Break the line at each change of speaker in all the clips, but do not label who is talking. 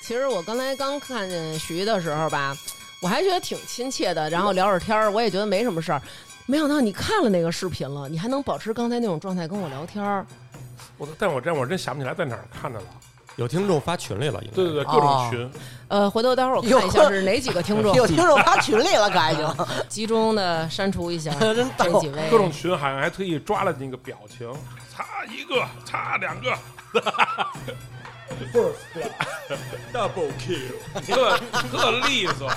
其实我刚才刚看见徐的时候吧，我还觉得挺亲切的，然后聊会儿天儿，我也觉得没什么事儿。没想到你看了那个视频了，你还能保持刚才那种状态跟我聊天儿。
我但我真我真想不起来在哪儿看的了。
有听众发群里了，应该
对对对，各
哦
种群，
呃，回头待会儿我看一下是哪几个听众，
有听众发群里了，可还行，
集中的删除一下
真
这
逗
几位。
各种群，好像还特意抓了那个表情，擦一个，擦两个。
double kill，
特特利索，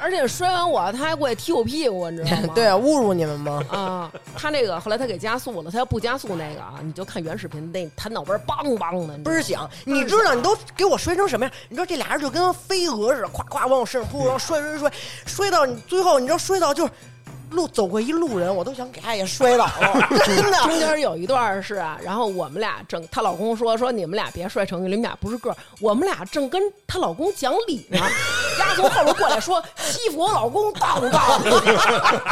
而且摔完我，他还过来踢我屁股，你知道吗？
对，啊侮辱你们吗？
啊，他那个后来他给加速了，他要不加速那个啊，你就看原视频，那他脑门儿梆梆的，你知道吗
倍儿响！你知道你都给我摔成什么样？你知道这俩人就跟飞蛾似的，咵咵往我身上扑，然后摔摔摔，摔到你最后，你知道摔到就是路走过一路人，我都想给他也摔倒 了，真的。
中间有一段是啊，然后我们俩正，她老公说说你们俩别摔成，你们俩不是个儿，我们俩正跟她老公讲理呢，丫从后边过来说欺负我老公当不当？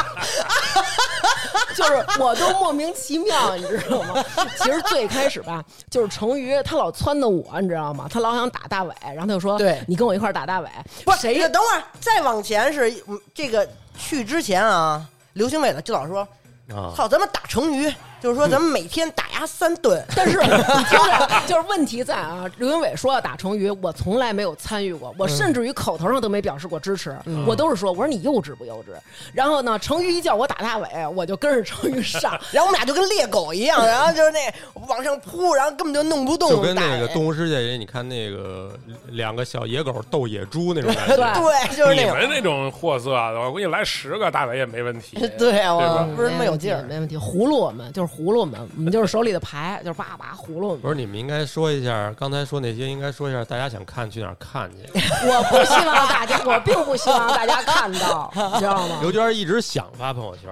就是我都莫名其妙，你知道吗？其实最开始吧，就是成瑜他老撺掇我，你知道吗？他老想打大伟，然后他就说
对
你跟我一块儿打大伟，
不是
谁
等会儿再往前是嗯这个去之前啊，刘行伟的就老说
啊：“
操，咱们打成鱼，就是说咱们每天打压三顿。
但是你听着，就是问题在啊，刘云伟说要打成语，我从来没有参与过，我甚至于口头上都没表示过支持，我都是说我说你幼稚不幼稚。然后呢，成语一叫我打大伟，我就跟着成语 上。
然后我们俩就跟猎狗一样，然后就是那往上扑，然后根本就弄不动，
就跟那个
大
《
爷
动物世界》里，你看那个两个小野狗斗野猪那种感觉，
对， 就是
你
那
们
种。
那种货色，啊我给你来十个大伟也没问题。
对，我
吧
不是那么有劲儿。
没问题，葫芦我们就是葫芦我们，我们就是手里的牌，就是叭叭葫芦我们。
不是，你们应该说一下，刚才说那些应该说一下，大家想看去哪儿看去？
我不希望大家，我并不希望大家看 到，你知道吗？
刘娟一直想发朋友圈，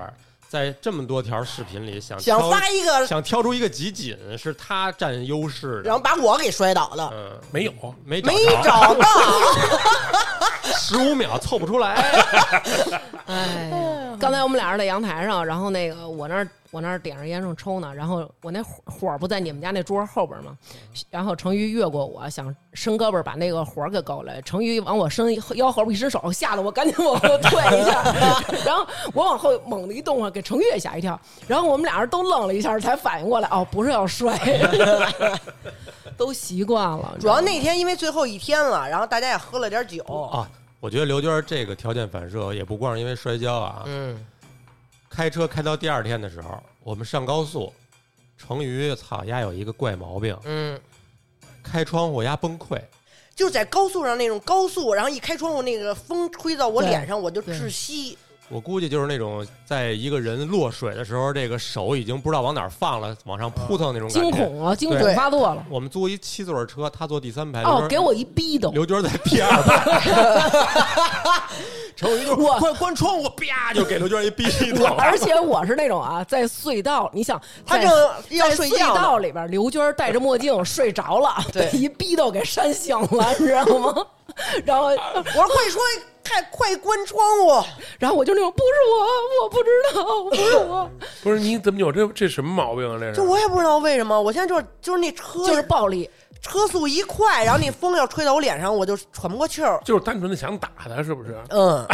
在这么多条视频里想
想
挑
发一个，
想挑出一个集锦，是她占优势
然
的。
后把我给摔倒了，
嗯，
没有，
没
没
着，
找到。
十五秒凑不出来。
哎呀，刚才我们俩人在阳台上，然后那个我那儿我那儿点着烟正抽呢，然后我那火火不在你们家那桌后边吗？然后成瑜越过我，想伸胳膊把那个火给勾来，成瑜往我伸腰后边一伸手，吓得我赶紧往后退一下， 然后我往后猛地一动啊，给成瑜也吓一跳，然后我们俩人都愣了一下，才反应过来，哦，不是要摔， 都习惯了，
主要那天因为最后一天了，然后大家也喝了点酒，
哦
啊，我觉得刘娟这个条件反射也不光是因为摔跤啊，
嗯，
开车开到第二天的时候，我们上高速，成瑜操丫有一个怪毛病，
嗯，
开窗户丫崩溃，
就在高速上那种高速，然后一开窗户，那个风吹到我脸上，我就
对
窒息。
我估计就是那种在一个人落水的时候，这个手已经不知道往哪儿放了，往上扑腾那种感
惊
觉。
恐了，惊恐
对
发作了，
我们租一七座车，他坐第三排，
哦，
刘
给
娟
我一逼斗。
刘娟在第二排， 成瑜就
我
关关窗户，啪就给刘娟一逼
我
头。
而且我是那种啊，在隧道，你想，
他
在
正要
在
睡
隧
觉呢
道里边，刘娟戴着墨镜睡着了，
对
被一逼斗给扇醒了，你知道吗？ 然后，
我说快说，快快关窗户！
然后我就那种不是我，我不知道，不是 我，
不是你怎么有这这什么毛病啊？这
就是我也不知道为什么，我现在就是就是那车
就是暴力。
车速一快，然后那风要吹到我脸上，我就喘不过气儿。？
就是单纯的想打他，是不是
嗯，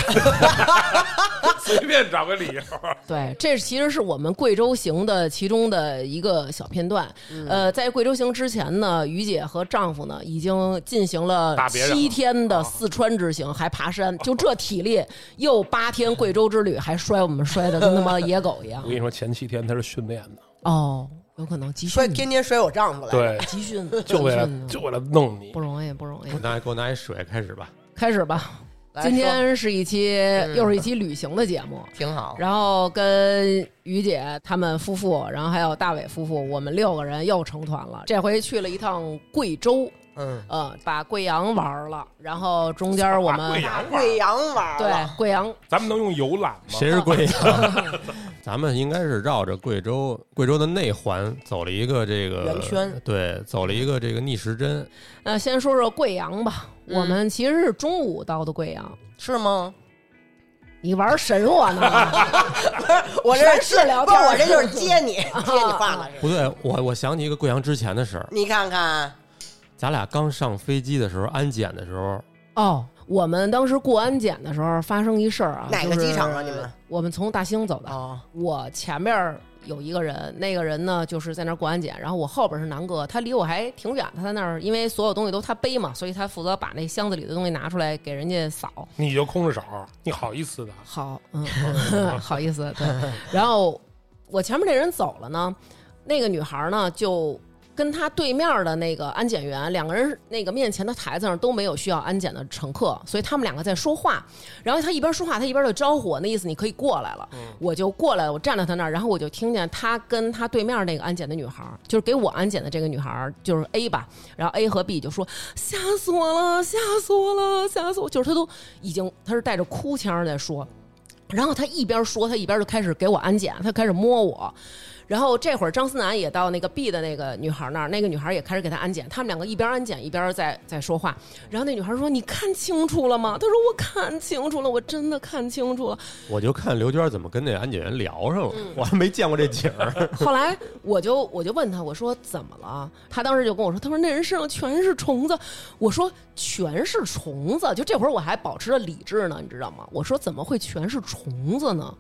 随便找个理由。
对，这其实是我们贵州行的其中的一个小片段。呃，在贵州行之前呢，于姐和丈夫呢已经进行了
打别人了
七天的四川之行，还爬山，就这体力，又八天贵州之旅，还摔我们摔的跟他妈野狗一样
我。跟你说，前七天他是训练的，
哦，有可能集
摔
训，
天天摔我丈夫来，
对，
集训，
就
集
为
训
啊
了
呢
就为了弄你
不。容易，不容易。
那给我拿一水，开始吧。
开始吧，
来
今
说
天是一期又是一期旅行的节目，
挺 好。
然后跟于姐他们夫妇，然后还有大伟夫妇，我们六个人又成团了。这回去了一趟贵州，
嗯，
呃，把贵阳玩了，然后中间 我
啊贵
们
阳玩儿，
贵阳玩儿
对
了
贵阳
咱们能用游览吗？
谁是贵阳？ 咱们应该是绕着贵州贵州的内环走了一个这个
圆圈，
对，走了一个这个逆时针。
那呃先说说贵阳吧，
嗯
我们其实是中午到的贵阳。
是吗？
你玩神我呢？
不是，我这
全是聊天
不是我 这 就是接你接你话了。
不对，我我想起一个贵阳之前的事儿。
你看看，啊
咱俩刚上飞机的时候，安检的时候，
哦，我们当时过安检的时候发生一事儿啊，
哪个
就是
机场啊你们
我们从大兴走的，
哦，
我前面儿有一个人，那个人呢就是在那儿过安检，然后我后边是南哥，他离我还挺远，他在那儿，因为所有东西都他背嘛，所以他负责把那箱子里的东西拿出来给人家扫。
你就空着手，你好意思的？
好，嗯，嗯好意思，对。然后我前面这人走了呢，那个女孩呢就跟她对面的那个安检员，两个人那个面前的台子上都没有需要安检的乘客，所以他们两个在说话。然后她一边说话，她一边就招呼我，那意思你可以过来了。我就过来了，我站在她那儿，然后我就听见她跟她对面那个安检的女孩，就是给我安检的这个女孩，就是 A 吧，然后 A 和 B 就说吓死我了，吓死我了，吓死我！就是她都已经，她是带着哭腔儿在说。然后他一边说，他一边就开始给我安检，他开始摸我。然后这会儿张思楠也到那个 B 的那个女孩那儿，那个女孩也开始给他安检，他们两个一边安检一边在在说话。然后那女孩说：“你看清楚了吗？”他说：“我看清楚了，我真的看清楚了。”
我就看刘娟怎么跟那安检员聊上了，
嗯
我还没见过这景 儿。
后来我就我就问他，我说怎么了？他当时就跟我说，他说那人身上全是虫子。我说全是虫子，就这会儿我还保持着理智呢，你知道吗？我说怎么会全是虫子呢？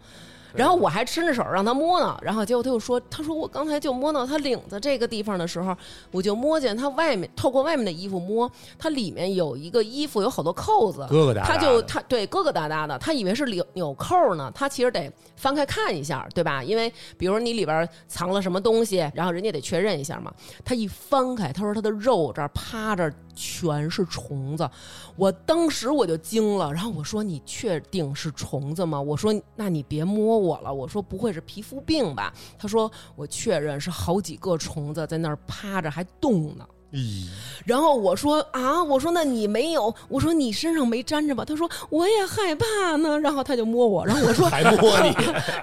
然后我还伸着手让他摸呢，然后结果他又说，他说我刚才就摸到他领子这个地方的时候，我就摸见他外面透过外面的衣服摸，他里面有一个衣服有好多扣子，
疙疙瘩瘩
他就
的
他对疙疙瘩瘩的，他以为是纽纽扣呢，他其实得翻开看一下，对吧？因为比如说你里边藏了什么东西，然后人家得确认一下嘛。他一翻开，他说他的肉这儿趴着全是虫子，我当时我就惊了，然后我说你确定是虫子吗？我说那你别摸我了，我说不会是皮肤病吧？他说我确认是好几个虫子在那儿趴着还动呢。
咦，
然后我说啊，我说那你没有，我说你身上没粘着吧？他说我也害怕呢。然后他就摸我，然后我说 还摸你，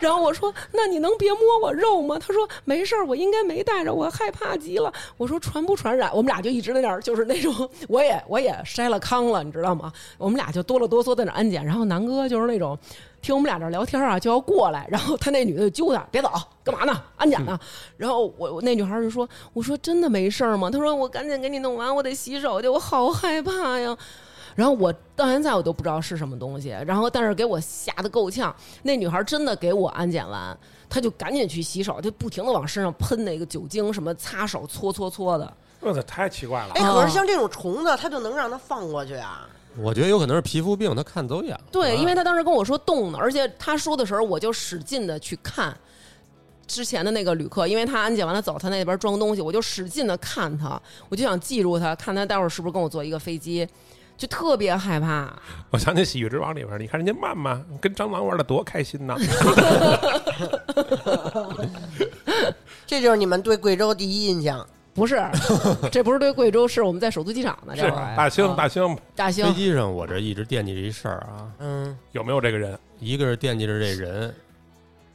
然后我说那你能别摸我肉吗？他说没事儿，我应该没带着，我害怕极了。我说传不传染？我们俩就一直在那儿，就是那种我也我也筛了糠了，你知道吗？我们俩就哆了哆嗦在那儿安检，然后南哥就是那种。听我们俩这儿聊天啊，就要过来，然后他那女的就揪他，别走，干嘛呢？安检呢？然后我我那女孩就说：“我说真的没事儿吗？”她说：“我赶紧给你弄完，我得洗手去，我好害怕呀。”然后我到现在我都不知道是什么东西，然后但是给我吓得够呛。那女孩真的给我安检完，她就赶紧去洗手，就不停的往身上喷那个酒精，什么擦手搓搓搓的。
我操，太奇怪了
哎，！可是像这种虫子，它就能让它放过去啊？
我觉得有可能是皮肤病，他看走眼了。
对，因为他当时跟我说动呢，而且他说的时候，我就使劲的去看之前的那个旅客，因为他安检完了走，他那边装东西，我就使劲的看他，我就想记住他，看他待会儿是不是跟我坐一个飞机，就特别害怕。
我想起《喜剧之王》里边，你看人家曼曼跟蟑螂玩的多开 心呐！
这就是你们对贵州第一印象。
不 是，这不是对贵州，是我们在首都机场呢，这
是
会儿
大
啊
兴，大兴
大
飞
兴，
机上我这一直惦记着一事儿啊，
嗯，
有没有这个人？
一个是惦记着这人，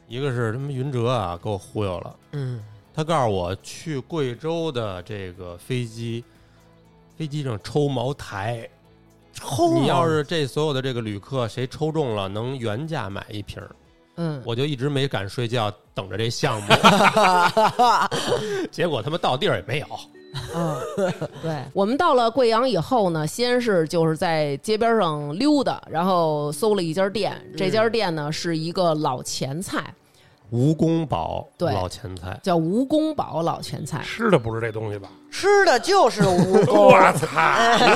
一个是他妈云哲啊给我忽悠了。
嗯，
他告诉我去贵州的这个飞机，飞机上抽茅台，
抽
哦
啊
你要
吗
是这所有的这个旅客谁抽中了，能原价买一瓶儿。
嗯，
我就一直没敢睡觉，等着 这项目，结果他妈到地儿也没有。
嗯，对，我们到了贵阳以后呢，先是就是在街边上溜达，然后搜了一家店，这家店呢是一个老前菜，
蜈蚣堡
对
老前菜，
叫吴公堡老前菜。
吃的不是这东西吧？
吃的 就是哎蜈
哦
我
蚣。
操！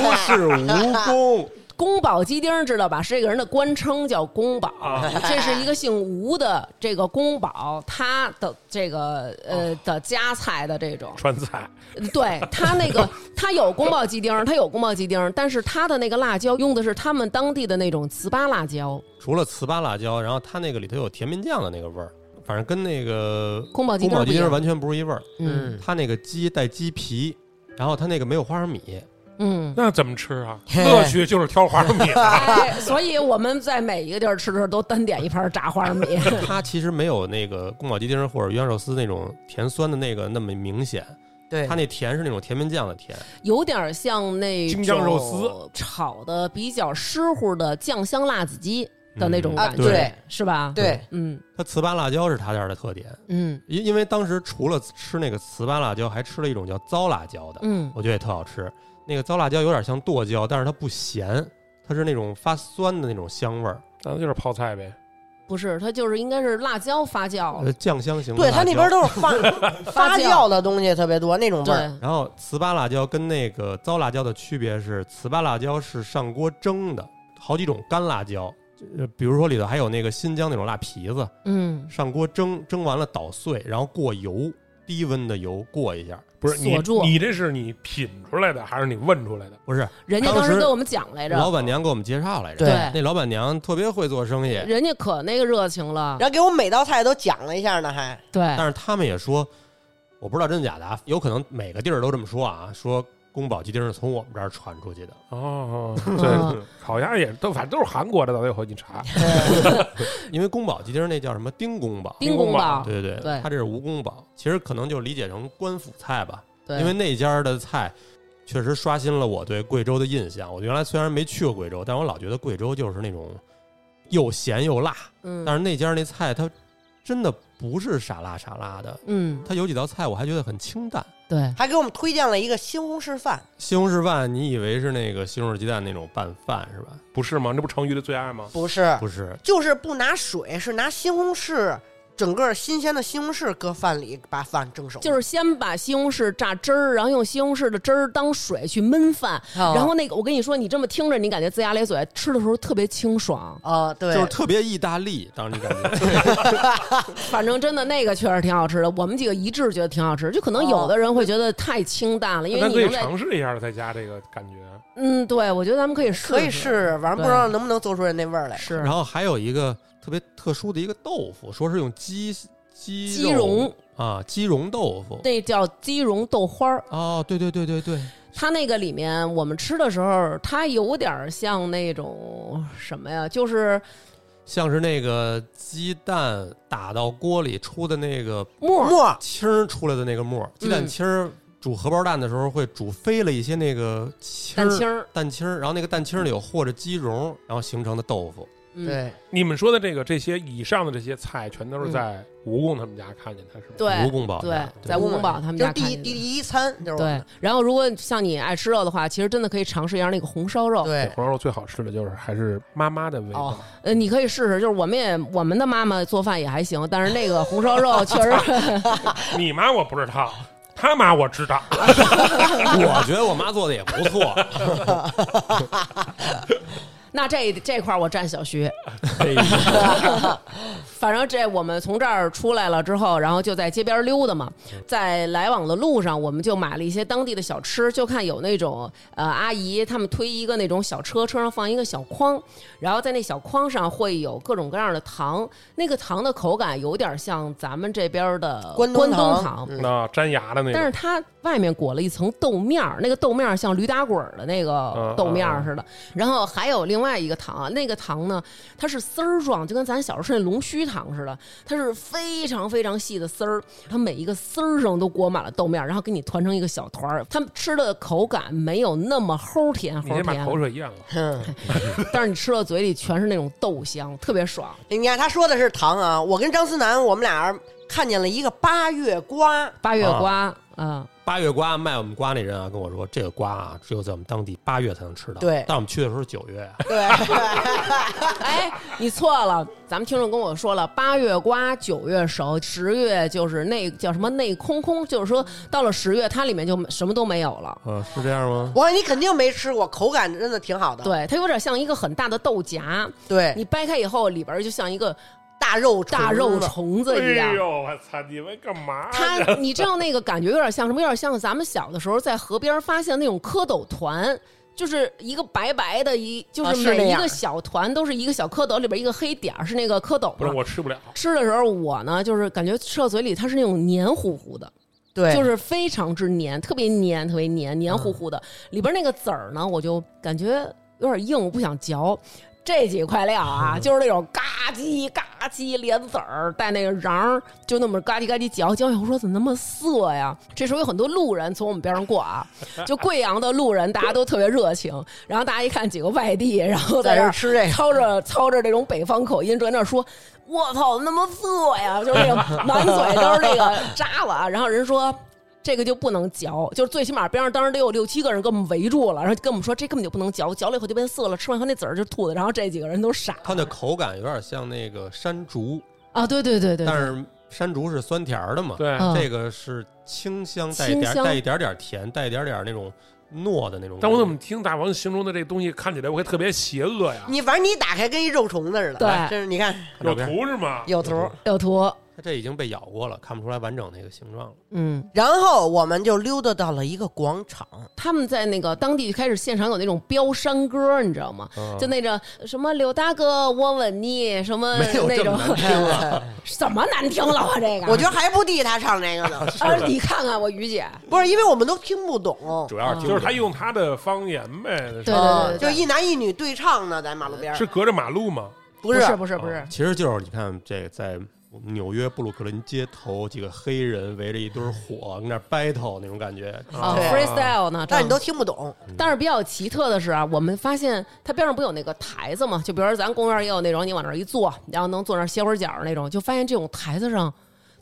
不 是蜈蚣，
宫保鸡丁知道吧？是这个人的官称叫宫保，
啊
这是一个姓吴的这个宫保，他的这个
哦
呃的家菜的这种，
川菜，
对他那个 他有宫保鸡丁，他有宫保鸡丁，但是他的那个辣椒用的是他们当地的那种糍粑辣椒，
除了糍粑辣椒，然后它那个里头有甜面酱的那个味儿，反正跟那个
宫保鸡
宫
丁不
保鸡
一
丁
样
完全不是一味儿。
嗯
它那个鸡带鸡皮，然后它那个没有花生米，
嗯。
那怎么吃 啊？
嘿
乐趣就是挑花生米啊。
哎，所以我们在每一个地儿吃的时候都单点一盘炸花生米。
它其实没有那个宫保鸡丁或者鸳鸯肉丝那种甜酸的那个那么明显，
对
它那甜是那种甜面酱的甜。
有点像那
京酱肉丝
炒的比较湿乎的酱香辣子鸡的那种
嗯啊
感觉，
对
是吧？
对，
嗯
它糍粑辣椒是它这儿的特点，
嗯
因因为当时除了吃那个糍粑辣椒，还吃了一种叫糟辣椒的，
嗯
我觉得也特好吃。那个糟辣椒有点像剁椒，但是它不咸，它是那种发酸的那种香味儿，
那就是泡菜呗。
不是，它就是应该是辣椒发酵
呃，酱香型的
哦对，
辣
它那
椒
边都是发发
发
酵的东西特别多，那种味儿。
对，
然后糍粑辣椒跟那个糟辣椒的区别是，糍粑辣椒是上锅蒸的，好几种干辣椒，呃比如说里头还有那个新疆那种辣皮子，
嗯，
上锅蒸，蒸完了捣碎，然后过油，低温的油过一下。
不是你
锁住
你这是你品出来的还是你问出来的？
不是，
人家
当
当
时
时跟我们讲来
老
着，
板娘给我们介绍来着，
对
那老板娘特别会做生意，
人家可那个热情了
然，后给我每道菜都讲了一下呢，还
对
但是他们也说，我不知道真假的啊，有可能每个地儿都这么说啊，说宫保鸡丁是从我们这儿传出去的。
哦，
嗯
对，烤鸭也都反正都是韩国的，到最后你查，
因为宫保鸡丁那叫什么丁宫保，
丁公吧，
对对
啊对
它这是吴宫保，其实可能就理解成官府菜吧，
对，
因为那家的菜确实刷新了我对贵州的印象。我原来虽然没去过贵州，但我老觉得贵州就是那种又咸又辣，
嗯
但是那家那菜它真的不是傻辣傻辣的，
嗯，
它有几道菜我还觉得很清淡。
对，
还给我们推荐了一个西红柿饭，
西红柿饭，你以为是那个西红柿鸡蛋那种拌饭是吧？
不是吗？这不成鱼的最爱吗？
不是，
不是，
就是不拿水，是拿西红柿，整个新鲜的西红柿搁饭里把饭蒸熟，
就是先把西红柿榨汁儿，然后用西红柿的汁儿当水去焖饭，
啊
然后那个我跟你说，你这么听着，你感觉龇牙咧嘴，吃的时候特别清爽，
啊，对，
就是特别意大利，当时你感觉
反正真的那个确实挺好吃的，我们几个一致觉得挺好吃，就可能
哦
有的人会觉得太清淡了，因为
咱
你
可以
能在
尝试一下在家这个感觉。
嗯，对，我觉得咱们可以试，
可以试，试，反正不知
对
道能不能做出来那味儿来。
是，
然后还有一个特别特殊的一个豆腐，说是用鸡鸡
鸡
肉
茸
啊，鸡茸豆腐。
那叫鸡茸豆花儿，
哦，对对对对对，
它那个里面我们吃的时候，它有点儿像那种什么呀，就是
像是那个鸡蛋打到锅里出的那个
沫儿，
沫儿
清儿出来的那个沫儿，鸡蛋
嗯
清儿煮荷包蛋的时候会煮飞了一些那个清
蛋
儿
清儿，
蛋清儿，然后那个蛋清儿里有和着鸡茸，然后形成的豆腐。
嗯、
对，
你们说的这个这些以上的这些菜，全都是在吴公他们家看见的，是吗？
对
蜈蚣堡
对
的，
在
蜈
乌
蚣
龙堡他们
就
家
是第
看
一
见的
第一餐就是我
对
们，
然后如果像你爱吃肉的话，其实真的可以尝试一下那个红烧肉。
对
红烧肉最好吃的就是还是妈妈的味道。
哦
呃，你可以试试，就是我们也我们的妈妈做饭也还行，但是那个红烧肉确实，
你妈我不知道，他妈我知道。
我觉得我妈做的也不错。
那这这块儿我占小徐。
哎
反正这我们从这儿出来了之后，然后就在街边溜达嘛，在来往的路上，我们就买了一些当地的小吃，就看有那种呃阿姨他们推一个那种小车，车上放一个小筐，然后在那小筐上会有各种各样的糖，那个糖的口感有点像咱们这边的
关
东
糖，
糖
嗯
那粘牙的那
但是
种，
它外面裹了一层豆面儿，那个豆面儿像驴打滚儿的那个
嗯
豆面儿似的。然后还有另外一个糖，那个糖呢，它是丝儿状，就跟咱小时候吃那龙须糖似的，它是非常非常细的丝儿，它每一个丝儿上都裹满了豆面儿，然后给你团成一个小团儿。它吃的口感没有那么齁甜
你先
齁
把口
甜，
水啊咽了。
哼
但是你吃到嘴里全是那种豆香，特别
啊
爽。
你看他说的是糖啊，我跟张思南我们俩人看见了一个八月瓜，
八月
啊
瓜啊、嗯
八月瓜卖我们瓜那人啊，跟我说这个瓜啊，只有在我们当地八月才能吃到。
对
但我们去的时候是九月啊，
对，
哎，你错了，咱们听众跟我说了，八月瓜，九月熟，十月就是内叫什么内空空，就是说到了十月，它里面就什么都没有了。
啊是这样吗？
我说你肯定没吃过，口感真的挺好的。
对，它有点像一个很大的豆荚，
对，
你掰开以后，里边就像一个
大肉虫
大肉
子
虫子一样
哎。呦，我操！你们干嘛呢？
它，你知道那个感觉有点像什么？有点像咱们小的时候在河边发现那种蝌蚪团，就是一个白白的一，就
啊是
是每
那
一
样
个小团都是一个小蝌蚪，里边一个黑点儿是那个蝌蚪嘛。
不是我吃不了，
吃的时候，我呢就是感觉吃到嘴里它是那种黏糊糊的，
对，
就是非常之黏，特别黏，特别黏，黏糊糊的。
嗯
里边那个籽儿呢，我就感觉有点硬，我不想嚼。这几块料
嗯
啊，就是那种嘎叽嘎叽莲子儿带那个瓤儿，就那么嘎叽嘎叽嚼嚼。我说怎么那么涩呀？这时候有很多路人从我们边上过啊，就贵阳的路人，大家都特别热情。然后大家一看几个外地，然后
在
在
这
这
儿
儿
吃这个。
操着操着这种北方口音，在那说：“我操，那么色呀！”就是那个满嘴都是那个渣子啊。然后人说：“这个就不能嚼，就是最起码边上当时得有六七个人给我们围住了，然后跟我们说这根本就不能嚼，嚼了以后就变色了，吃完以后那籽儿就吐的，然后这几个人都傻
它的口感有点像那个山竹，
啊！对对对对，
但是山竹是酸甜儿的嘛，
对，
嗯
这个是清香带一
清
点
香
带一点点甜，带一点点那种糯的那种感觉。
但我怎么听大王形容的这东西看起来我还特别邪恶呀？
你反正你一打开跟一肉虫子似的，
对
哎真是你看
看
有
照片
图是吗？
有图。
有图，
它这已经被咬过了，看不出来完整那个形状了。
嗯，
然后我们就溜达到了一个广场，
他们在那个当地就开始现场有那种飙山歌，你知道吗？
嗯
就那个什么柳大哥，我吻你，什么
没有
那
这么
种，
难听啊！
怎么难听了？我这个，
我觉得还不地他唱这 个呢，
啊，你看看我于姐，
不是因为我们都听不懂，
主要是
就
听
是
不懂
他用他的方言呗，那是
对
啊
对对对
就一男一女对唱呢，在马路边儿
是隔着马路吗？
不
是
是
不是不是
啊，其实就是你看这个在我们纽约布鲁克林街头，几个黑人围着一堆火跟那儿 battle 那种感觉。
啊
对
，freestyle 呢？
但是
正
你都听不懂，
但是比较奇特的是啊，我们发现它边上不有那个台子嘛？就比如说咱公园也有那种，你往那儿一坐，然后能坐那儿歇会儿脚那种，就发现这种台子上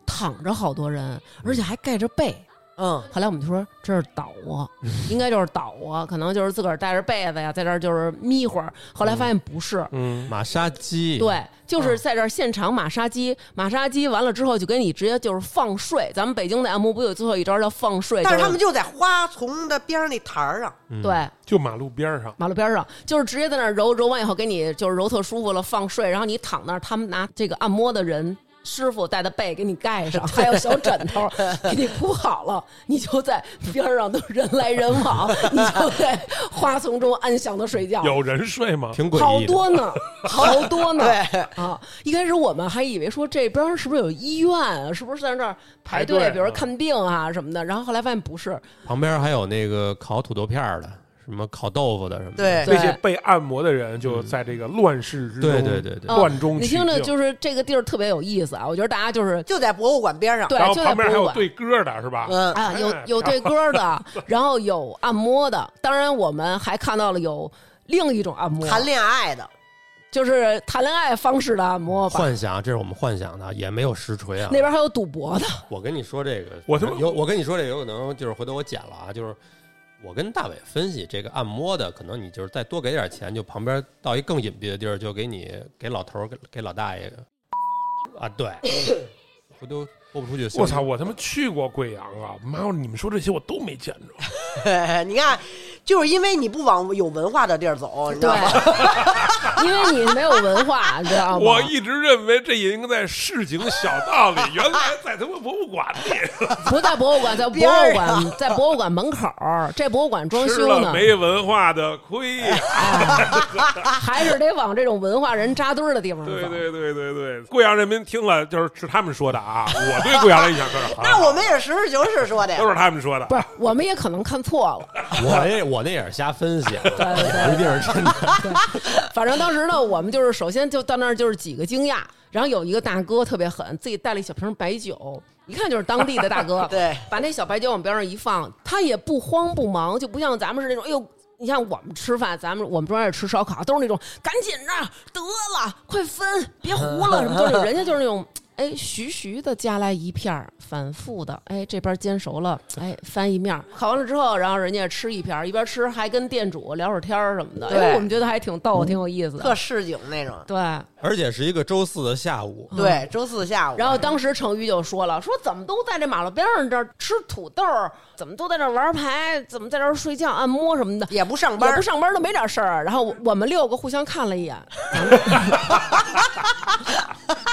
躺着好多人，而且还盖着被。
嗯，
后来我们就说这是倒啊，应该就是倒啊，可能就是自个儿带着被子呀，在这儿就是眯会儿。后来发现不是，
嗯，
马杀鸡，，
对，就是在这儿现场马杀鸡，马杀鸡完了之后就给你直接就是放睡。咱们北京的按摩不有最后一招叫放睡，
但是
就
他们就在花丛的边上那台儿上，。
嗯
对。
就马路边上。
马路边上，就是直接在那儿揉揉完以后，给你就是揉特舒服了，放睡，然后你躺那儿，他们拿这个按摩的人师傅带的被给你盖上，还有小枕头给你铺好了，你就在边上都人来人往，你就在花丛中安详的睡觉。
有人睡吗？
挺诡异的。
好多呢，好多呢
对
啊，一开始我们还以为说这边儿是不是有医院啊，是不是在那儿排队，
排队
比如说
嗯
看病啊什么的。然后后来发现不是，
旁边还有那个烤土豆片儿的，什么烤豆腐的什么的。
对
那
哎
些被按摩的人就在这个乱世之中，
嗯对对对对
啊
乱中
你
取
听
静。
着就是这个地儿特别有意思啊。我觉得大家就是
就在博物馆边上，
对
然，后
就在
旁边还
博物
有
馆。
对歌的是吧？
嗯，
啊，有
哎
有对歌 的，然后有按摩的，当然我们还看到了有另一种按摩，
谈恋爱的，
就是谈恋爱方式的按摩吧。
幻想，这是我们幻想的，也没有实锤啊。
那边还有赌博 的，
我跟你说这个，
我他妈
有我跟你说这个，有可能就是回头我剪了啊，就是我跟大伟分析这个按摩的，可能你就是再多给点钱，就旁边到一更隐蔽的地儿，就给你给老头儿给给老大爷啊，对， 回头播不出去。
我操！！我他妈去过贵阳啊！妈，你们说这些我都没见着。
你看，就是因为你不往有文化的地儿走，你知道吗？
对，因为你没有文化，你知道吗？
我一直认为这也应该在市井小道里， 原来在他妈博物馆里。
不在博物馆，在博
边儿
物馆，在博物馆门口儿，这博物馆装
吃
修
了
呢，哎
没文化的亏呀！
还是得往这种文化人扎堆儿的地方走。
对对对对对，贵阳人民听了就是是他们说 的啊，我对贵阳的印象可是很好，
那我们也实事求是说的呀。
都，是他们说的
不。是，我们也可能看错了。
我那我那也是瞎分析啊，也不一定是真的。
反正当时呢，我们就是首先就到那儿就是几个惊讶，然后有一个大哥特别狠，自己带了一小瓶白酒，一看就是当地的大哥
对，
把那小白酒往边上一放，他也不慌不忙，就不像咱们是那种，哎呦。你像我们吃饭，咱们我们中间也吃烧烤，都是那种赶紧着，得了，快分，别糊了，什么都是。人家就是那种，哎，徐徐的夹来一片儿，反复的，哎，这边煎熟了，哎，翻一面儿，烤完了之后，然后人家吃一片儿，一边吃还跟店主聊会儿天儿什么的，
对
哎，我们觉得还挺逗，挺有意思
特
的。
市井那种。
对，
而且是一个周四的下午，
对，周四下午，
嗯然后当时成昱就说了，说怎么都在这马路边上这儿吃土豆儿，怎么都在这儿玩牌，怎么在这儿睡觉、按摩什么的，
也不上
也
班
不，上班都没点事儿。然后我我们六个互相看了一 眼，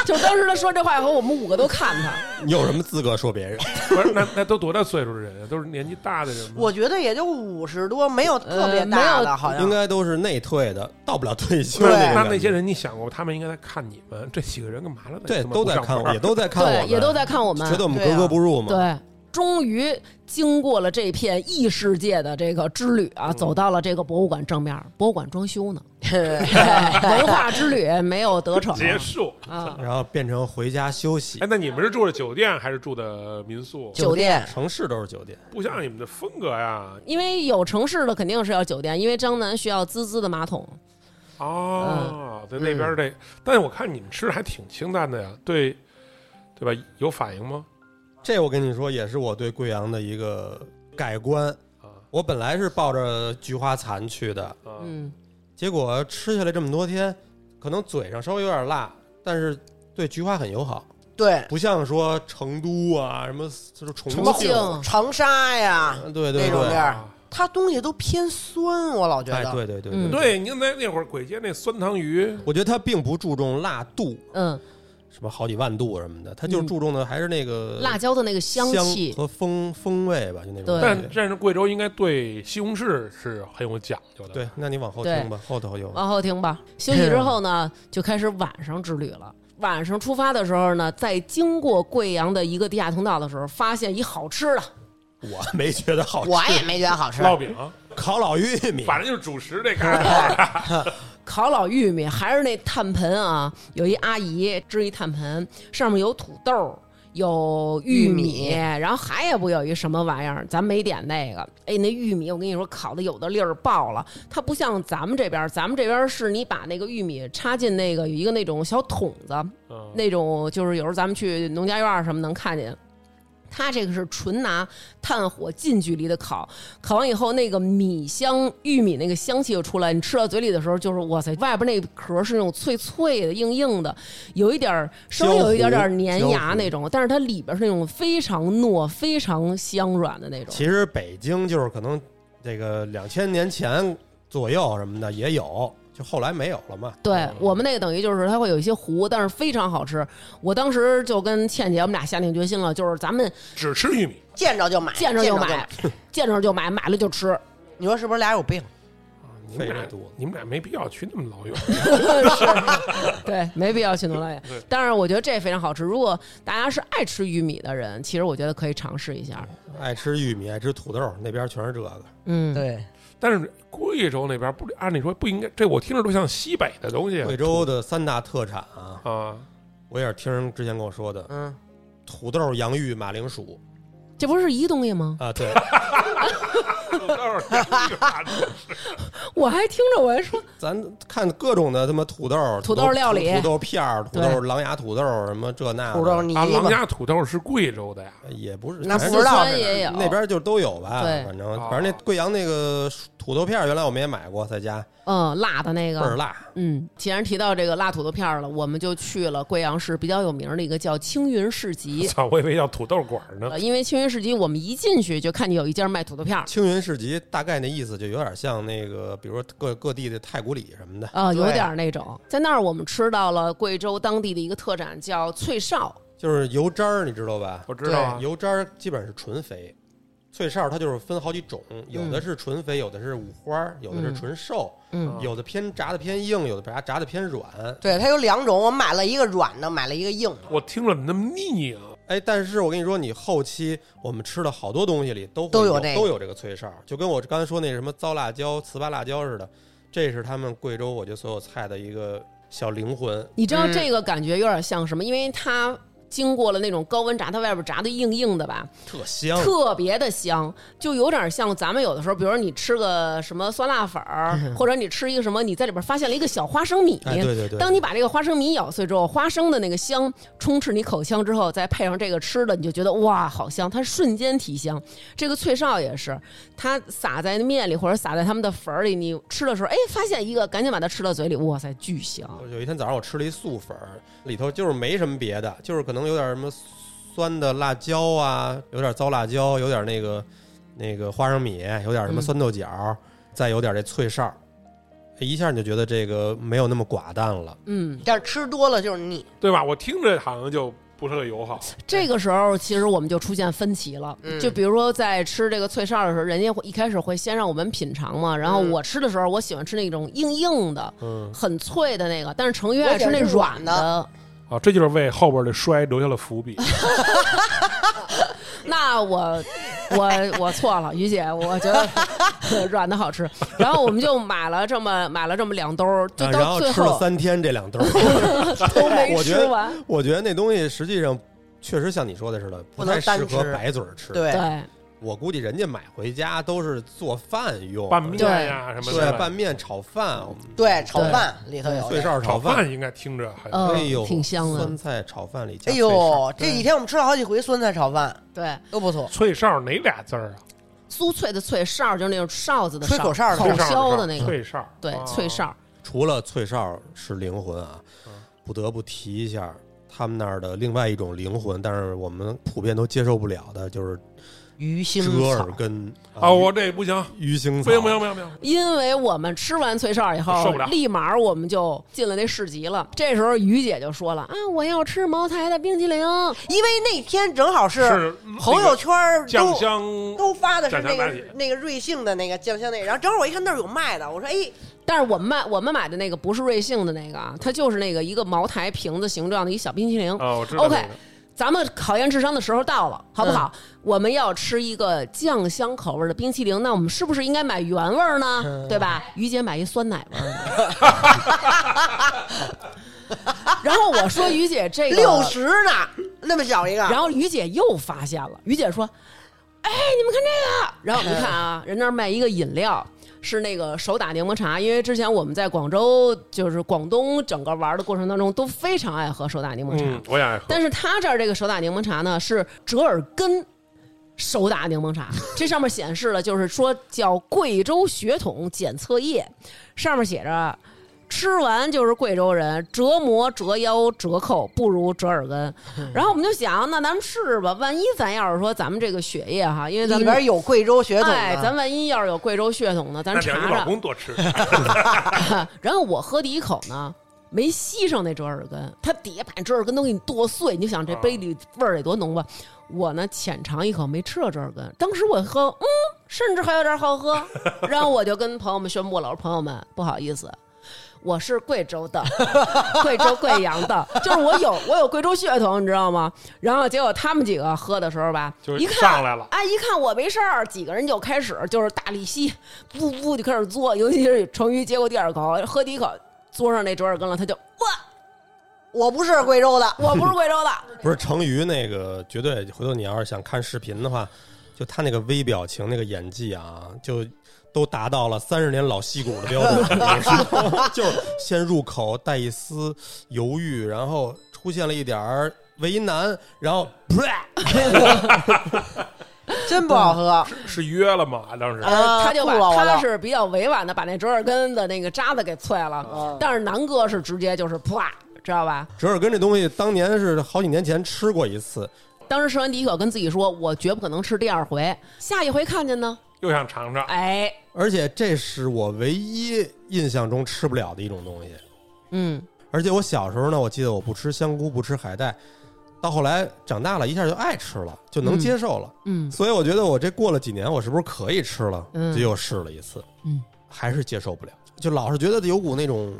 就当时他说这话以后，我们五个都看他，
你有什么资格说别人？
不是，那那都多大岁数的人啊？都是年纪大的人吗？
我觉得也就五十多，没有特别
呃没
大
有
的，好像
应该都是内退的，到不了退休
对
的种
那
感觉。
那些人，你想过他们应该在看你们这几个人干嘛了？
对
他妈
都
不
在
上
看，
班
也都在看我
对，
们，
也都在看我们
觉，得我们
对
格
啊
格不入嘛。
对。终于经过了这片异世界的这个之旅
嗯
啊，走到了这个博物馆正面儿，博物馆装修 呢， 文化之旅没有得逞
结束。
啊。
然后变成回家休息
哎，。那你们是住的酒店还是住的民宿？
酒店
城市都是酒店，
不像你们的风格呀。
因为有城市的肯定是要酒店，因为张楠需要滋滋的马桶。
嗯
哦，在那边这，但是我看你们吃的还挺清淡的呀，对，对吧？有反应吗？
这我跟你说，也是我对贵阳的一个改观。
啊
我本来是抱着菊花残去的，
啊，
嗯，
结果吃下来这么多天，可能嘴上稍微有点辣，但是对菊花很友好，
对，
不像说成都啊什么就是重
重
庆啊
庆，
长沙呀，
对对
那种地
对，
儿，
啊
它东西都偏酸，我老觉
哎
得。
对对对
嗯
对，
对，你看那那会儿簋街那酸汤鱼，
我觉得它并不注重辣度，
嗯，
什么好几万度什么的，它就是
嗯
注重的还是那个
辣椒的那个香气，
和风风味吧，就那种
对
感
但
觉。
但是贵州应该对西红柿是很有讲究的。，
对，那你往后
对哦
听吧，后头有。
往后听吧。休息之后呢，就开始晚上之旅了。晚上出发的时候呢，在经过贵阳的一个地下通道的时候，发现一好吃的，
我没觉得好吃，
我也没觉得好吃，
烙饼，
烤老玉米，
反正就是主食这嘎达。
烤老玉米，还是那炭盆啊，有一阿姨支一炭盆，上面有土豆。有玉米，
玉米
然后还也不有一什么玩意儿，咱没点那个。哎，那玉米我跟你说，烤的有的粒儿爆了。它不像咱们这边儿，咱们这边儿是你把那个玉米插进那个有一个那种小桶子，
嗯
那种就是有时候咱们去农家院儿什么能看见。它这个是纯拿炭火近距离的烤，烤完以后那个米香、玉米那个香气就出来，你吃到嘴里的时候就是哇塞，外边那壳是那种脆脆的、硬硬的，有一点儿稍微有一点点儿粘牙那种，但是它里边是那种非常糯、非常香软的那种。
其实北京就是可能这个两千年前左右什么的也有，就后来没有了嘛。
对我们那个等于就是它会有一些糊，但是非常好吃。我当时就跟倩姐我们俩下定决心了，就是咱们
只吃玉米，
见着就买，
见着就买， 见着就买，买了就吃。
你说是不是俩有病？
你们
费
俩
这肚子
你们俩没必要去那么老远。
对，没必要去农家院
对。
但是我觉得这非常好吃。如果大家是爱吃玉米的人，其实我觉得可以尝试一下。
爱吃玉米，爱吃土豆，那边全是这个。
嗯，
对，
但是贵州那边不，按理说不应该，这我听着都像西北的东西。
贵州的三大特产啊，
啊，
我也是听人之前跟我说的，
嗯，
土豆、洋芋、马铃薯
这不是一东西吗？
啊，对，
土豆 儿洋芋马铃薯
我还听着我还说，
咱看各种的他妈土豆、
土豆料理
土土豆片儿、土豆
对
狼牙土豆什么这那的
土豆泥
啊，
巴
狼家土豆是贵州的呀。
也不哎是，
那
反正
不知道
四川
是哪儿
也有
那边就都有吧，
对
反正
哦
反正那贵阳那个土豆片儿，原来我们也买过，在家
嗯，辣的那
倍儿
个，
辣，
嗯，既然提到这个辣土豆片儿了，我们就去了贵阳市比较有名的一个叫青云市 集。
操，我以为叫土豆馆呢。
呃因为青云市集，我们一进去就看见有一家卖土豆片儿，
青云市集大概那意思就有点像那个，比如说各各地的太古里什么的，
呃，有
对
点儿那种。在那儿我们吃到了贵州当地的一个特产，叫脆哨。
就是油渣儿，你知道吧？
我知道啊，
油渣儿基本上是纯肥，脆哨它就是分好几种，有的是纯肥，有的是五花儿，有的是纯瘦，
嗯
有的偏炸的偏硬，有的炸炸的偏软。
对，它有两种，我买了一个软的，买了一个硬的，
我听着你那么腻啊。
哎，但是我跟你说，你后期我们吃的好多东西里都会
都有
有
这个
都有这个脆哨，就跟我刚才说那什么糟辣椒、糍粑辣椒似的，这是他们贵州我觉得所有菜的一个小灵魂。
你知道
嗯
这个感觉有点像什么？因为它经过了那种高温炸，它外边炸的硬硬的吧，
特香，
特别的香，就有点像咱们有的时候，比如说你吃个什么酸辣粉儿，或者你吃一个什么，你在里边发现了一个小花生米。
哎，嗯对对对，
当你把这个花生米咬碎之后，花生的那个香充斥你口腔之后，再配上这个吃的，你就觉得哇，好香！它瞬间提香。这个脆哨也是，它撒在面里或者撒在他们的粉儿里，你吃的时候，哎，发现一个，赶紧把它吃到嘴里，哇塞，巨香！
有一天早上我吃了一素粉儿，里头就是没什么别的，就是可能有点什么酸的辣椒啊，有点糟辣椒，有点那个那个花生米，有点什
嗯
么酸豆角，再有点这脆哨儿，一下你就觉得这个没有那么寡淡了。
嗯，
但是吃多了就是腻。
对吧？我听着好像就不是特 友好。
这个时候，其实我们就出现分歧了。
嗯
就比如说在吃这个脆哨的时候，人家会一开始会先让我们品尝嘛，然后
嗯
我吃的时候，我喜欢吃那种硬硬的、
嗯，
很脆的那个，但是成鱼
我
爱吃
喜欢
那
吃
软
软的
的。
啊，这就是为后边的摔留下了伏笔。
那 我我我错了，于姐，我觉得 软的好吃。然后我们就买了这么买了这么两兜儿，就
啊然
到
后
最
吃了
后
三天这两兜儿，
都没
我
吃
觉得
完。
我觉得那东西实际上确实像你说的似的，不
不能
太适
单
合
吃
白嘴儿吃。
对，
对，
我估计人家买回家都是做饭用，
拌面呀什么
对
的，
拌面炒饭，
嗯
对，炒饭里头有
脆
这
哨
炒
饭，
饭应该听着还
嗯
哎呦，
挺香的
酸菜炒饭里加脆
哎
嗯哨，
呦，这几天我们吃了好几回酸菜炒饭，
对，
都不错。
脆哨哪俩字儿啊？
酥脆的脆哨就是那种哨子的
吹口哨儿的哦
口
脆
箫
哨
嗯的那个，
脆哨，
对
啊，
脆哨。
除了脆哨是灵魂啊，
嗯
不得不提一下他们那儿的另外一种灵魂，但是我们普遍都接受不了的，就是
鱼腥
折
草
耳根
啊！我这不行，
鱼 腥
不
草，
行不 行不行不行，
因为我们吃完脆哨以
受
后
不了，
立马我们就进了那市集了。这时候于姐就说了：“啊，我要吃茅台的冰淇淋。
因为那天正好是
是那个
朋友圈儿
酱
都
香
都发的是那
酱香拿
个
铁
那个瑞幸的那个酱香那个，然后正好我一看那儿有卖的，我说哎，”
但是我们买我们买的那个不是瑞幸的那个啊，它就是那个一个茅台瓶子形状的一小冰淇淋。
啊，我知道
OK，
那个
咱们考验智商的时候到了，好不好？
嗯
我们要吃一个酱香口味的冰淇淋，那我们是不是应该买原味儿呢？
嗯
对吧？于姐买一酸奶味儿的。 然后我说于姐这个
六十呢，那么小一个，
然后于姐又发现了，于姐说：“哎，你们看这个。”然后你看啊，人那儿卖一个饮料。是那个手打柠檬茶，因为之前我们在广州，就是广东整个玩的过程当中，都非常爱喝手打柠檬茶。
嗯，我也爱喝，
但是他这儿这个手打柠檬茶呢，是折耳根手打柠檬茶，这上面显示了，就是说叫贵州血统检测液，上面写着。吃完就是贵州人，折磨、折腰、折扣不如折耳根。然后我们就想，那咱们试试吧。万一咱要是说咱们这个血液哈，因为咱
里
们
边有贵州血统
哎，咱
的，
万一要是有贵州血统呢，咱
那得
查
让你
查
老。公多吃，
然后我喝第一口呢，没吸上那折耳根，它底下把折耳根都给你剁碎，你就想这杯里味儿得多浓吧？我呢浅尝一口，没吃到折耳根，当时我喝，嗯，甚至还有点好喝。然后我就跟朋友们宣布了，我说朋友们，不好意思。我是贵州的，贵州贵阳的，就是我有我有贵州血统，你知道吗？然后结果他们几个喝的时候吧，
就
一看
上来了
哎，一看我没事儿，几个人就开始就是大力吸，噗噗就开始嘬，尤其是成瑜接过第二口，喝第一口嘬上那折耳根了，他就哇，
我不是贵州的，
我不是贵州的，
不是成鱼那个绝对，回头你要是想看视频的话，就他那个微表情、那个演技啊，就都达到了三十年老戏骨的标准， 就是先入口带一丝犹豫，然后出现了一点儿为难，然后啪，
真不好喝，
是约了吗？当时
啊
嗯他就把
吐了我
他
都
是比较委婉的把那折耳根的那个渣子给啐了，但是南哥是直接就是啪，知道吧？
折耳根这东西当年是好几年前吃过一次，
当时吃完第一口，跟自己说，我绝不可能吃第二回，下一回看见呢，
又想尝尝，
哎，
而且这是我唯一印象中吃不了的一种东西。
嗯，
而且我小时候呢，我记得我不吃香菇，不吃海带，到后来长大了一下就爱吃了，就能接受了。
嗯
所以我觉得我这过了几年，我是不是可以吃了？
嗯
就又试了一次，
嗯，
还是接受不了，就老是觉得有股那种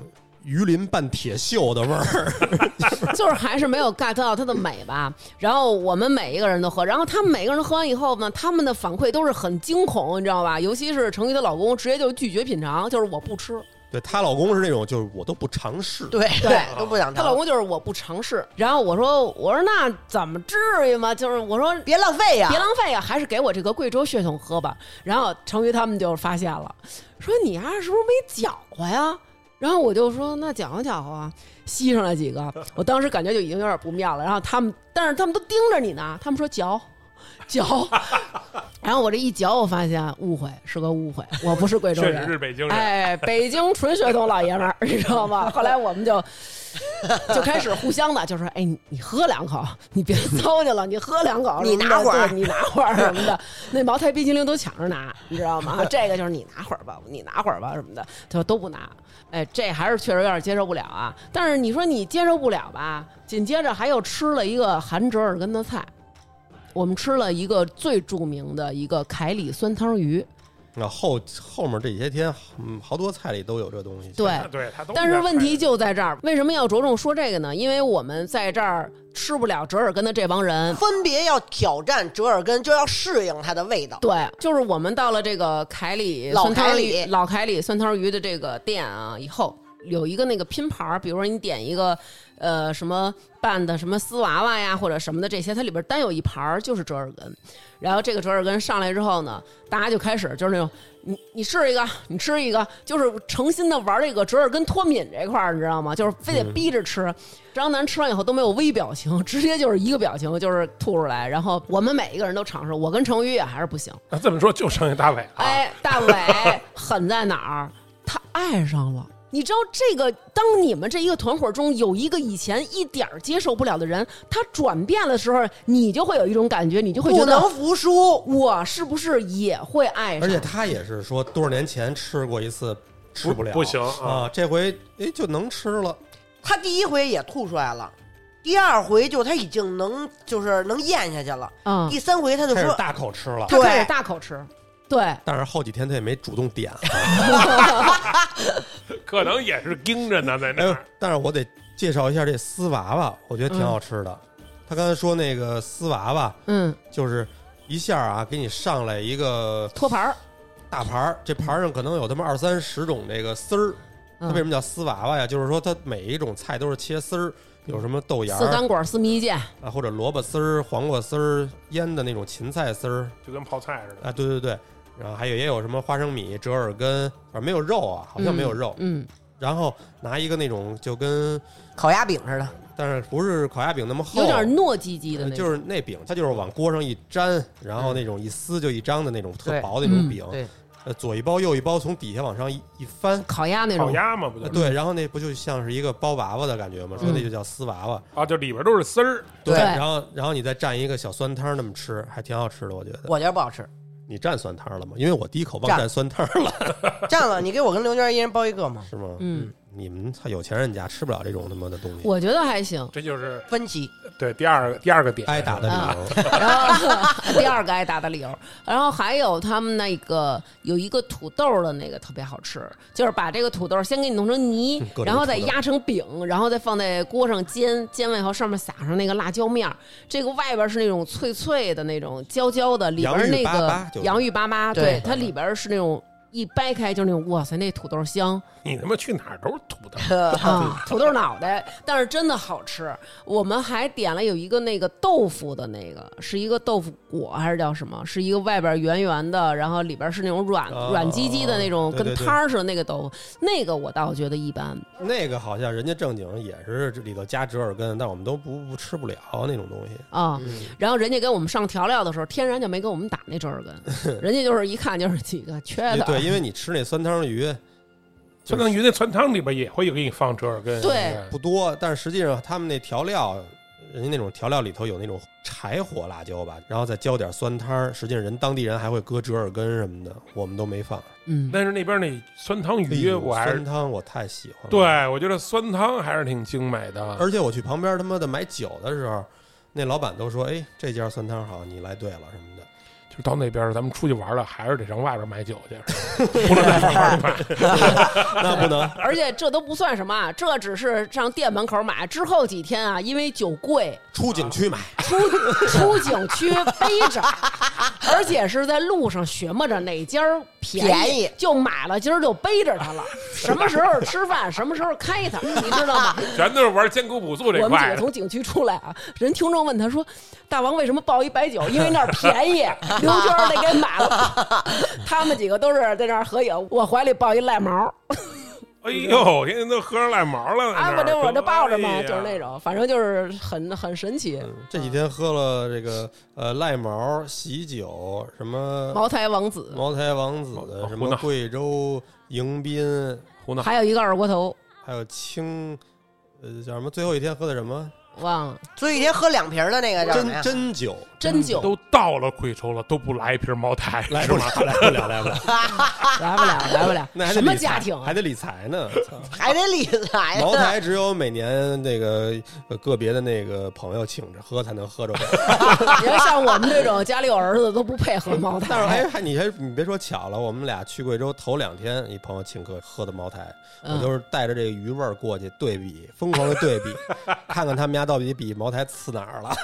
鱼鳞拌铁锈的味 儿。
就是还是没有 get 到它的美吧。然后我们每一个人都喝，然后他们每个人喝完以后呢，他们的反馈都是很惊恐，你知道吧？尤其是成瑜的老公，直接就拒绝品尝，就是我不吃。
对她老公是那种，就是我都不尝试。
对
对
都不想
她老
尝，
公就是我不尝试。然后我说我说那怎么至于吗？就是我说
别浪费呀
别，浪费呀，还是给我这个贵州血统喝吧。然后成瑜他们就发现了，说你呀、是不是没搅和呀？然后我就说那搅和搅和啊，吸上了几个，我当时感觉就已经有点不妙了。然后他们，但是他们都盯着你呢，他们说嚼。嚼， 然后我这一嚼，我发现误会是个误会，我不是贵州
确
人，
实是北京人，
哎，北京纯血统老爷 们儿，你知道吗？后来我们就 就开始互相的，就说：“哎，你你喝两口，你别糟践了，你喝两 口什么的，
你拿会儿
对你拿会儿什么的。” 那茅台冰淇淋都抢着拿，你知道 吗？这个就是你拿会儿吧，你拿会儿吧什么的，就都不拿。哎，这还是确实有点接受不了啊。但是你说你接受不了吧，紧接着还又吃了一个含折耳根的菜。我们吃了一个最著名的一个凯里酸汤鱼，
那后后面这些天，嗯，好多菜里都有这东西。
对，
啊对他都
但是问题
就
就在这儿，为什么要着重说这个呢？因为我们在这儿吃不了折耳根的这帮人。
分别要挑战折耳根，就要适应它的味道。
对，就是我们到了这个凯里
老
酸汤
凯
鱼
里
老凯里酸汤鱼的这个店啊，以后有一个那个拼盘儿，比如说你点一个呃什么拌的什么丝娃娃呀或者什么的这些，它里边单有一盘儿就是折耳根，然后这个折耳根上来之后呢，大家就开始就是那种你你试一个，你吃一个，就是诚心的玩这个折耳根脱敏这块儿，你知道吗？就是非得逼着吃。张楠吃完以后都没有微表情，直接就是一个表情就是吐出来，然后我们每一个人都尝试，我跟程宇也还是不行。
那这么说就剩下大伟了。
啊
哎，大伟狠在哪儿？他爱上了。你知道这个？当你们这一个团伙中有一个以前一点儿接受不了的人，他转变的时候，你就会有一种感觉，你就会觉
不能
得
服输。
我是不是也会爱上？
而且他也是说多少年前吃过一次，吃了，
不行啊
啊，这回哎就能吃了，
他第一回也吐出来了，第二回就他已经能就是能咽下去了，
嗯，
第三回他就
开始
说
大口吃了。
他开始
对
大口吃，对，
但是后几天他也没主 动点，
可能也是盯着呢，在
哎
那
呦
儿。！
但是我得介绍一下这丝娃娃，我觉得挺好吃的。他刚才说那个丝娃娃，
嗯，
就是一下啊，给你上来一个
托盘儿，
大盘儿，这盘儿上可能有他妈二三十种这个丝儿。它为什
嗯，
么叫丝娃娃呀？就是说它每一种菜都是切丝儿，有什么豆芽
四
儿
干管四蜜
哦
饯，
啊，或者萝卜丝儿、黄瓜丝儿、腌的那种芹菜丝儿
就跟泡菜似的。
啊，对对对。然后还有也有什么花生米、折耳根，反正没有肉啊，好像没有肉。
嗯，
然后拿一个那种就跟，
烤鸭饼似的，
但是不是烤鸭饼那么厚，
有
呃
点糯唧唧的那种，
就是那饼，它就是往锅上一粘，然后那种一撕就一张的那种特
对
薄的那种
嗯
饼，
对
呃，左一包右一包，从底下往上一一翻，
烤鸭那
烤
种，
鸭嘛，不就
呃
是
嗯
对，然后那不就像是一个包娃娃的感觉吗？说那就叫丝娃娃，
啊？就里边都是丝儿，
对
然后然后你再蘸一个小酸汤那么吃，还挺好吃的，我觉得。
我觉得不好吃。
你蘸酸汤了吗？因为我第一口忘
蘸
蘸酸汤了，
这样了，你给我跟刘娟一人包一个嘛，
是吗？
嗯，
你们操有钱人家吃不了这种他妈的东西，
我觉得还行。
这就是
分歧。
对第二第二个点
挨打的
啊
理由。
然后第二个挨打的理由，然后还有他们那个有一个土豆的那个特别好吃，就是把这个土豆先给你弄成泥
嗯各，种
然后再
土豆
压成饼，然后再放在锅上煎，煎完以后上面撒上那个辣椒面儿，这个外边是那种脆脆的那种焦焦的，里边那
洋芋粑粑
个
就是
洋芋粑粑，
对
对，它里边是那种。一掰开就是那种，哇塞，那土豆香
你他妈去哪儿都是土的。
啊，土豆脑袋，但是真的好吃。我们还点了有一个那个豆腐的那个，是一个豆腐果还是叫什么？是一个外边圆圆的，然后里边是那种软、
哦
软唧唧的那种，
对对
跟
对
汤儿似的那个豆腐，那个我倒觉得一般。
那个好像人家正经也是这里头加折耳根，但我们都不不吃不了那种东西。
啊、
嗯
然后人家给我们上调料的时候，天然就没给我们打那折耳 根，人家就是一看就是几个缺
因为
的，
对，因为你吃那酸汤鱼
相当于那酸汤里边也会给你放折耳根。
对
不多，但是实际上他们那调料，人家那种调料里头有那种柴火辣椒吧，然后再浇点酸汤儿，实际上人当地人还会搁折耳根什么的，我们都没放。
嗯，
但是那边那酸汤
哎
鱼，
呦
我还
酸
是
汤我太喜欢了。，
对我觉得酸汤还是挺精美的。
而且我去旁边他妈的买酒的时候，那老板都说：“哎，这家酸汤好，你来对了什么的。
就是到那边咱们出去玩了，还是得上外边买酒去，不能在饭馆里买。”
那不能，
而且这都不算什么啊，这只是上店门口买，之后几天啊，因为酒贵，
出景区买。
出 出景区背着，而且是在路上寻摸着哪家儿便宜
便宜
就买了，今儿就背着它了。什么时候吃饭，什么时候开它，你知道 吗？
全都是玩艰苦朴素这
我们几
块
个
的。
从景区出来啊，人听众问他说：“大王为什么报一白酒？因为那儿便宜，刘娟儿得给买了。”他们几个都是在那儿合影，我怀里抱一赖毛，
哎呦，天天都喝 上赖毛了。
啊，我这我这抱着嘛，
哎呀嗯
就是那种，反正就是很很神奇。
这几天喝了这个呃赖毛喜酒，什么
茅台王子，
茅台王子
哦，
什
湖
么
南
贵州迎宾，
胡闹。
还有一个二锅头，
还有青，呃，叫什么？最后一天喝的什么？
忘了
所以一天喝两瓶的那个叫什么
真
呀？
真酒，
真酒。
都到了贵州了，都不来一瓶茅台，
来
是
不
吗
了，来不了，来不了。
来不了，来不了。
那还得
什么
理财
家庭啊？
还得理财呢？操
还得理财 呢。
茅台只有每年那个呃个别的那个朋友请着喝才能喝着点 儿。
你要像我们这种家里有儿子都不配合 茅
但是
台，
哎，还你还你别说巧了，我们俩去贵州头两天，一朋友请客喝的茅台，
嗯
我就是带着这个余味儿过去对比，疯 狂的对比，看看他们家到底比茅台次哪儿了。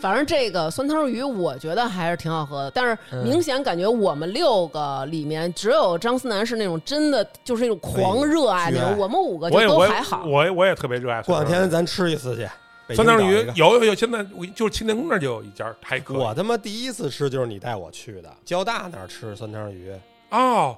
反正这个酸汤鱼我觉得还是挺好喝的，但
嗯
是明显感觉我们六个里面只有张思南是那种真的就是那种狂热爱那
哎
种，
呀
我们五个就
我也
都
我
还
也
好。
我也我也特别热爱
过
酸
两
汤
天
鱼。
咱吃一次去。北京
酸汤
找
鱼
一个
有有有，现在我就是清天宫那儿就有一家，还可以。
我他妈第一次吃就是你带我去的，交大那儿吃酸汤鱼，
哦，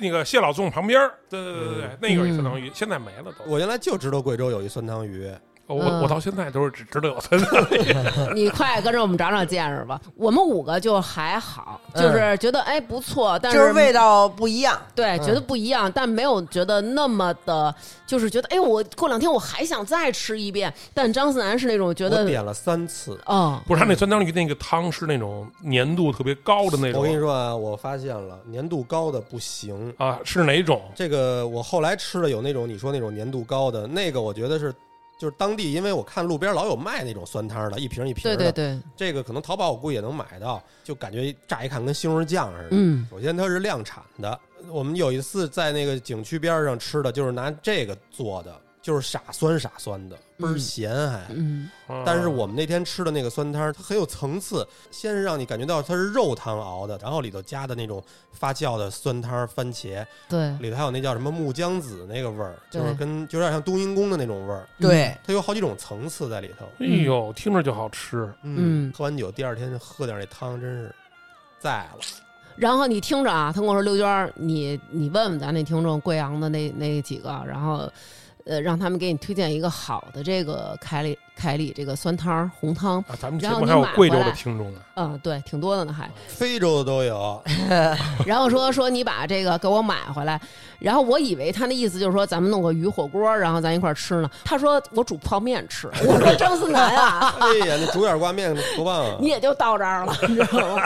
那个谢老纵旁边儿，对对对对对，那个也相当于现在没了都。哦
我原来就知道贵州有一酸汤鱼，
我
嗯
我我到现在都是只知道有酸汤鱼。
你快跟着我们长长见识吧。我们五个就还好，
嗯
就是觉得哎不错，但
就是味道不一样。
对，
嗯
觉得不一样，但没有觉得那么的，就是觉得哎，我过两天我还想再吃一遍。但张思南是那种觉
我
得，
点了三次。
嗯，
不是，他那酸汤鱼那个汤是那种粘度特别高的那
我跟你
种
说啊，我发现了粘度高的不行。
啊，是哪种？
这个我后来吃的有那种你说那种粘度高的，那个我觉得是就是当地，因为我看路边老有卖那种酸汤的，一瓶一瓶
对
的。
对对，
这个可能淘宝我估计也能买到，就感觉乍一看跟西红柿酱似的。
嗯
首先它是量产的，我们有一次在那个景区边上吃的，就是拿这个做的，就是傻酸傻酸的，倍儿
嗯
咸还。
嗯，
啊
但是我们那天吃的那个酸汤，它很有层次，先是让你感觉到它是肉汤熬的，然后里头加的那种发酵的酸汤番茄，
对，
里头还有那叫什么木姜子那个味儿，
对嗯
就是跟就有点像冬阴功的那种味儿，
对，
它有好几种层次在里头。
哎呦，听着就好吃。
嗯
喝完酒第二天喝点那汤，真是在了。
然后你听着啊，他跟我说刘娟儿，你你问问咱那听众贵阳的那那几个，然后呃，让他们给你推荐一个好的这个凯里凯里这个酸汤红汤，
啊，咱们节
然后
目
你
还有
买
贵州
回
的
来
听众呢，
嗯，对，挺多的 呢还。
非洲的都有，
然后说说你把这个给我买回来，然后我以为他那意思就是说咱们弄个鱼火锅，然后咱一块儿吃呢。他说我煮泡面吃， 我说张思南啊，
哎呀，那煮点挂面多 棒啊！
你也就到这儿了，你知道吗？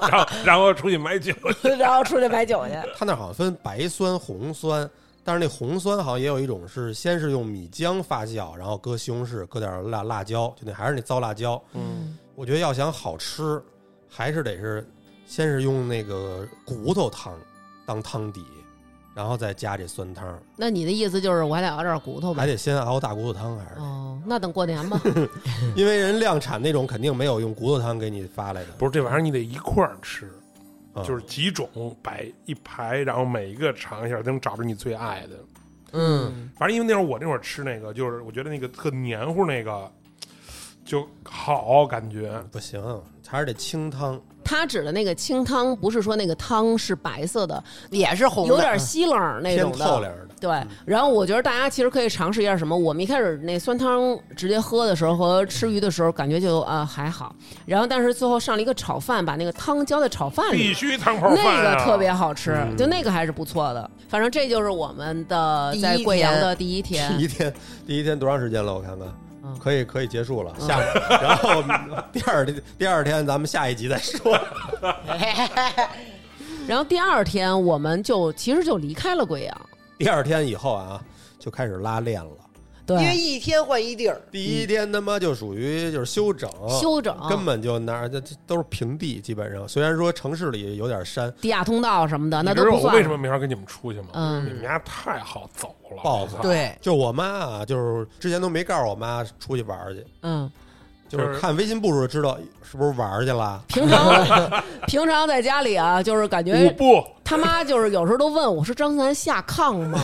然后然后出去买酒，
然后出去买酒去。
它那好像分白酸、红酸，但是那红酸好像也有一种是先是用米浆发酵，然后搁西红柿，搁点辣辣椒，就那还是那糟辣椒。
嗯，
我觉得要想好吃，还是得是先是用那个骨头汤当汤底，然后再加这酸汤，
那你的意思就是我还得熬点骨头呗？
还得先熬大骨头汤，还是、
哦，那等过年吧。
因为人量产那种肯定没有用骨头汤给你发来的，
不是这玩意儿你得一块儿吃，
嗯
就是几种摆一排，然后每一个尝一下，能找着你最爱的。
嗯，
反正因为那会儿我那会儿吃那个，就是我觉得那个特黏糊那个就好感觉。
不行，还是得清汤。
他指的那个清汤，不是说那个汤是白色的，
也是红的，
有点稀冷儿那种
偏
的，
透亮的。
嗯
对，然后我觉得大家其实可以尝试一下什么。我们一开始那酸汤直接喝的时候和吃鱼的时候，感觉就啊、呃还好。然后但是最后上了一个炒饭，把那个汤浇在炒饭
必
里，
须汤泡
那
饭、啊，
个特别好吃，
嗯
就那个还是不错的。反正这就是我们的
第一
在贵阳
天
的第一天。
第一天，第一天多长时间了？我看看，
嗯
可以可以结束了。下， 然后我们第二天第二天咱们下一集 再说。
然后第二天我们就其实就离开了贵阳，
第二天以后啊，就开始拉练了。
因为
对，
一天换一地儿，
第一天他妈就属于就是休整，
休整
根本就哪儿这这都是平地，基本上虽然说城市里有点山，
地下通道什么的
你
啊那
知
都
道
不
我
算。
为什么没法跟你们出去吗？
嗯
你们家太好走了，
报复
对，
就我妈啊，就是之前都没告诉我妈出去玩儿去，
嗯，
就
就是
是看微信步数就知道是不是玩儿去了。
平常平常在家里啊，就是感觉
五步
他妈就是有时候都问我说：“张三下炕吗？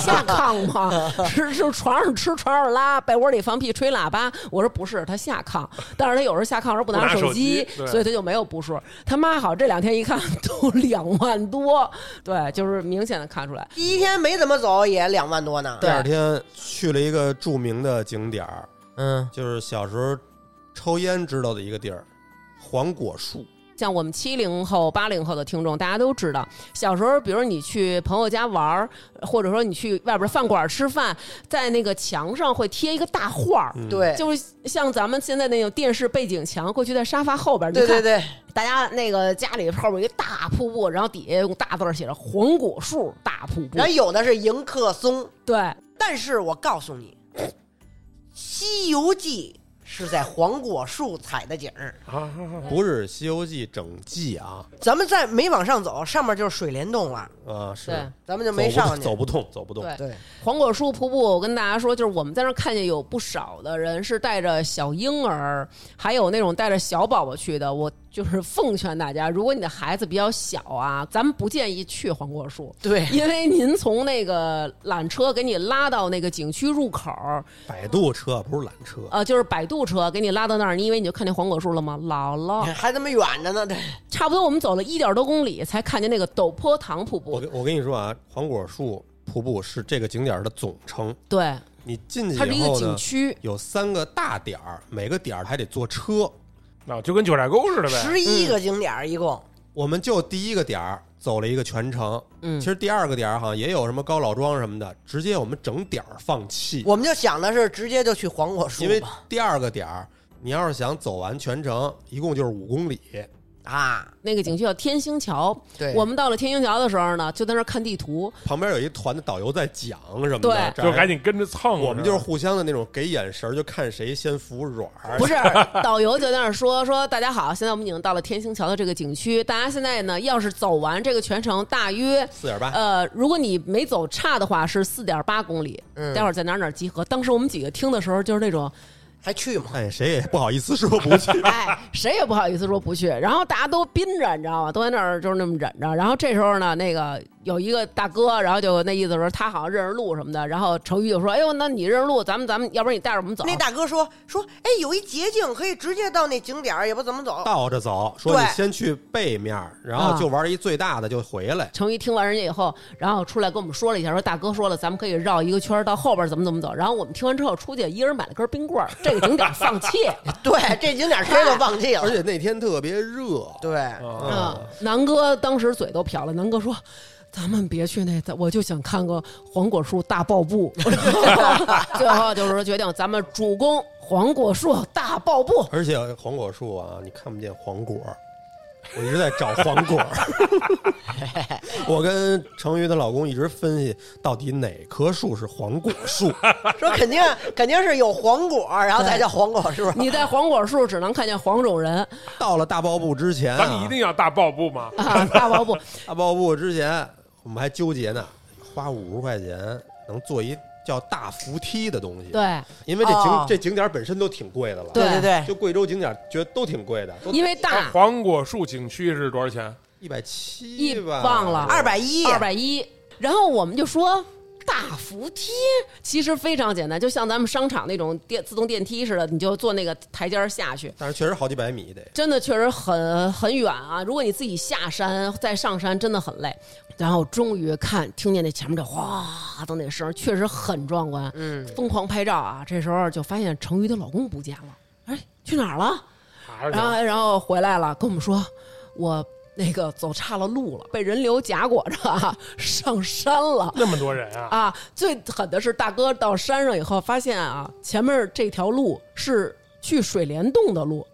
下炕吗？ 是是床上吃床上拉，被窝里放屁吹喇叭？”我说不是，他下炕，但是他有时候下炕时候不拿
不拿手
机
机，对
所以他就没有步数。他妈好这两天一看 都两万多，对，就是明显的看出来。
第一天没怎么走，也两万多呢。
对
第二天去了一个著名的景点儿，
嗯，
就是小时候抽烟知道的一个地儿，黄果树。
像我们七零后、八零后的听众，大家都知道，小时候，比如你去朋友家玩儿，或者说你去外边饭馆吃饭，在那个墙上会贴一个大画儿，
嗯对，
就是像咱们现在那种电视背景墙，过去在沙发后边，你
对
看嗯
对对，
大家那个家里后边有一大瀑布，然后底下用大字儿写着“黄果树大瀑布
然后”，有的是迎客松，
对，
但是我告诉你，《西游记》是在黄果树采的景儿。
啊，
不是《西游记》整季啊，
咱们再没往上走，上面就是水帘洞了，
啊是
对
咱们就没上去。
走不动，走不动。
对
对，
黄果树瀑布，我跟大家说，就是我们在那儿看见有不少的人是带着小婴儿，还有那种带着小宝宝去的。我就是 奉劝大家，如果你的孩子比较小啊，咱们不建议去黄果树，
对
因为您从那个缆车给你拉到那个景区入口，
摆渡车不是缆车，
呃，就是摆渡车给你拉到那儿，你以为你就看见黄果树了吗？姥 姥，
还那么远着呢，对，
差不多我们走了一点多公里才看见那个陡坡塘瀑布，
我跟我跟你说啊，黄果树瀑布是这个景点儿的总称。
对，
你进去
它是一
以
个
后
景
呢，
区。
有三个大点儿，每个点儿还得坐车。
那就跟九寨沟似的呗。
十
嗯
一个景点儿一共。
我们就第一个点儿走了一个全程，
嗯
其实第二个点儿好像也有什么高老庄什么的，直接我们整点儿放弃，
我们就想的是直接就去黄果树
因为
吧，
第二个点儿你要是想走完全程，一共就是五公里，
啊，
那个景区叫天星桥，
对，
我们到了天星桥的时候呢，就在那儿看地图，
旁边有一团的导游在讲什么的，
对
这
就
还
赶。紧跟着蹭着，
我们就是互相的那种给眼神儿，就看谁先服软儿。
不是导游就在那儿说说大家好，现在我们已经到了天星桥的这个景区，大家现在呢要是走完这个全程，大约
四点八，
呃，如果你没走差的话是四点八公里，待会儿在哪儿哪儿集合。当时我们几个听的时候就是那种，
还去吗？
哎，谁也不好意思说不去。
哎，谁也不好意思说不去，然后大家都憋着，你知道吗？都在那儿就是那么忍着。然后这时候呢，那个有一个大哥，然后就那意思说他好像认识路什么的，然后程昱就说：“哎呦，那你认识路，咱们咱们要不然你带着我们走。”
那大哥说说，哎，有一捷径可以直接到那景点儿，也不怎么走。
倒着走，说你
对
先去背面儿，然
啊
后就玩一最大的就回来。
程昱听完人家以后，然后出来跟我们说了一下，说大哥说了，咱们可以绕一个圈儿到后边儿怎么怎么走。然后我们听完之后出去，一人买了根冰棍儿，这个景点儿放弃。
对，这景点儿谁都放弃
而
了。
且那天特别热，
对，
啊，南哥当时嘴都瓢了，南哥说。咱们别去那，咱我就想看个黄果树大爆布。 最后就是说决定，咱们主攻黄果树大爆 布。
而且黄果树啊，你看不见黄果儿，我一直在找黄果儿。 我跟程昱她老公一直分析，到底哪棵树是黄果 树？
说肯定肯定是有黄果，然后才叫黄果树。
你在黄果树只能看见黄种人
到了大爆布之前、
咱们
啊
一，定要大爆布吗？
啊，大爆 布。
大爆布之前我们还纠结呢，花五十块钱能坐一叫大扶梯的东西。，
对，
因为这景、
哦
这景点本身都挺贵的了。
对
对对，
就贵州景点觉得都挺贵的，都
因为大
黄果树景区是多少钱？
一百七
一
吧，
忘了
二百一，
二百一。然后我们就说大扶梯其实非常简单，就像咱们商场那种电自动电梯似的，你就坐那个台阶儿下去。
但是确实好几百米得。
真的确实很很远啊！如果你自己下山再上山，真的很累。然后终于看听见那前面这哗的那声儿，确实很壮观。嗯，疯狂拍照啊！这时候就发现成瑜的老公不见了，哎，去哪儿了？
还是
然
钱
后然后回来了，跟我们说我那个走岔了路了，被人流夹裹着啊上山了。
那么多人啊？
啊，最狠的是大哥到山上以后，发现啊，前面这条路是去水帘洞的路。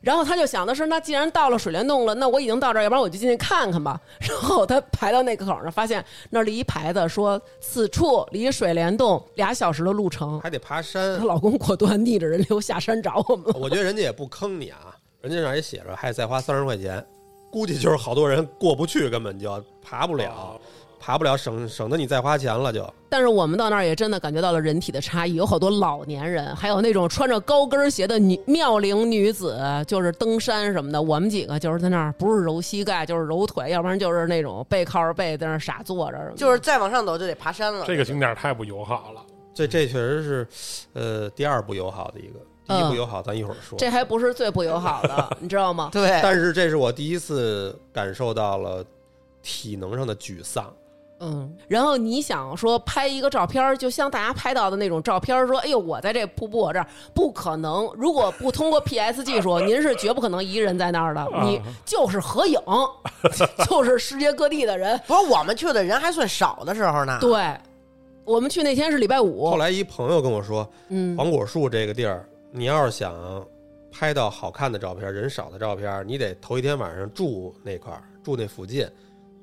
然后他就想的是，那既然到了水帘洞了，那我已经到这儿，要不然我就进去看看吧。然后他排到那个口上，发现那儿立一牌子说，此处离水帘洞俩小时的路程。
还得爬山
她。老公果断逆着人流下山找我们了。
我觉得人家也不坑你啊，人家上也写着还得再花三十块钱，估计就是好多人过不去，根本就爬不
哦
了，爬不了，省省得你再花钱了就。
但是我们到那儿也真的感觉到了人体的差异，有好多老年人，还有那种穿着高跟鞋的女妙龄女子，就是登山什么的。我们几个就是在那儿，不是揉膝盖就是揉腿，要不然就是那种背靠着背在那儿傻坐着什么的。
就是再往上走就得爬山了。
这个景点太不友好了。
这这确实是，呃，第二不友好的一个，第一不友好咱一会儿说。
这还不是最不友好的，你知道吗？
对，
但是这是我第一次感受到了体能上的沮丧。
嗯，然后你想说拍一个照片儿，就像大家拍到的那种照片儿，说哎呦我在这瀑布我这儿不可能，如果不通过 PS 技术，您是绝不可能一个人在那儿的，
啊
你就是合影， 就是世界各地的人。
不过我们去的人还算少的时候呢。
对，我们去那天是礼拜
后
五，
来哦一朋友跟我说，
嗯，
黄果树这个地儿，你要是想拍到好看的照片，人少的照片，你得头一天晚上住那块儿，住那附近，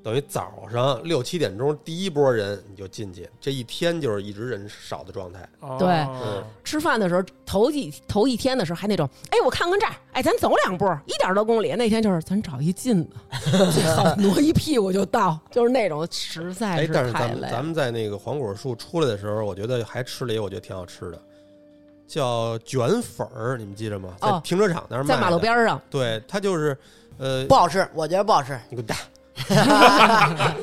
等于早上六七点钟第一波人你就进去，这一天就是一直人少的状态。
哦
对吃饭的时候，头几头一天的时候还那种，哎，我看看这儿，哎，咱走两步，一点多公里。那天就是咱找一近的， 最好挪一屁股就到，就是那种实在
哎，
是
但是
太
咱
累
们
了。
咱们在那个黄果树出来的时候，我觉得还吃了一个我觉得挺好吃的，叫卷粉儿，你们记着吗？在
哦
停车场那儿卖，
在马路。边儿上，
对，它就是， 呃
不，好吃，我觉得不好吃，
你给我蛋，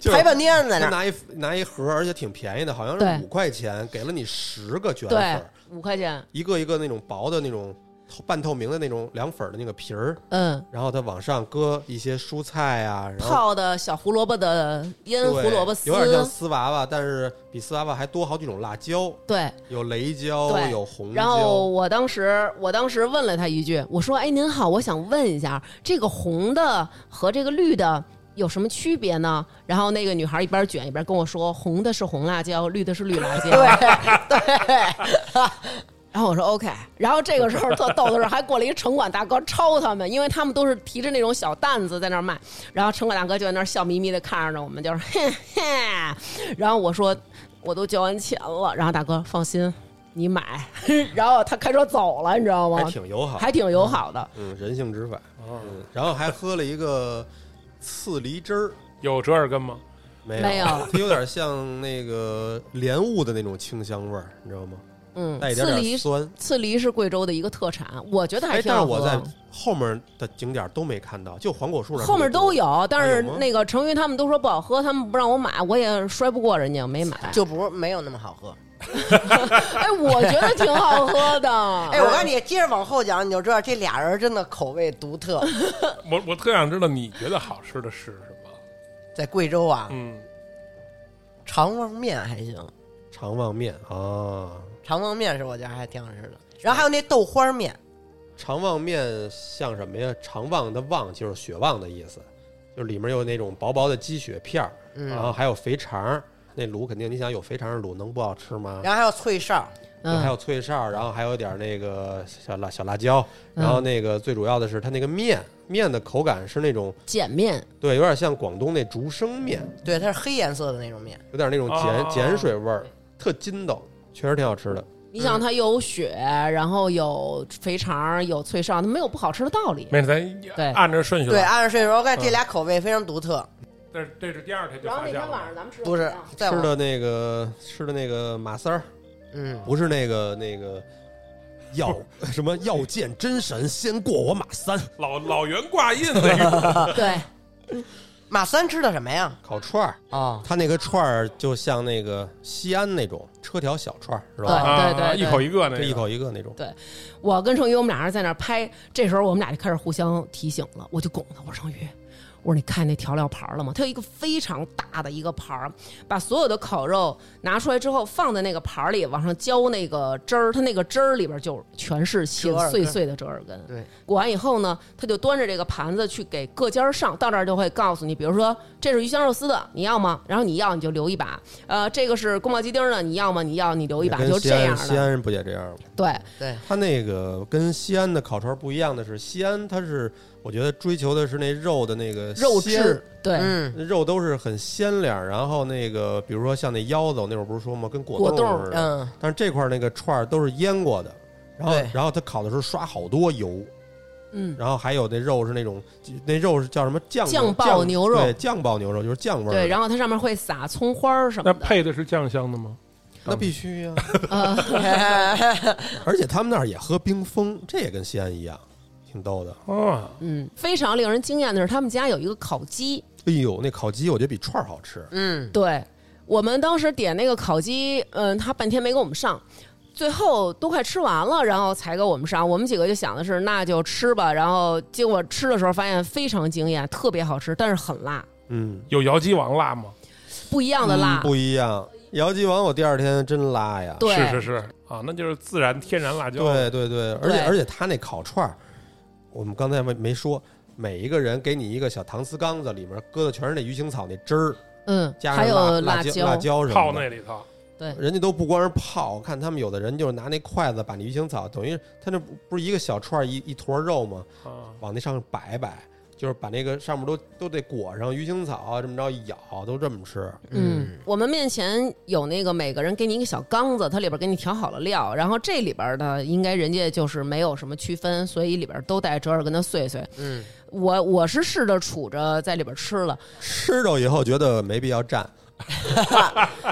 就是
排半天在
他
那儿。
拿一拿一盒，而且挺便宜的，好像
对
是五块钱，给了你十个卷粉
对
儿，，
五块钱，
一个一个那种薄的那种透半透明的那种凉粉儿的那个皮儿，
嗯，
然后它往上搁一些蔬菜啊，然后。
泡的小胡萝卜的腌
对
胡萝卜丝
有，点像丝娃娃，但是比丝娃娃还多好几种辣椒，
对。
有雷椒，
对
有红椒。
然后我当时，我当时问了他一句，我说：“哎，您好，我想问一下，这个红的和这个绿的有什么区别呢？”然后那个女孩一边卷一边跟我说：“红的是红辣椒，绿的是绿辣椒。” 然后我说 OK，然后这个时候特逗的是，还过来一城管大哥抄他们，因为他们都是提着那种小担子在那儿卖，然后城管大哥就在那儿笑眯眯的看着我们，就是 嘿嘿。然后我说我都交完钱了，然后大哥放心，你买。 然后他开车走了，你知道吗？
还挺友好，
还挺友好的，
嗯，人性执法。
啊
嗯，然后还喝了一个刺梨汁儿，
有折耳根吗？
没有，
没有
它有点像那个莲雾的那种清香味儿，你知道吗？
嗯
带，一点
刺
点
梨。
酸。
刺梨是贵州的一个特产，我觉得还
哎，
挺
但是
好
我
喝。
在后面的景点都没看到，就黄果树那儿
后面都
有。
有，但
啊
是
有吗
那个成云他们都说不好喝，他们不让我买，我也摔不过人家，没买。
就不没有那么好喝。
哎，我觉得挺好喝 的。
哎，我告诉你，接着往后讲，你就知道这俩人真的口味独特。
我我特想知道你觉得好吃的是什么？
在贵州啊，
嗯，
肠旺面还行，
肠旺面啊，
肠旺面是我觉得还挺好吃的。然后还有那豆花面，
肠旺面像什么呀？肠旺的旺就是血旺的意思，就是里面有那种薄薄的鸡血片儿，
嗯
然后还有肥肠儿。那卤肯定，你想有肥肠儿的卤能不好吃吗？
然后还有脆哨，
对还
嗯，
有脆哨，然后还有点儿那个小辣小辣椒，
嗯
然后那个最主要的是它那个面面的口感是那种
碱面，
对，有点像广东那竹升面，
对，它是黑颜色的那种面。
有点那种碱
哦
碱水味儿，特筋道，确实挺好吃的。
你
嗯
想它有血，然后有肥肠，有脆哨，它没有不好吃的道理。
没事，咱
对啊
按着顺序
对，
来。
按照顺序说，我
嗯
感觉这俩口味非常独特。
但是这是第二天就
然后
发
那
现
天晚上
了。
咱们吃
不是
什么呀，
再
吃
往
的那个吃的那个马三儿，
嗯，
不是那个那个要 什么要见真神，先过我马三
老老袁挂印那个，
对，
马三吃的什么呀？
烤串儿，
哦，
它那个串儿就像那个西安那种车条小串儿，是
对
吧？
啊
对对
一口一个那
这
个，
一口一个那种。
我跟成宇我们俩人在那儿拍，这时候我们俩就开始互相提醒了，我就拱他，我说成宇。我说你看那调料盘儿了吗？它有一个非常大的一个盘儿，把所有的烤肉拿出来之后放在那个盘儿里，往上浇那个汁儿，它那个汁儿里边就全是切
折耳根
碎碎的折耳根。
对，
裹完以后呢，他就端着这个盘子去给各家儿上，到这儿就会告诉你，比如说这是鱼香肉丝的，你要吗？然后你要你就留一把，呃，这个是宫保鸡丁儿的，你要吗？你要你留一把，
跟
就
西
这
安
样
西
的。
安人不也这样吗？
对，
对，
它那个跟西安的烤串儿不一样的是，西安它是我觉得追求的是那肉的那个
肉
鲜
质，对，
嗯，
肉都是很鲜亮，然后那个比如说像那腰子，我那会儿不是说吗？跟果
果冻
冻似的。
嗯，
但是这块儿那个串儿都是腌过的，然后
对
然后它烤的时候刷好多油，
嗯，
然后还有那肉是那种那肉是叫什么酱
酱爆
酱
牛肉
对，酱爆牛肉就是酱味儿的。
对，然后它上面会撒葱花儿什么的。
那配的是酱香的吗？
那必须呀、
呃，
而且他们那儿也喝冰峰，这也跟西安一样，挺逗的。
啊，
嗯，非常令人惊艳的是，他们家有一个烤鸡，
哎呦，那烤鸡我觉得比串儿好吃。
嗯，
对我们当时点那个烤鸡，嗯，他半天没给我们上，最后都快吃完了，然后才给我们上。我们几个就想的是，那就吃吧。然后结果吃的时候发现非常惊艳，特别好吃，但是很辣，
嗯，
有姚鸡王辣吗？
不一样的辣。
嗯不一样。姚记王，我第二天真拉呀。
对，
是是是啊，那就是自然天然辣椒。
对对对，而且
对
而且他那烤串儿，我们刚才没没说，每一个人给你一个小搪瓷缸子，里面搁的全是那鱼腥草那汁儿，
嗯，
加
还
上
有
辣椒、辣椒什
泡
么
那
的。
里头，
对，
人家都不光是泡，看他们有的人就是拿那筷子把那鱼腥草，等于他那不不是一个小串儿一一坨肉吗？
啊，
往那上摆摆，就是把那个上面都都得裹上鱼腥草啊，这么着一咬都这么吃。
嗯，我们面前有那个每个人给你一个小缸子，它里边给你调好了料，然后这里边的应该人家就是没有什么区分，所以里边都带折耳根的碎碎。
嗯，
我我是试着杵着在里边吃了，
吃着以后觉得没必要蘸，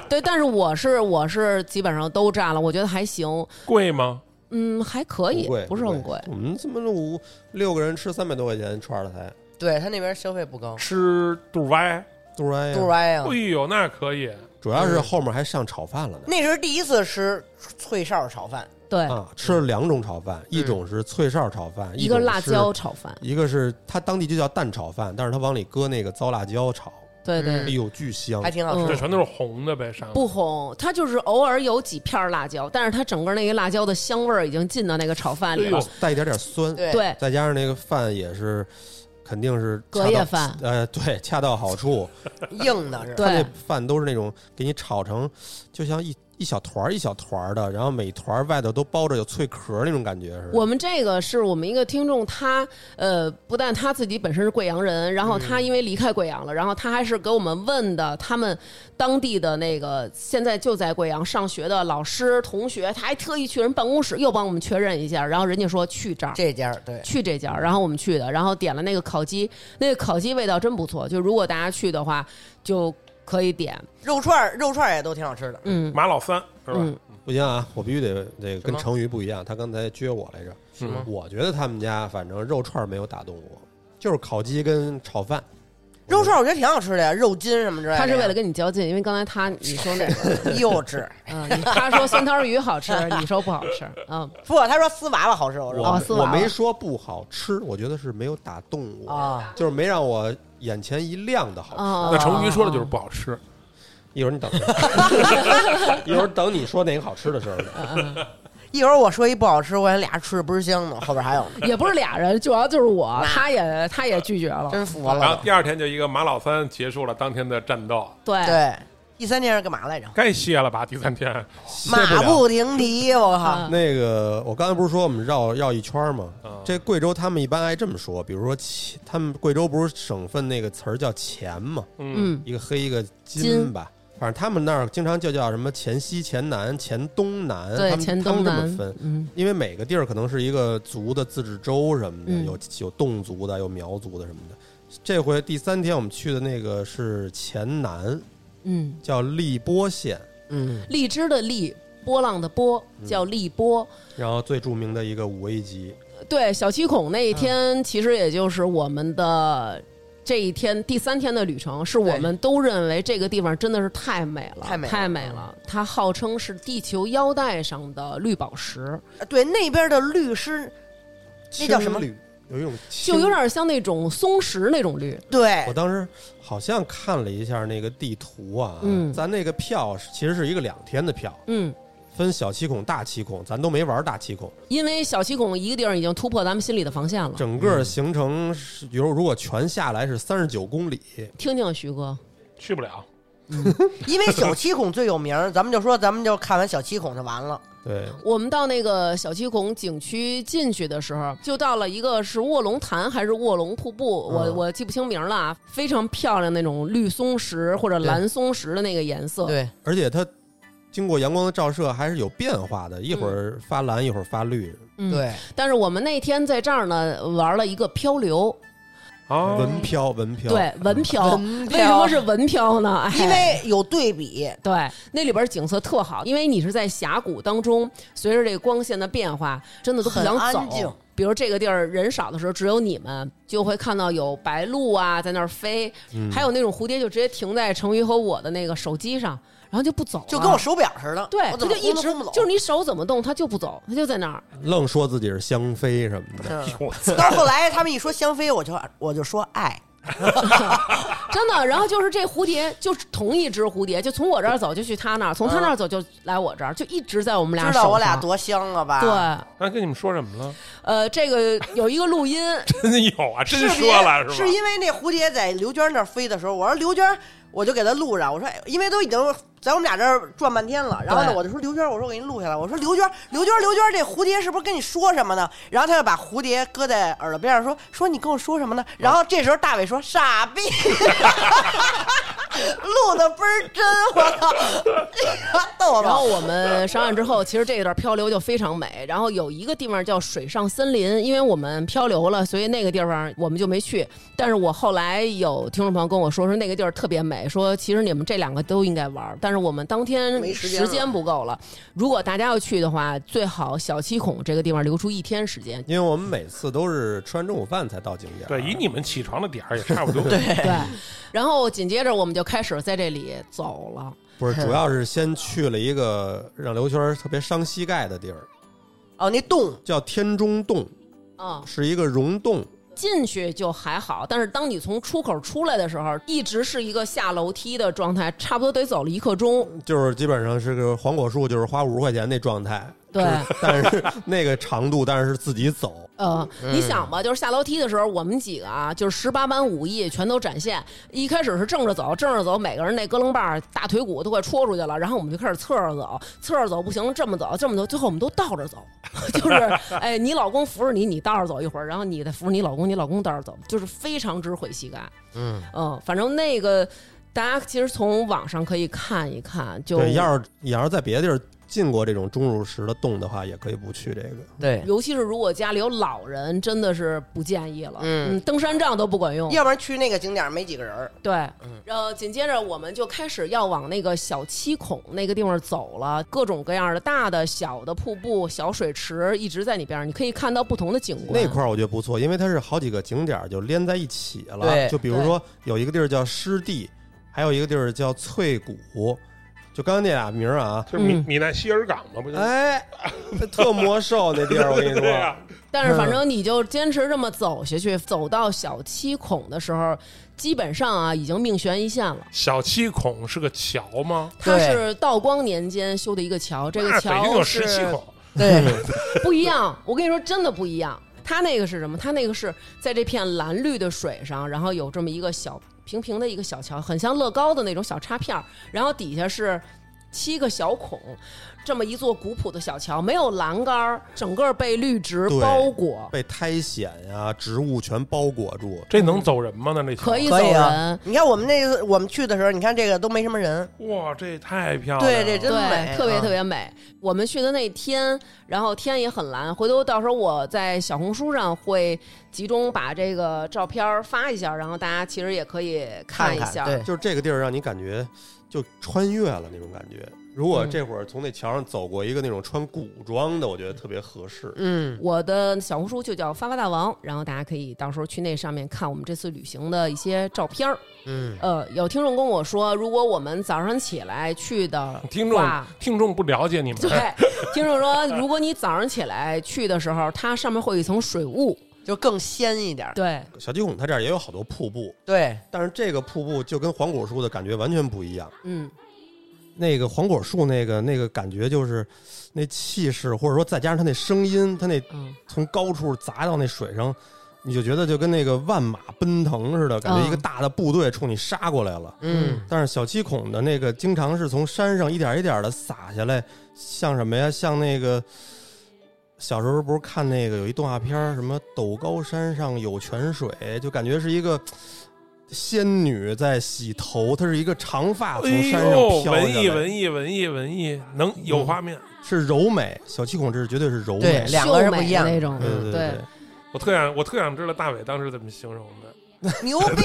对，但是我是我是基本上都蘸了，我觉得还行，
贵吗？
嗯，还可以，
不贵，
是很贵。
我们这么五六个人吃三百多块钱一串了才，
对他那边消费不高，
吃肚歪？
突然呀
杜歪呀
嗯
哎，呦，那可以，
主要是后面还上炒饭了呢。
那是第一次吃脆哨炒饭，
对，嗯
啊，吃了两种炒饭，一种是脆哨炒饭，
一
种
个
是
辣椒，炒饭，
一个是它当地就叫蛋炒饭，但是它往里搁那个糟辣椒炒，
对对
哎呦巨香
还。挺好
嗯
这
吃。
全都是红的呗，上面
不红，它就是偶尔有几片辣椒，但是它整个那个辣椒的香味儿已经进到那个炒饭里了
哎。
带一点点酸，
对
对，
再加上那个饭也是，肯定是恰到
隔夜饭
呃，对，恰到好处。
硬的 是，
对
它那饭都是那种给你炒成，就像一一小团儿一小团儿的，然后每团儿外头都包着有脆壳儿那种感觉似的。
我们这个是我们一个听众，他呃，不但他自己本身是贵阳人，然后他因为离开贵阳了，然后他还是给我们问的他们当地的那个现在就在贵阳上学的老师同学，他还特意去人办公室又帮我们确认一下，然后人家说去这儿。
这家对，
去这家，然后我们去的，然后点了那个烤鸡，那个烤鸡味道真不错。就如果大家去的话，就可以点。
肉串儿肉串儿也都挺好吃的。
嗯
马老三是吧？
嗯，
不行啊，我必须得得
什
跟
么
成瑜不一样，他刚才撅我来着。
是吗？
我觉得他们家反正肉串儿没有打动我，就是烤鸡跟炒饭。
肉串儿我觉得挺好吃的呀，肉筋什么之类的呀。
他是为了跟你较劲，因为刚才他你说那个，
幼稚，
嗯，你他说酸汤鱼好吃，你说不好吃，嗯。
不，他说丝娃娃好吃，我说
哦
我
丝
我
娃娃
没说不好吃，我觉得是没有打动我，
啊，
就是没让我眼前一亮的好吃。
哦，
那成鱼说的就是不好吃，
一会儿你等着，一会儿等你说哪个好吃的时候。
一会儿我说一不好吃，我想俩吃着不是香呢，后边还有 呢，
也不是俩人，主要就是 我，他也他也拒绝了。
真服了
然 后
都。
第二天就一个马老三结束了当天的战斗，
对，
对，第三天是干嘛来着？
该歇了吧？第三天
歇
马
了
不停蹄，我靠！
嗯
那个，我刚才不是说我们绕绕一圈儿吗
啊？
这贵州他们一般爱这么说，比如说钱，他们贵州不是省份那个词儿叫钱嘛，
嗯，
嗯，
一个黑一个金
金
吧，反正他们那儿经常就叫什么黔西、黔南、黔东南，他
对，
们
黔
他
东
们这
南
么分，。
嗯，
因为每个地儿可能是一个族的自治州什么的，
嗯
有有侗族的，有苗族的什么的。这回第三天我们去的那个是黔南，
嗯，
叫荔波县，
嗯，
荔枝的荔，波浪的波，叫荔波。
然后最著名的一个五 A 级，
对，小七孔那一
嗯
天，其实也就是我们的。这一天第三天的旅程，是我们都认为这个地方真的是太美了，
太
太
美了
了。它号称是地球腰带上的绿宝石，
对，那边的律师，那叫什么
青旅？有一种青
就有。点像那种松石那种绿。
对
我当时好像看了一下那个地图啊，
嗯
咱那个票是其实是一个两天的票，
嗯，
分小七孔、大七孔，咱都没玩大七孔。
因为小七孔一个地儿已经突破咱们心里的防线了。
整个行程是，比如如果全下来是三十九公里，
听听徐哥，
去不了。
因为小七孔最有名儿，咱们就说，咱们就看完小七孔 就完了。
对，
我们到那个小七孔景区进去的时候，就到了一个是卧龙潭还是卧龙瀑布，我
嗯
我记不清名了啊，非常漂亮那种绿松石或者蓝松石的那个颜色。
对，
而且它经过阳光的照射还是有变化的，一会儿发蓝，一会儿发绿，
嗯，
对，
但是我们那天在这儿呢玩了一个漂流，
啊，
文漂文漂。
对，文漂。
嗯文
为什么
漂
是文漂呢？哎
因为有对比，
对，那里边景色特好，因为你是在峡谷当中，随着这个光线的变化，真的都不
很
想
安
走
静。
比如这个地儿人少的时候，只有你们就会看到有白鹭啊在那儿飞，还有那种蝴蝶就直接停在成宇和我的那个手机上，然后就不走了，
就跟我手表似的，
啊对，
我
它
怎
就
么
一直
轰都轰不走
就是你手怎么动，它就不走，它就在那儿。
愣说自己是香妃什么的，
嗯
我操
到后来他们一说香妃，我就我就说爱，
真的。然后就是这蝴蝶，就是同一只蝴蝶，就从我这儿走就去他那儿，从他那儿走就来我这儿，就一直在我们俩
知道我
手
俩
上。
多香了吧？，
对，
那跟你们说什么了？
呃，这个有一个录音，
真有啊，真
是
说了
别
吧？
是因为那蝴蝶在刘娟那儿飞的时候，我说刘娟，我就给他录上，我说，哎因为都已经在我们俩这儿转半天了，然后呢，
对
我就说刘娟，我说我给你录下来，我说刘娟，刘娟，刘娟，这蝴蝶是不是跟你说什么呢？然后他就把蝴蝶搁在耳朵边上说，说你跟我说什么呢？然后这时候大伟说，傻逼， 录的倍儿真，我操，逗我
然
吧
后。我们上岸之后，其实这一段漂流就非常美。然后有一个地方叫水上森林，因为我们漂流了，所以那个地方我们就没去。但是我后来有听众朋友跟我说，说那个地儿特别美，说其实你们这两个都应该玩儿，但是我们当天
没时间
时
了
间不够了。如果大家要去的话，最好小七孔这个地方留出一天时间。
因为我们每次都是吃完中午饭才到景点儿，
对，以你们起床的点儿 也差不多。
对，然后紧接着我们就开始在这里走了。
不 是主要是先去了一个让刘圈特别伤膝盖的地儿，
哦，那洞
叫天中洞，
嗯，
是一个溶洞，
进去就还好，但是当你从出口出来的时候，一直是一个下楼梯的状态，差不多得走了一刻钟。
就是基本上是个黄果树，就是花五十块钱那状态，
对，
但是那个长度，但是自己 走。
呃，
嗯
你想吧，就是下楼梯的时候，我们几个啊，就是十八般武艺全都展现。一开始是正着走，正着走，每个人那咯楞把儿、大腿骨都快戳出去了。然后我们就开始侧着走，侧着走不行，这么走，这么走，最后我们都倒着走。 就是，哎，你老公扶着你，你倒着走一会儿，然后你再扶着你老公，你老公倒着走，就是非常之毁膝盖。
嗯，
嗯，反正那个大家其实从网上可以看一看，就
对，要是你要是在别的地儿进过这种钟乳石的洞的话，也可以不去这个。
对，
尤其是如果家里有老人，真的是不建议了。
嗯
登山杖都不管用。
要不然去那个景点儿没几个人儿，
对，
嗯
然后紧接着我们就开始要往那个小七孔那个地方走了，各种各样的大的、小的瀑布、小水池一直在你边上，你可以看到不同的景观。
那块儿我觉得不错，因为它是好几个景点儿就连在一起了。
对
就比如说有一个地儿叫湿地，还有一个地儿叫翠谷，就刚刚那俩名儿啊，
就是米
嗯
米奈希尔港嘛，不就？
哎，特魔兽那地儿，我跟你
对
说，
呀，
但是反正你就坚持这么走下去，走到小七孔的时候，基本上啊已经命悬一线了。
小七孔是个桥吗？
它
对
是道光年间修的一个桥，这个
那北京
桥
有
是
十七孔，
对，
不一样。我跟你说，真的不一样。它那个是什么？它那个是在这片蓝绿的水上，然后有这么一个小平平的一个小桥，很像乐高的那种小插片儿，然后底下是。七个小孔，这么一座古朴的小桥，没有栏杆儿，整个被绿植
对
包裹，
被苔藓呀、植物全包裹住。
这能走人吗？那这桥
嗯可以走
可以
人。
啊
你看我们那次我们去的时候，你看这个都没什么人，
哇，这太漂亮了！
对，这真美
对，，特别
啊
特别美。我们去的那天，然后天也很蓝，回头到时候我在小红书上会集中把这个照片儿发一下，然后大家其实也可以看
看
一
看
下。
对，
就是这个地儿让你感觉就穿越了那种感觉。如
嗯
果这会儿从那桥上走过一个那种穿古装的，我觉得特别合适。
嗯，
我的小红书就叫发发大王，然后大家可以到时候去那上面看我们这次旅行的一些照片儿。
嗯，
呃，有听众跟我说，如果我们早上起来去的
听众
话
听众不了解你 们，
对，听众说，如果你早上起来去的时候，它上面会有一层水雾，
就更鲜一点儿。
对，
小鸡孔它这儿也有好多瀑布，
对，
但是这个瀑布就跟黄果树的感觉完全不一样。
嗯，
那个黄果树那个那个感觉就是那气势，或者说再加上它那声音，它那
嗯，
从高处砸到那水上，你就觉得就跟那个万马奔腾似的，感觉
嗯
一个大的部队冲你杀过来了。
嗯，
但是小七孔的那个经常是从山上一点一点的洒下来，像什么呀？像那个小时候不是看那个有一动画片儿，什么“陡高山上有泉水”，就感觉是一个仙女在洗头，她是一个长发从山
哎
上
呦，
飘下来，
文艺文艺文艺文艺，能有画面。
是柔美。小七孔这是绝对是柔
对
美，
两个人不一样
秀美那种，
对对
嗯对。
我特想我特想知道大伟当时怎么形容的。
牛 逼，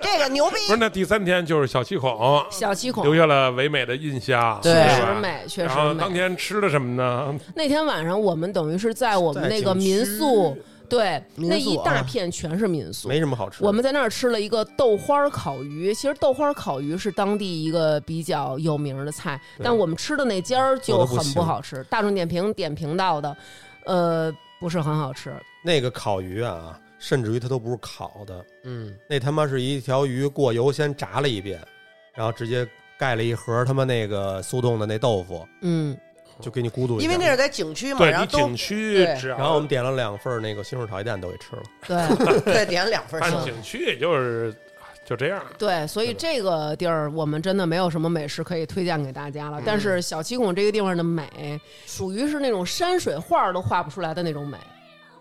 这个牛逼。
不是，那第三天就是小七孔，
小七孔
留下了唯美的印象，
对
确
是
实
吧。
美，确
然
实
后
美。
当天吃的什么呢？
那天晚上我们等于是在我们
在
那个
景
民
区
宿，对，
民
那一
宿
大
啊
片全是民宿，
没什么好吃的。
我们在那儿吃了一个豆花儿烤鱼，其实豆花儿烤鱼是当地一个比较有名儿的菜，
对
但我们吃的那家儿就
做得不
很不
行
好吃，大众点评点评到的，呃，不是很好吃。
那个烤鱼啊，甚至于它都不是烤的，
嗯，
那他妈是一条鱼过油先炸了一遍，然后直接盖了一盒他妈那个速冻的那豆腐，
嗯，
就给你咕嘟一下。
因为那是在景区嘛，
对
然后
你
都
景区
对
只要，
然后我们点了两份那个西红柿炒鸡蛋都给吃了。
对，
对点了两份儿
按
生，
景区也就是就这样。
对，所以这个地儿我们真的没有什么美食可以推荐给大家了。但是小七孔这个地方的美，属于是那种山水画儿都画不出来的那种美，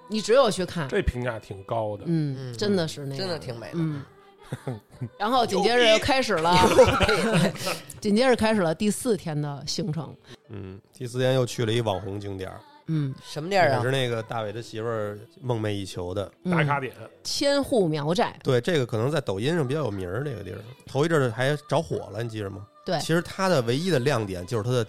你只有去看。
这评价挺高的，
嗯，真的是那样，
真的挺美的
嗯，然后紧接着又开始了， 紧接着开始了第四天的行程。
嗯，第四天又去了一网红景点儿，
嗯，
什么地儿
也
啊
是？那个大伟他媳妇儿梦寐以求的。
嗯
打卡点，
千户苗寨，
对，这个可能在抖音上比较有名儿，这个地儿头一阵儿还着火了，你记着吗？
对
其实它的唯一的亮点就是它的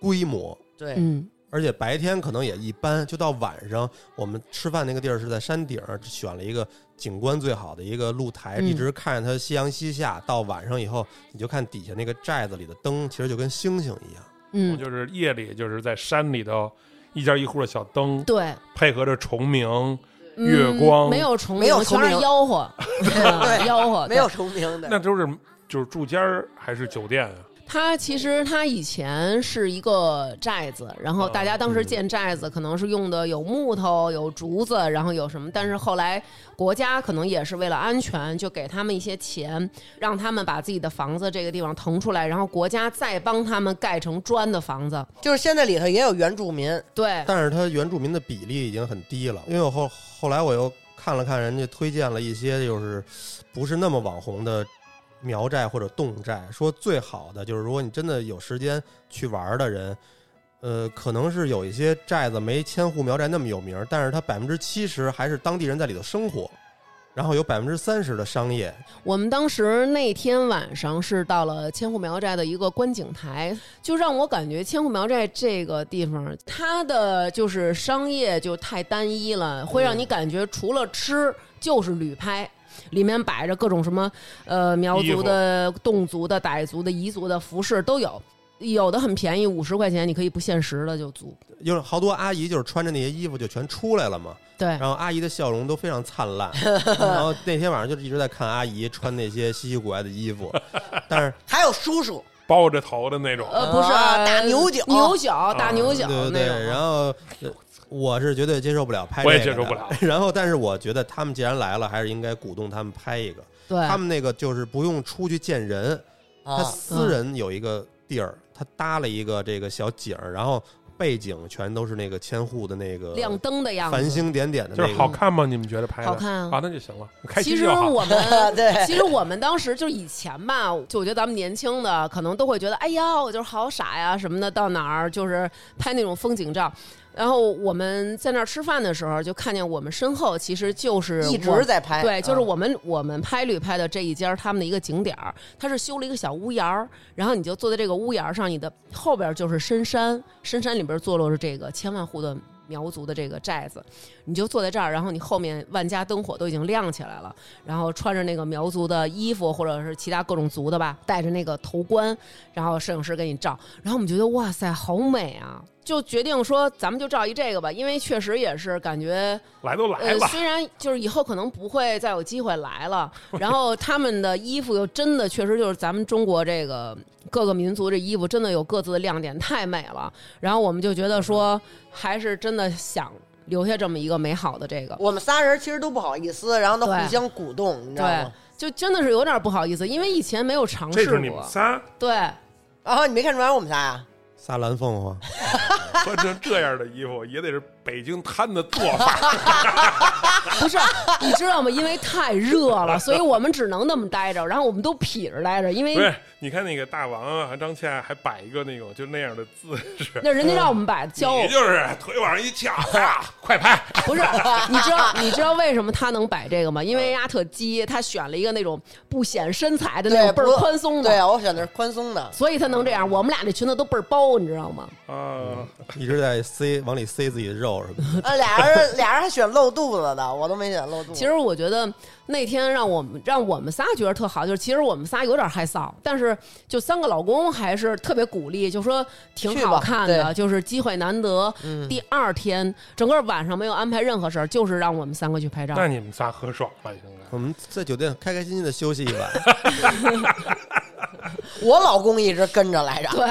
规模，
对，
嗯，
而且白天可能也一般，就到晚上我们吃饭那个地儿是在山顶儿，选了一个景观最好的一个露台，
嗯
一直看着它夕阳西下。到晚上以后，你就看底下那个寨子里的灯，其实就跟星星一样。
我
嗯，
就是夜里就是在山里头一家一户的小灯，
对，
配合着虫鸣，
嗯
月光
没有虫鸣，
没有虫
全是
鸣
吆 喝，对吆喝，
没有重名
那
的，
就是就是住家儿还是酒店啊？
它其实它以前是一个寨子，然后大家当时建寨子可能是用的有木头、有竹子，然后有什么，但是后来国家可能也是为了安全，就给他们一些钱，让他们把自己的房子这个地方腾出来，然后国家再帮他们盖成砖的房子。
就是现在里头也有原住民，
对，
但是它原住民的比例已经很低了，因为我后后来我又看了看人家推荐了一些就是不是那么网红的苗寨或者侗寨，说最好的就是如果你真的有时间去玩的人，呃，可能是有一些寨子没千户苗寨那么有名，但是它百分之七十还是当地人在里头生活，然后有百分之三十的商业，
我们当时那天晚上是到了千户苗寨的一个观景台，就让我感觉千户苗寨这个地方，它的就是商业就太单一了，会让你感觉除了吃就是旅拍。里面摆着各种什么，呃，苗族的、侗族的、傣族的、彝族的服饰都有，有的很便宜，五十块钱你可以不限时的就租。
就是好多阿姨就是穿着那些衣服就全出来了嘛，
对，
然后阿姨的笑容都非常灿烂，然后那天晚上就是一直在看阿姨穿那些稀奇古怪的衣服，但是
还有叔叔，
包着头的那种，
呃，不是、
啊打牛角
牛角打牛角、
对对
那种啊
对，。然后呃我是绝对接受不了拍，
我也接受不了。
然后，但是我觉得他们既然来了，还是应该鼓动他们拍一个。
对，
他们那个就是不用出去见人，他
啊，
私人有一个地儿，他搭了一个这个小景儿，然后背景全都是那个千户的那个
亮灯的样子，
繁星点点的
就
那
是
个，
好看吗？你们觉得拍的
好看啊
啊？那就行了，开
其
心
实
就好。
我们
对
其实我们当时就是以前吧，就我觉得咱们年轻的可能都会觉得，哎呀，我就是好傻呀什么的，到哪儿就是拍那种风景照。然后我们在那儿吃饭的时候，就看见我们身后其实就是
一
我
直在拍，
对，就是
啊
我们、我们拍旅拍的这一家，他们的一个景点儿，它是修了一个小屋檐儿，然后你就坐在这个屋檐儿上，你的后边就是深山，深山里边坐落着这个千万户的苗族的这个寨子，你就坐在这儿，然后你后面万家灯火都已经亮起来了，然后穿着那个苗族的衣服或者是其他各种族的吧，戴着那个头冠，然后摄影师给你照，然后我们觉得哇塞，好美啊！就决定说，咱们就照一这个吧，因为确实也是感觉
来都来
呃，
吧，
虽然就是以后可能不会再有机会来了，然后他们的衣服又真的确实就是咱们中国这个各个民族这衣服真的有各自的亮点，太美了。然后我们就觉得说，还是真的想留下这么一个美好的这个。
啊我们仨人其实都不好意思，然后都
对
互相鼓动，你知道
对
吗？，
就真的是有点不好意思，因为以前没有尝
这
试
是你们
过。
仨，
对，
然后你没看出来我们仨啊呀？
撒蓝凤凰，
穿成这样的衣服也得是北京摊的做
哎
法，
不是，你知道吗？因为太热了，所以我们只能那么待着，然后我们都痞着待着，因
不是
为？
你看那个大王啊，张倩还摆一个那种就那样的姿势，
那人家让我们摆教我
嗯你
们。
就是腿往上一翘，啪，快拍！
不 是，你知道你知道为什么他能摆这个吗？因为丫特鸡，他选了一个那种不显身材的那
对，
种倍
不
儿宽松
对
的，
啊，我选的是宽松的，
所以他能这样。我们俩这裙子都倍儿包，你知道吗？
啊，
嗯
一直在塞往里塞自己的肉什么的。
啊，俩人俩人还选露肚子的，我都没选露肚子。
其实我觉得那天让我们让我们仨觉得特好，就是其实我们仨有点害臊，但是就三个老公还是特别鼓励，就说挺
去吧
好看的，
对嗯
就是机会难得。第二天整个晚上没有安排任何事儿，就是让我们三个去拍照。
那你们仨喝爽了，应该
我们在酒店开开心心的休息一晚，
我老公一直跟着来着，
对，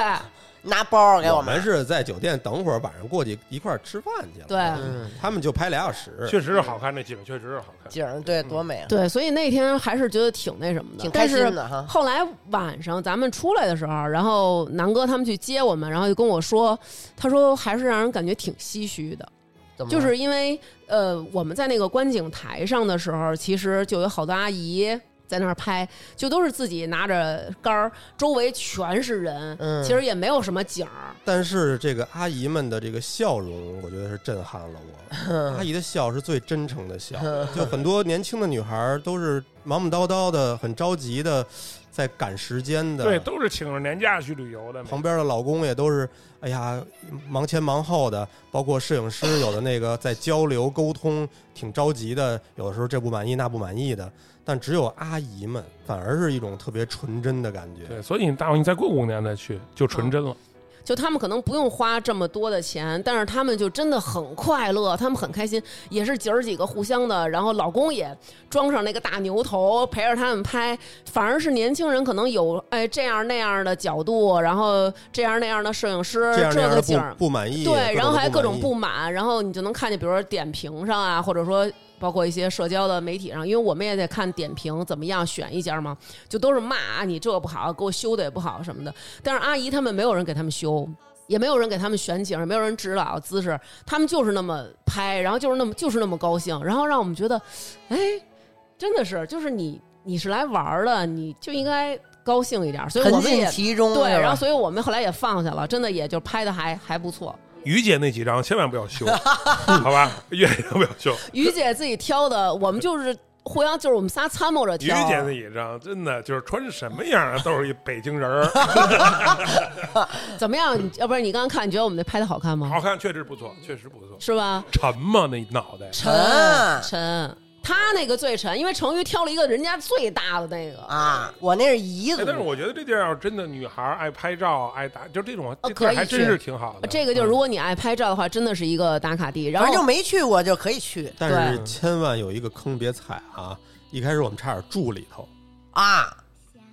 拿包给
我
们
们。是在酒店等会儿晚上过去一块儿吃饭去了，
对
嗯，
他们就拍俩小时，
确实是好看，那景确实是好看。
景儿
嗯
对多美啊！
对，所以那天还是觉得挺那什么的，
挺
但
开
是
心的哈
后来晚上咱们出来的时候，然后南哥他们去接我们，然后就跟我说，他说还是让人感觉挺唏嘘的，
怎么了
就是因为呃我们在那个观景台上的时候，其实就有好多阿姨。在那儿拍，就都是自己拿着杆儿，周围全是人，
嗯
其实也没有什么景儿，
但是这个阿姨们的这个笑容，我觉得是震撼了我。阿姨的笑是最真诚的笑，就很多年轻的女孩儿都是忙忙叨叨的，很着急的，在赶时间的。
对，都是请着年假去旅游的。
旁边的老公也都是，哎呀，忙前忙后的，包括摄影师有的那个在交流沟通，挺着急的，有的时候这不满意那不满意的，但只有阿姨们反而是一种特别纯真的感觉。
对，所以你大伙你再过五年再去就纯
哦
真了。
就他们可能不用花这么多的钱，但是他们就真的很快乐，他们很开心，也是姐儿几个互相的，然后老公也装上那个大牛头陪着他们拍，反而是年轻人可能有哎这样那样的角度，然后这样那样的摄影师，
这样那样
个
的
景儿
不不满意，
对，然后还各种
意
不满，然后你就能看见，比如说点评上啊，或者说包括一些社交的媒体上，因为我们也得看点评怎么样选一家嘛，就都是骂啊你这个不好，给我修的也不好什么的。但是阿姨他们没有人给他们修。也没有人给他们选景，也没有人指导姿势，他们就是那么拍，然后就是那么就是那么高兴，然后让我们觉得，哎，真的是，就是你你是来玩儿的，你就应该高兴一点儿。所以我
沉
们
浸
也
其中，
对，
是吧
然后所以我们后来也放下了，真的也就拍的还还不错。
于姐那几张千万不 要修，好吧？愿意不要修。
于姐自己挑的，我们就是互相就是我们仨参谋着
于
挑。
姐那几张真的就是穿什么样啊，都是一北京人儿，
怎么样？你要呃不然你刚刚看，你觉得我们那拍的好看吗？
好看，确实不错，确实不错。
是吧？
沉嘛，那脑袋
沉
啊
沉，他那个最沉，因为成昱挑了一个人家最大的那个。
啊，我那是姨
哎，
子，
但是我觉得这地儿要是真的女孩儿爱拍照、爱打，就这种这地
哦可
儿
以
还真
去哦
是挺好的。
这个就是，如果你爱拍照的话，真的是一个打卡地。然
反
后
正就没去过就可以去
但是
对
千万有一个坑别踩啊！一开始我们差点住里头，
啊。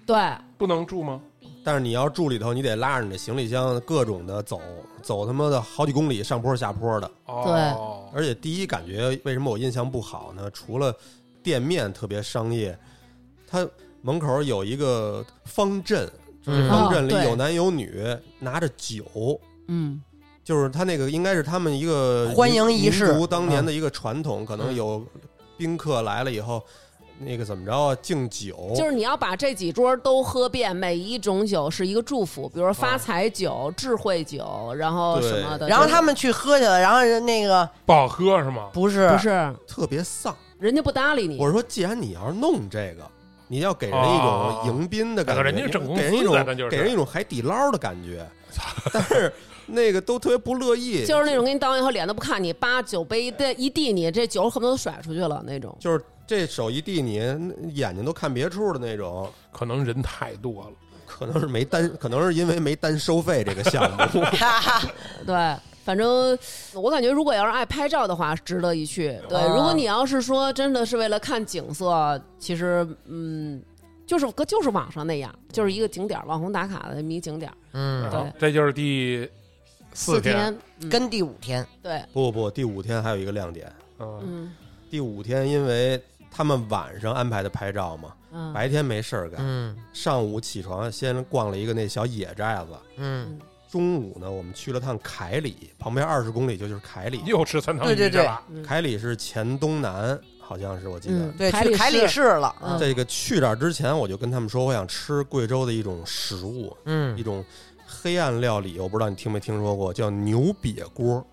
对，
不能住吗？
但是你要住里头，你得拉着你的行李箱各种的走，走他妈的好几公里，上坡下坡的。
哦，
而且第一感觉为什么我印象不好呢？除了店面特别商业，它门口有一个方阵，
嗯
方阵里
哦对
有男有女，拿着酒。
嗯，
就是他那个应该是他们一个
欢迎仪式
民族当年的一个传统，可能有宾客来了以后，那个怎么着啊，敬酒，
哦
就是你要把这几桌都喝遍，每一种酒是一个祝福，比如说
啊
发财酒、智慧酒，然后什么的。
对
然后
就是
他们去喝去了，然后人那个
不好喝是吗？
不是
不是
特别丧。
人家不搭理你
我，说，既然你要是弄这个，你要给人一
哦
种迎宾的感觉，
人家
你
挣工
给人
资
一种
的那就是
给人一种海底捞的感 觉。但是那个都特别不乐意，
就是那种给你倒完以后脸都不看你，叭酒杯一地一递你，这酒恨不得都甩出去了那种。
就是这手一递你，眼睛都看别处的那种。
可能人太多了。
可能是没单， 可能是因为没单收费这个项 目。
对，反正我感觉如果要是爱拍照的话，值得一去。对，
啊
如
嗯
果你要是说真的是为了看景色，其实嗯，就是就是网上那样，就是一个景点儿网红打卡的迷景点儿。
嗯，
好这就是第四天，
天，嗯
跟第五天
对，
不不，第五天还有一个亮点，
嗯，
嗯
第五天因为他们晚上安排的拍照嘛，
嗯，
白天没事儿干，
嗯
上午起床先逛了一个那小野寨子，
嗯，
中午呢我们去了趟凯里，旁边二十公里就就是凯里，
又吃三汤
对
鱼
对
去
对
了。
凯里是黔东南，好像是我记得
嗯。
对，
凯
去
里
凯里
市
市了，
嗯
这个去这儿之前，我就跟他们说，我想吃贵州的一种食物，
嗯
一种黑暗料理，我不知道你听没听说过，叫牛瘪锅。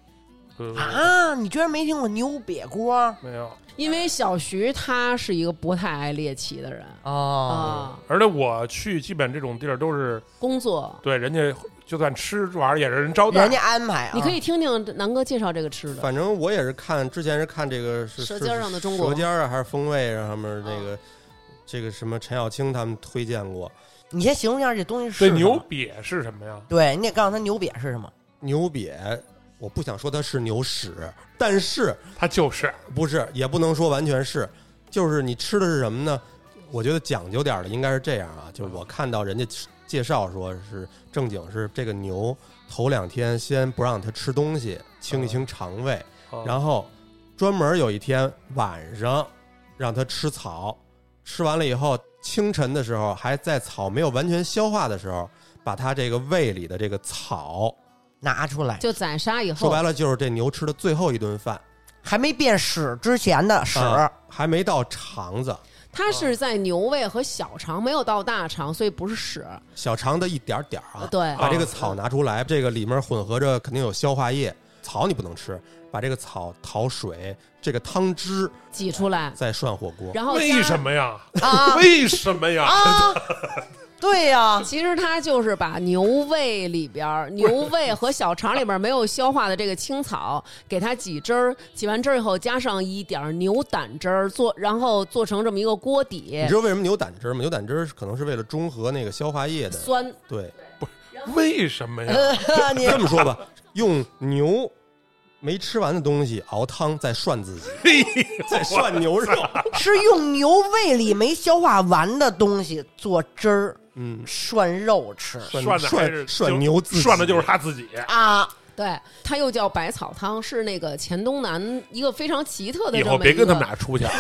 嗯
啊，你居然没听过牛瘪锅
没有，
因为小徐他是一个不太爱猎奇的人
哦？
啊，
而且我去基本这种地儿都是
工
哎
作。
对人家，就算吃玩儿也是人招待
人。家安排啊，
你可以听听南哥介绍这个吃的，
反正我也是看之前是看这个是
舌
是
尖上的中国嗯
舌尖啊还是风味上面那个、这个什么陈小青他们推荐过
你先形容一下这东西是
对，
什么
牛，瘪是什么呀？
对你得告诉他牛瘪是什么。
牛瘪，我不想说它是牛屎，但是
它就是
不是也不能说完全是，就是你吃的是什么呢？我觉得讲究点儿的应该是这样啊，就是我看到人家吃介绍说是正经是这个牛头两天先不让它吃东西，清一清肠胃，
哦
哦
然后专门有一天晚上让它吃草，吃完了以后，清晨的时候还在草没有完全消化的时候，把它这个胃里的这个草，
拿出来，
就宰杀以
说
后
白，了就是这牛吃的最后一顿饭，
还没变屎之前的屎，
啊还没到肠子，
它
啊
是在牛胃和小肠没有到大肠，所以不是屎。
小肠的一点儿点儿
呃
啊，
对，
把这个草拿出来，这个里面混合着肯定有消化液，草你不能吃，把这个草淘水，这个汤汁
挤出来，
再涮火锅。
然后加
为什？么呀？
啊
为什么呀？
啊，对呀、
其实它就是把牛胃里边 儿、牛胃和小肠里边儿没有消化的这个青草，给它挤汁儿，挤完汁儿以后加上一点儿牛胆汁儿，做然后做成这么一个锅底
你知，道为什么牛胆汁吗？牛胆汁可能是为了中和那个消化液的。
酸
对，
为什么呀？
呃你
这么说吧，用牛没吃完的东西熬汤，再涮自己，再涮牛肉。
是用牛胃里没消化完的东西做汁儿
嗯，
涮肉吃
涮
涮的还是
涮涮牛自己
涮的就是他自己，
啊，
对，它又叫百草汤，是那个黔东南一个非常奇特的
以
这
后
么
别
一
跟他们
个。
俩出去啊，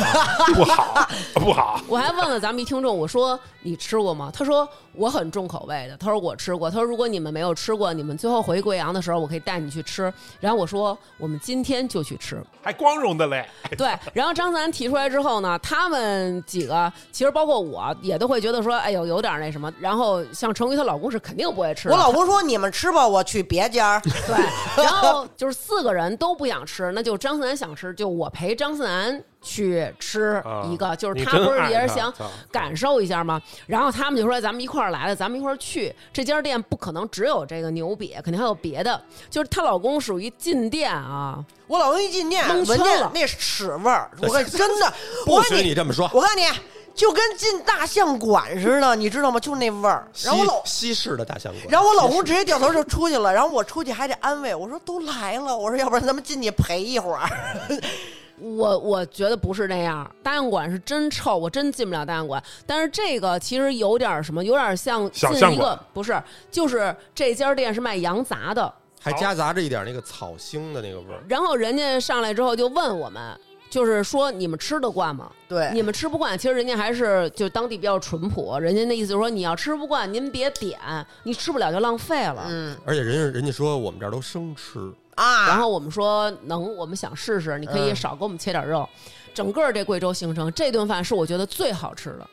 不好不好。
我还问了咱们一听众，我说你吃过吗？他说我很重口味的，他说我吃过，他说如果你们没有吃过，你们最后回贵阳的时候，我可以带你去吃。然后我说我们今天就去吃，
还光荣的嘞，
对，然后张三提出来之后呢，他们几个其实包括我也都会觉得说，哎呦，有点那什么。然后像成瑜她老公是肯定不会吃的，
我老公说你们吃吧，我去别家儿。
对，然后就是四个人都不想吃，那就张思楠想吃，就我陪张思楠去吃一个，就是
啊你
他
真
不是
爱
也是
他
想
操
感受一下吗？然后他们就说咱们一块儿来了，咱们一块儿去。这家店不可能只有这个牛瘪，肯定还有别的。就是她老公属于进店啊，
我老公一进店，
蒙
闻
圈
见
了
那屎 味儿，我跟真的，
不
我告诉
许
你
你，这么说。
我告诉你，就跟进大象馆 似的，你知道吗？就那味儿。
西
然后我老，
西式的大象馆，
然后我老公直接掉头就出去了，然后我出去还得安慰，我说都来了，我说要不然咱们进去陪一会儿。
我我觉得不是那样，大象馆是真臭，我真进不了大象馆。但是这个其实有点什么，有点像进
小象
一
馆
个不是，就是这家店是卖羊杂的，
还夹杂着一点那个草腥的那个味儿。
然后人家上来之后就问我们，就是说你们吃得惯吗？
对，
你们吃不惯，其实人家还是就当地比较淳朴，人家那意思就是说你要吃不惯，您别点，你吃不了就浪费了。
嗯
而且人家人家说我们这儿都生吃，
然
啊，
后我们说能，我们想试试，你可以
嗯
少给我们切点肉。整个这贵州行程，这顿饭是我觉得最好吃的。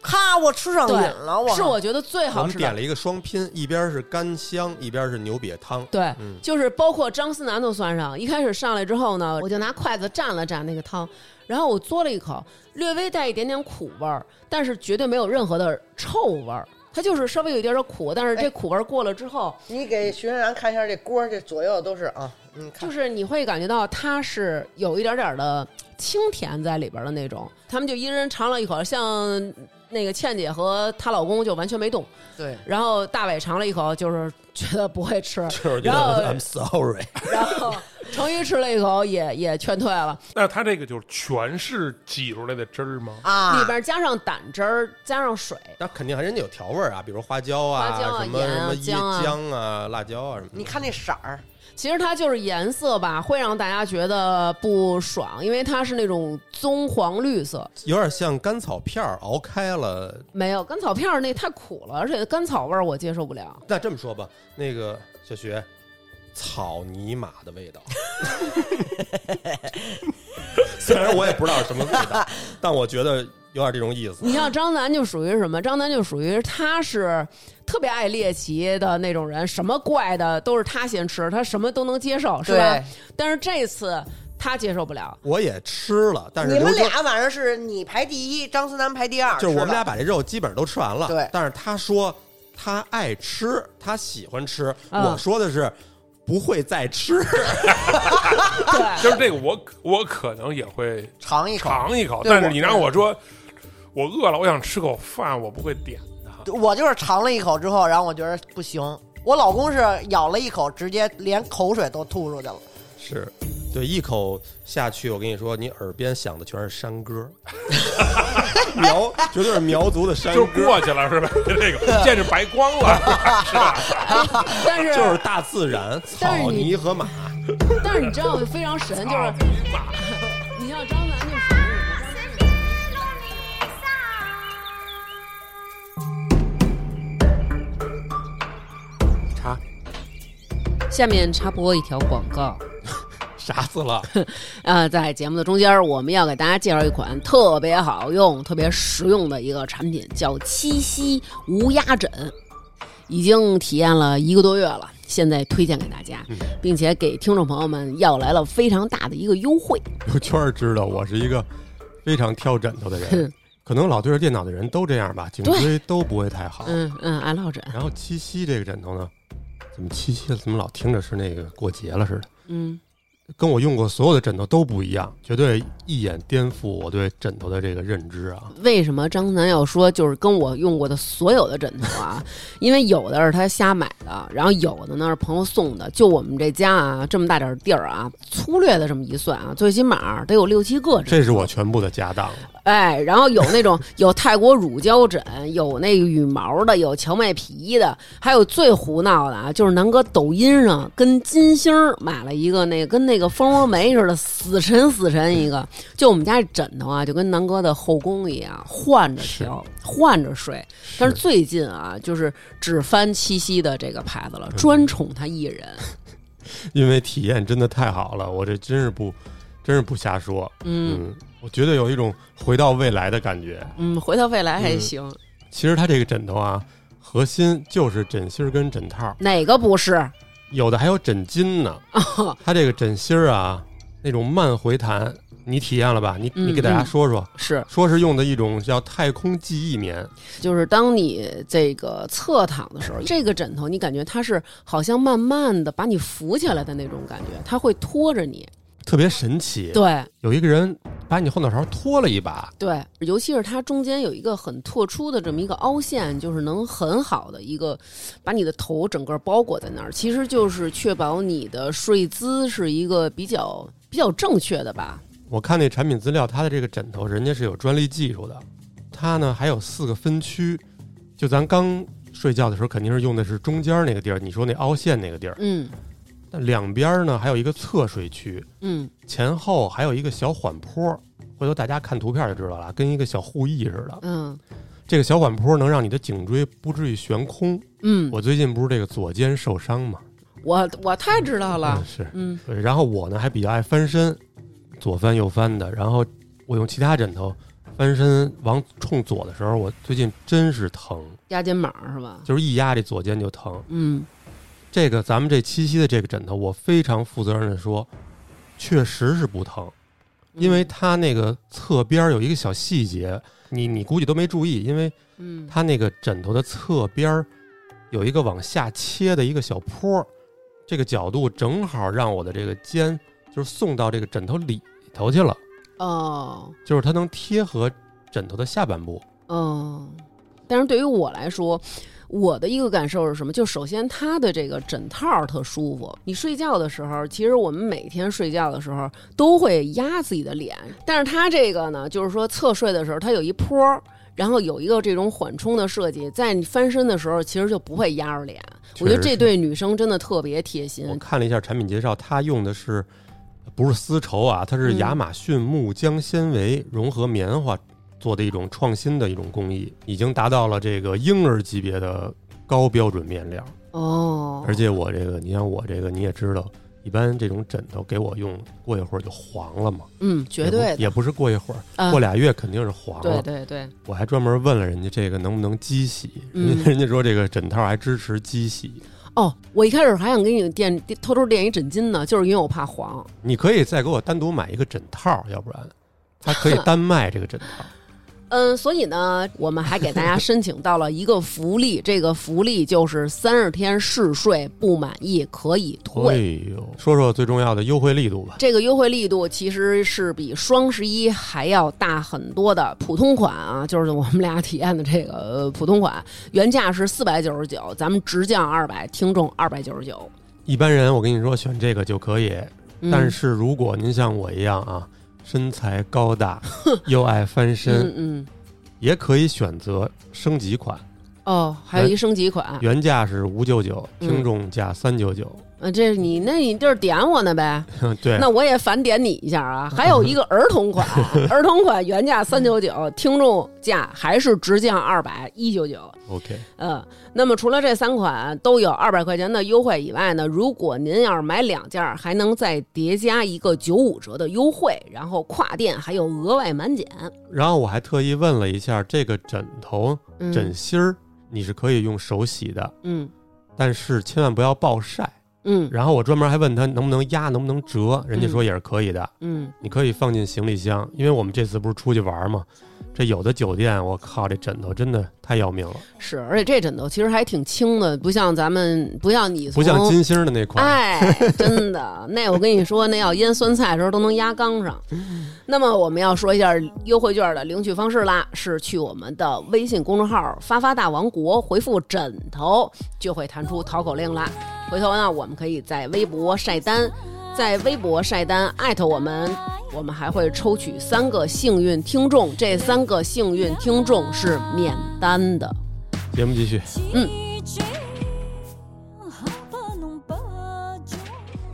咔，我吃上瘾
对
了，我
是我觉得最
我
好
们
吃
点
的。
了一个双拼，一边是干香，一边是牛瘪汤。
对，
嗯
就是包括张思楠都算上。一开始上来之后呢，我就拿筷子蘸了蘸那个汤，然后我嘬了一口，略微带一点点苦味儿，但是绝对没有任何的臭味儿。它就是稍微有一点点苦，但是这苦味儿过了之后，
你给徐冉冉看一下这锅，这左右都是啊，你看
就。是你会感觉到它是有一点点的清甜在里边的那种。他们就一人尝了一口，像那个倩姐和她老公就完全没动，
对，
然后大伟尝了一口，就是觉得不会吃，
就是觉
然后
得 I'm sorry，
然后成瑜吃了一口也也劝退了，
那他这个就是全是挤出来的汁儿吗？
啊，
里边加上胆汁儿，加上水，
但肯定还人家有调味儿啊，比如花椒啊、
花椒啊
什么
盐啊
什么
姜啊
椰姜啊、辣椒啊什么的。
你看那色儿，
其实它就是颜色吧，会让大家觉得不爽，因为它是那种棕黄绿色，
有点像甘草片儿熬开了。
没有甘草片儿那太苦了，而且甘草味儿我接受不了。
那这么说吧，那个小徐，草泥马 的味道。虽然我也不知道是什么味道，但我觉得有点这种意思。
你像张楠就属于什么？张楠就属于他是特别爱猎奇的那种人，什么怪的都是他先吃，他什么都能接受，是吧
对？
但是这次他接受不了，
我也吃了，但是
你们
刘哥
俩晚上是你排第一，张思楠排第二，
就是我们俩
吧
把这肉基本上都吃完了。
对
但是他说他爱吃，他喜欢吃。
嗯
我说的是不会再吃。
对，
就是这个我我可能也会
尝一口。
尝一口，
对
但是你
我嗯
让我说我饿了，我想吃口饭，我不会点的。
我就是尝了一口之后，然后我觉得不行。我老公是咬了一口，直接连口水都吐出去了。
是对，一口下去，我跟你说，你耳边响的全是山歌， 苗绝对是苗族的山
就
歌，
是过去了是吧？ 这个见着白光 了，啊是吧？
但是
就是啊大自然，
但是
草
你
泥和马。
但是你知道非常神，就是
操你妈！
你像张楠就属于我们张楠。
查
下面插播一条广告。
啥死 了？
呃，在节目的中间儿，我们要给大家介绍一款特别好用、特别实用的一个产品，叫七夕无压枕，已经体验了一个多月了，现在推荐给大家，并且给听众朋友们要来了非常大的一个优惠。
有圈儿知道我是一个非常挑枕头的人
哼，
可能老对着电脑的人都这样吧，颈椎都不会太好。
嗯嗯，爱落枕，
然后七夕这个枕头呢，怎么七夕怎么老听着是那个过节了似的？
嗯，
跟我用过所有的枕头都不一样，绝对一眼颠覆我对枕头的这个认知啊！
为什么张楠要说就是跟我用过的所有的枕头啊？因为有的是他瞎买的，然后有的呢是朋友送的。就我们这家啊，这么大点儿地儿啊，粗略的这么一算啊，最起码得有六七个枕头。
这是我全部的家当了。
哎，然后有 那种有泰国乳胶枕，有那个羽毛的，有荞麦皮的，还有最胡闹的啊，就是南哥抖音上跟金星儿买了一个那个跟那个蜂窝煤似的，死沉死沉一 个。就我们家这枕头啊，就跟南哥的后宫一样，换着调，换着睡。但是最近啊，就是只翻七夕的这个牌子了，专宠他一人。
因为体验真的太好了，我这真是不，真是不瞎说。
嗯
我觉得有一种回到未来的感觉。
嗯，回到未来还行，
其实它这个枕头啊，核心就是枕芯儿跟枕套，
哪个不是？
有的还有枕 巾呢。它这个枕芯儿啊，那种慢回弹，你体验了吧？你
嗯
你给大家说说，
是
说是用的一种叫太空记忆棉，
就是当你这个侧躺的时候，这个枕头你感觉它是好像慢慢的把你扶起来的那种感觉，它会拖着你。
特别神奇。
对
有一个人把你后脑勺拖了一把，
对，尤其是它中间有一个很突出的这么一个凹陷，就是能很好的一个把你的头整个包裹在那儿，其实就是确保你的睡姿是一个比较比较正确的吧。
我看那产品资料，它的这个枕头人家是有专利技术的，它呢还有四个分区，就咱刚睡觉的时候肯定是用的是中间那个地儿，你说那凹陷那个地儿，
嗯
但两边呢还有一个侧睡区，
嗯，
前后还有一个小缓坡，回头大家看图片就知道了，啊跟一个小护翼似的。
嗯
这个小缓坡能让你的颈椎不至于悬空。
嗯，
我最近不是这个左肩受伤嘛，
我我太知道了
嗯。是，
嗯
对，然后我呢还比较爱翻身，左翻右翻的。然后我用其他枕头翻身往冲左的时候，我最近真是疼，
压肩膀是吧？
就是一压这左肩就疼。
嗯
这个咱们这七夕的这个枕头，我非常负责任的说，确实是不疼，
嗯
因为它那个侧边有一个小细节，嗯你你估计都没注意，因为
嗯
它那个枕头的侧边儿有一个往下切的一个小坡儿，这个角度正好让我的这个肩就是送到这个枕头里头去了，
哦。
就是它能贴合枕头的下半部。
嗯，但是对于我来说，我的一个感受是什么？就首先它的这个枕套儿特舒服，你睡觉的时候，其实我们每天睡觉的时候都会压自己的脸，但是它这个呢，就是说侧睡的时候，它有一坡儿。然后有一个这种缓冲的设计，在你翻身的时候，其实就不会压着脸。我觉得
确实
这
是
对女生真的特别贴
我
心。
看了一下产品介绍，它用的是不是丝绸啊？它是
嗯
亚马逊木浆纤维融合棉花做的一种创新的一种工艺，已经达到了这个婴儿级别的高标准面料。
哦，
而且我这个，你像我这个，你也知道，一般这种枕头给我用，过一会儿就黄了嘛。
嗯，绝对
也不
的，
也不是过一会儿，
啊
过俩月肯定是黄
对
了。
对对，
我还专门问了人家这个能不能机洗，
嗯
人家人家说这个枕套还支持机洗。
哦，我一开始还想给你垫垫偷偷垫一枕巾呢，就是因为我怕黄。
你可以再给我单独买一个枕套，要不然它可以单卖这个 枕套。
嗯，所以呢，我们还给大家申请到了一个福利，这个福利就是三十天试睡不满意可以
哎
退。
呦，说说最重要的优惠力度吧。
这个优惠力度其实是比双十一还要大很多的。普通款啊，就是我们俩体验的这个、呃普通款，原价是四百九十九，咱们直降二百，听众二百九十九。
一般人我跟你说选这个就可以
嗯
但是如果您像我一样啊，身材高 大又爱翻身，
嗯嗯，
也可以选择升级款，
哦，还有一升级款，
原价是五九九，
嗯
听众价三九 九。
嗯，这是你，那你就是点我呢呗，
对，
那我也返点你一下 啊。还有一个儿童款，儿童款原价三九九，听众价还是直降二百一九九。
OK，
嗯，那么除了这三款都有二百块钱的优惠以外呢，如果您要是买两件儿，还能再叠加一个九五折的优惠，然后跨店还有额外满减。
然后我还特意问了一下，这个枕头
嗯
枕芯儿你是可以用手洗的，
嗯
但是千万不要暴晒。
嗯
然后我专门还问他能不能压，能不能折，人家说也是可以的，
嗯，
你可以放进行李箱，因为我们这次不是出去玩嘛，这有的酒店，我靠，这枕头真的太要命了，
是，而且这枕头其实还挺轻的，不像咱们，不像你从
不像金星的那款，
哎，真的，那我跟你说，那要腌酸菜的时候都能压缸上。那么我们要说一下优惠券的领取方式啦，是去我们的微信公众号“发发大王国”回复“枕头”，就会弹出淘口令啦。回头呢，我们可以在微博晒单，在微博晒单艾特我们，我们还会抽取三个幸运听众，这三个幸运听众是免单的。
节目继续。
嗯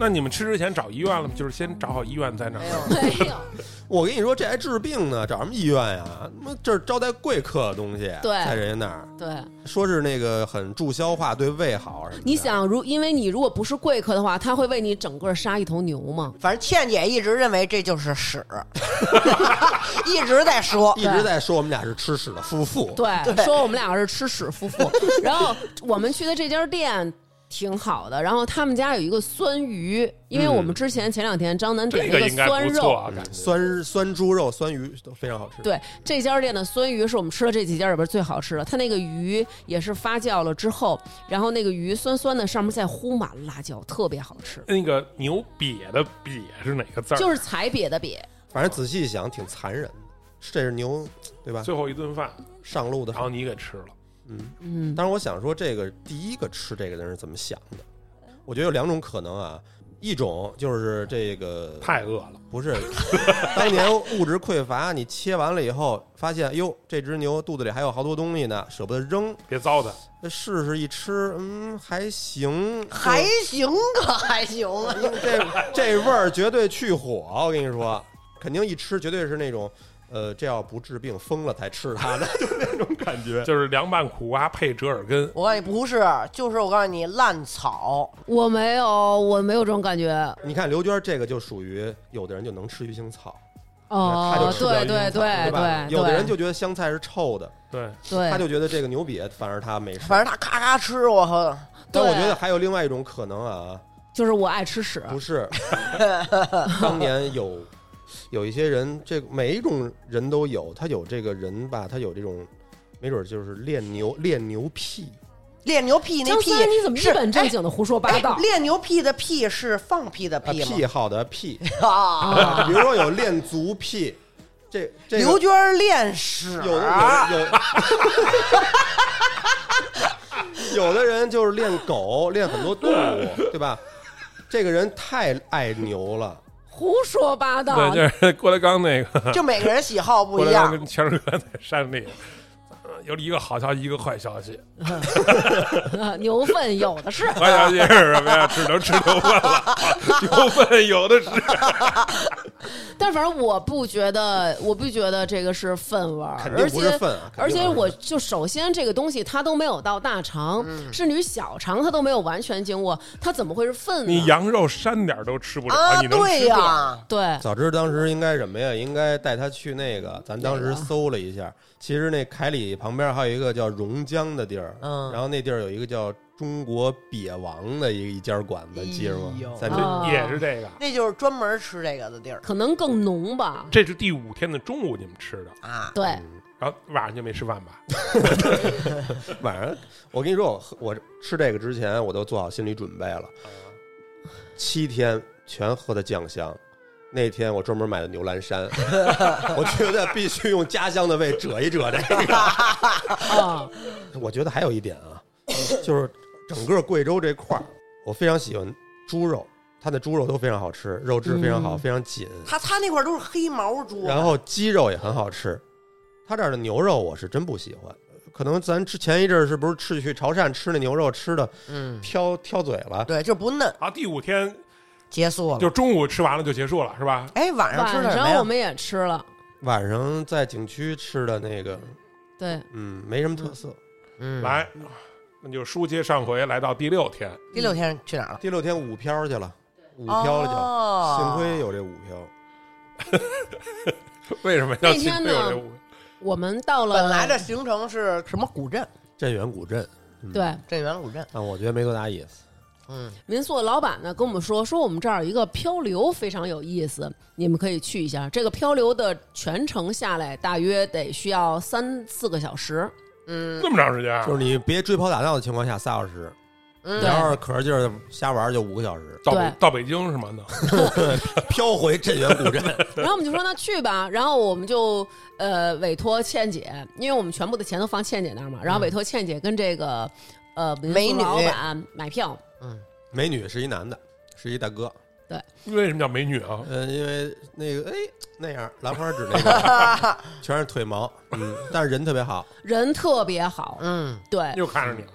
那你们吃之前找医院了吗？就是先找好医院在哪儿？
没有，
我跟你说，这还治病呢，找什么医院呀？他妈这是招待贵客的东西，
对
在人家那儿
对。
说是那个很助消化，对胃好什么的。
啊
你想，如因为你如果不是贵客的话，他会为你整个杀一头牛吗？
反正倩姐一直认为这就 是屎，一直在说
一直在说我们俩是吃屎的夫妇，
对，说我们俩是吃屎夫 妇。然后我们去的这家店挺好的，然后他们家有一个酸鱼，因为我们之前前两天张楠点
嗯这
了
个
一
应该
酸
不
肉
错，啊，感觉。
酸酸猪肉、酸鱼都非常好吃。，
对，这家店的酸鱼是我们吃的这几家里边最好吃的。它那个鱼也是发酵了之后，然后那个鱼酸酸的，上面再糊满了辣椒，特别好吃。
那个牛瘪的瘪是哪个字儿？
就是踩瘪的瘪，
反正仔细一想挺残忍的。这是牛，对吧？
最后一顿饭，
上路的时
然后
候，
你给吃了。
嗯。
嗯，
当然，我想说，这个第一个吃这个的人是怎么想的？我觉得有两种可能啊，一种就是这个
太饿了，
不是，当年物质匮乏，你切完了以后，发现哟，这只牛肚子里还有好多东西呢，舍不得扔，
别糟蹋。
那试试一吃，嗯，还行，就
还行啊，还行啊，
这这味儿绝对去火，我跟你说，肯定一吃绝对是那种，呃，这要不治病疯了才吃它的， 就那种感觉。
就是凉拌苦瓜配折耳根，
我告诉你不是，就是我告诉你烂草，
我没有，我没有这种感觉。
你看刘娟这个就属于有的人就能吃鱼腥草，
哦
她就，吃不了
对
鱼腥
对对
草，对吧？
对，
有的人就觉得香菜是臭的，
对，
对，
他就觉得这个牛瘪，反而他没事。
反正他咔咔吃，我靠，
但我
对
觉得还有另外一种可能啊，
就是我爱吃屎，
不是， 当年有有一些人，这每一种人都有，他有这个人吧，他有这种，没准就是练牛练牛癖，
练牛屁那
张
屁
三，你怎么
是
一本正经的胡说八道
哎？练牛屁的屁是放屁的
啊，
屁
癖
吗？
好的癖，
啊，
比如说有练足癖，这这个
刘娟儿练屎，啊
有的有的有， 有的人就是练狗，练很多动物，对吧？这个人太爱牛了，
胡说八道！
对，就是 郭德纲那个，
就每个人喜好不
郭
一
德纲
样。
跟谦儿哥在山里，呃有一个好消息，一个坏消息。
啊牛粪有的是，
坏消息是什么呀？只能吃牛粪了，牛粪有的是。
但反正我不觉得，我不觉得这个是粪味儿，
肯定
而
不是
且
粪嗯啊肯定不
而
是
且我就首先这个东西它都没有到大肠，甚至于小肠它都没有完全经过，它怎么会是粪
你
呢？
羊肉膻点儿都吃不了，
啊，
你能吃
对
点儿？
呀，
对，
早知当时应该什么呀？应该带他去那个，咱当
啊
时搜了一下，其实那凯里旁边还有一个叫榕江的地儿，
嗯
然后那地儿有一个叫中国瘪王的一一家馆子，记着吗
哎呦？
在那、
哦
也是这个，
那就是专门吃这个的地儿
可能更浓吧。
这是第五天的中午你们吃的，
啊。
对，
然后晚上就没吃饭吧？
晚上，我跟你说，我喝我吃这个之前我都做好心理准备了，七天全喝的酱香。那天我专门买的牛栏山，我觉得必须用家乡的味遮一遮这个。嗯
啊，
我觉得还有一点啊，就是整个贵州这块儿，我非常喜欢猪肉，它的猪肉都非常好吃，肉质非常好，
嗯
非常紧，
他他那块儿都是黑毛猪，啊
然后鸡肉也很好吃。它这儿的牛肉我是真不喜欢，可能咱之前一阵儿是不是去去潮汕吃那牛肉吃的
嗯，
挑挑嘴了？
对，就不嫩，
啊，第五天
结束了。
就中午吃完了就结束了，是吧？
哎，晚上吃
晚
的什么
上
啊
我
呀？
们也吃了，
晚上在景区吃的那个，
对，
嗯，没什么特色。
嗯，
来，那就书接上回，来到第六天，
第六天去哪儿了？
第六天五漂去了，五漂了就，
哦
幸亏有这五漂。
为什么要
那
去
天
没
呢
有这五？
我们到了
本来的行程是什么古镇？
镇远古镇，嗯
对
镇远古镇。
但我觉得没多大意思。
嗯，
民宿的老板呢跟我们说，说我们这儿有一个漂流非常有意思，你们可以去一下。这个漂流的全程下来大约得需要三四个小时，
嗯
这么长时间啊？
就是你别追跑打闹的情况下，仨小时；你
嗯，
要是可着劲儿瞎玩，就五个小时。
到北
对
到北京是吗？那
飘回镇远古镇，
然后我们就说那去吧，然后我们就呃委托倩姐，因为我们全部的钱都放倩姐那儿嘛，然后委托倩姐跟这个呃
美
民宿
女
老板买票，
美女是一男的，是一大哥。
为什么叫美女啊？
嗯、因为那个哎那样兰花指那个 全是腿毛，嗯，但是人特别好，
人特别好，
嗯，
对，
又看上你了。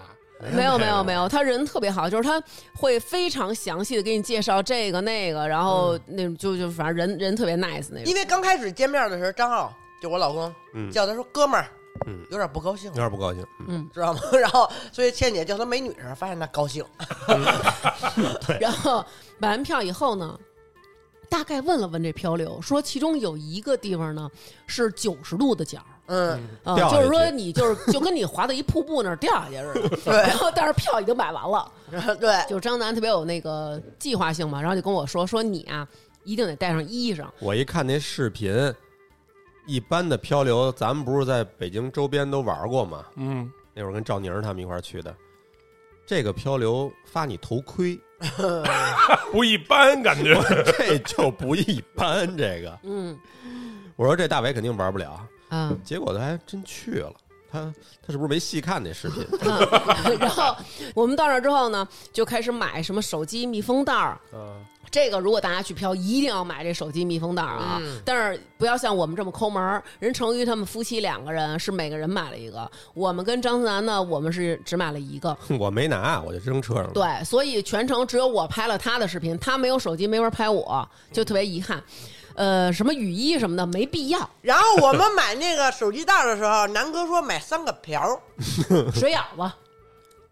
没有没有没有，他人特别好，就是他会非常详细的给你介绍这个那个，然后那就就反正人人特别 nice 那种
因。为刚开始见面的时候，张浩就我老公
嗯
叫他说哥们儿，
嗯，
有点不高兴
有，点不高兴。嗯
知道吗？ 然后所以倩姐叫他美女的时候，发现他高兴。
然后买完票以后呢，大概问了问这漂流，说其中有一个地方呢是九十度的角儿。
嗯，
啊、
掉下
就是说
去
你就是就跟你滑到一瀑布那儿掉下去似的，
对
然后但是票已经买完了，
对，
就是张楠特别有那个计划性嘛，然后就跟我说说你啊一定得带上衣裳，
我一看那视频，一般的漂流，咱们不是在北京周边都玩过吗？
嗯，
那会儿跟赵宁儿他们一块儿去的。这个漂流发你头盔，
不一般，感觉
我这就不一般。这个，
嗯
我说这大伟肯定玩不了，
啊。
结果他还真去了。他他是不是没细看那视频？
嗯， 然后我们到那儿之后呢，就开始买什么手机密封袋儿。
嗯，
这个如果大家去漂，一定要买这手机密封袋儿啊！但是不要像我们这么抠门儿。人成瑜他们夫妻两个人是每个人买了一个，我们跟张思楠呢，我们是只买了一个。
我没拿，我就扔车上了。
对，所以全程只有我拍了他的视频，他没有手机，没法拍我，就特别遗憾。呃，什么雨衣什么的没必要，
然后我们买那个手机袋的时候，南哥说买三个瓢儿，
水舀子。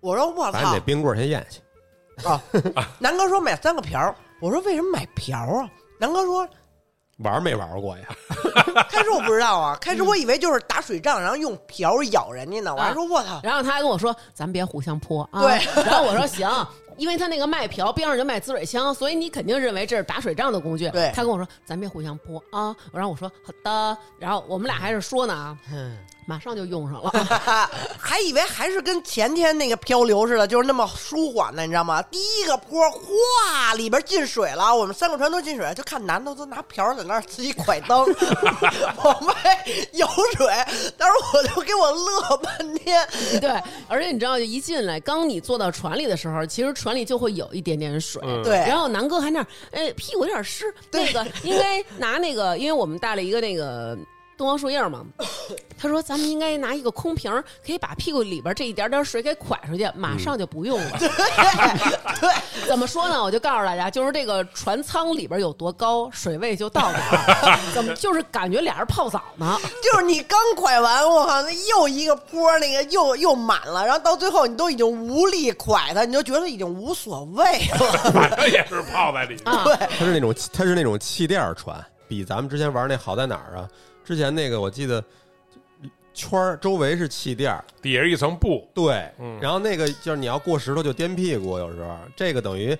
我说我
反正
操
得冰棍儿先咽下去。
啊！ 南哥说买三个瓢儿，我说为什么买瓢儿啊？南哥说
玩儿没玩儿过呀？
开始我不知道啊，开始我以为就是打水仗，然后用瓢儿舀人家呢，我还说我操，
然后他还跟我说：“咱别互相泼啊。”
啊 对
然后我说：“行，因为他那个卖瓢边上就卖滋水枪，所以你肯定认为这是打水仗的工具。”
对
他跟我说：“咱别互相泼啊。”然后我说：“好的。”然后我们俩还是说呢啊，
嗯
马上就用上了。
还以为还是跟前天那个漂流似的，就是那么舒缓呢，你知道吗？第一个坡，哗，里边进水了，我们三个船都进水了，就看男的都拿瓢儿在那儿自己拐蹬，往外舀水，当时我就给我乐半天。
对，而且你知道，一进来，刚你坐到船里的时候，其实船里就会有一点点水。
对
然后南哥还那儿，哎，屁股有点湿，那个应该拿那个，因为我们带了一个那个。东方树叶嘛，他说咱们应该拿一个空瓶儿，可以把屁股里边这一点点水给蒯出去，马上就不用了。对， 怎么说呢？我就告诉大家，就是这个船舱里边有多高，水位就到哪儿，怎么就是感觉俩人泡澡呢？
就是你刚拐完，我靠，那又一个坡，那个又又满了，然后到最后你都已经无力拐它，你就觉得已经无所谓了。
反正也是泡在里面。
它是那种它是那种气垫儿船，比咱们之前玩儿那好在哪儿啊？之前那个我记得圈儿周围是气垫儿，
底下一层布，
对，
嗯
然后那个就是你要过石头就颠屁股，有时候这个等于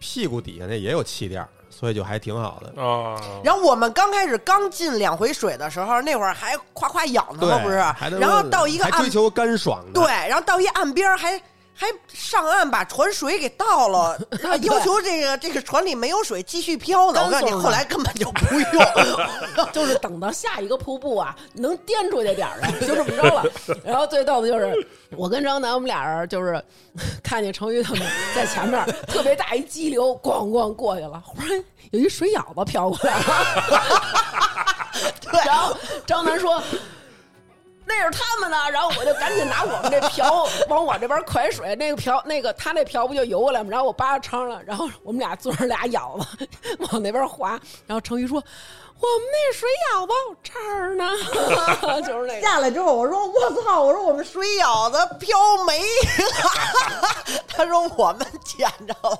屁股底下那也有气垫儿，所以就还挺好 的。
啊，
然后我们刚开始刚进两回水的时候，那会儿还夸夸咬呢
对
嘛，不是
还能？
然后到一个
还
岸
追，求干爽呢，
对，然后到一岸边儿还还上岸把船水给倒了，然后要求这个这个船里没有水继续漂的。我告诉
干
你，
死了
后来根本就不用。
就是等到下一个瀑布啊，能颠出去点儿的，就这么着了。然后最逗的就是，我跟张楠我们俩人就是看见程宇他们在前面，特别大一激流，咣咣过去了，忽然有一水舀子飘过来了。对，然后张楠说。那是他们呢，然后我就赶紧拿我们这瓢往我这边蒯水，那个瓢，那个他那瓢不就游过来吗？然后我扒着撑了，然后我们俩坐着俩舀子往那边划，然后程宇说：“我们那水舀子这儿呢， 就是那个。”
下来之后，我说我操，我说我们水舀子漂没了。他说我们捡着了。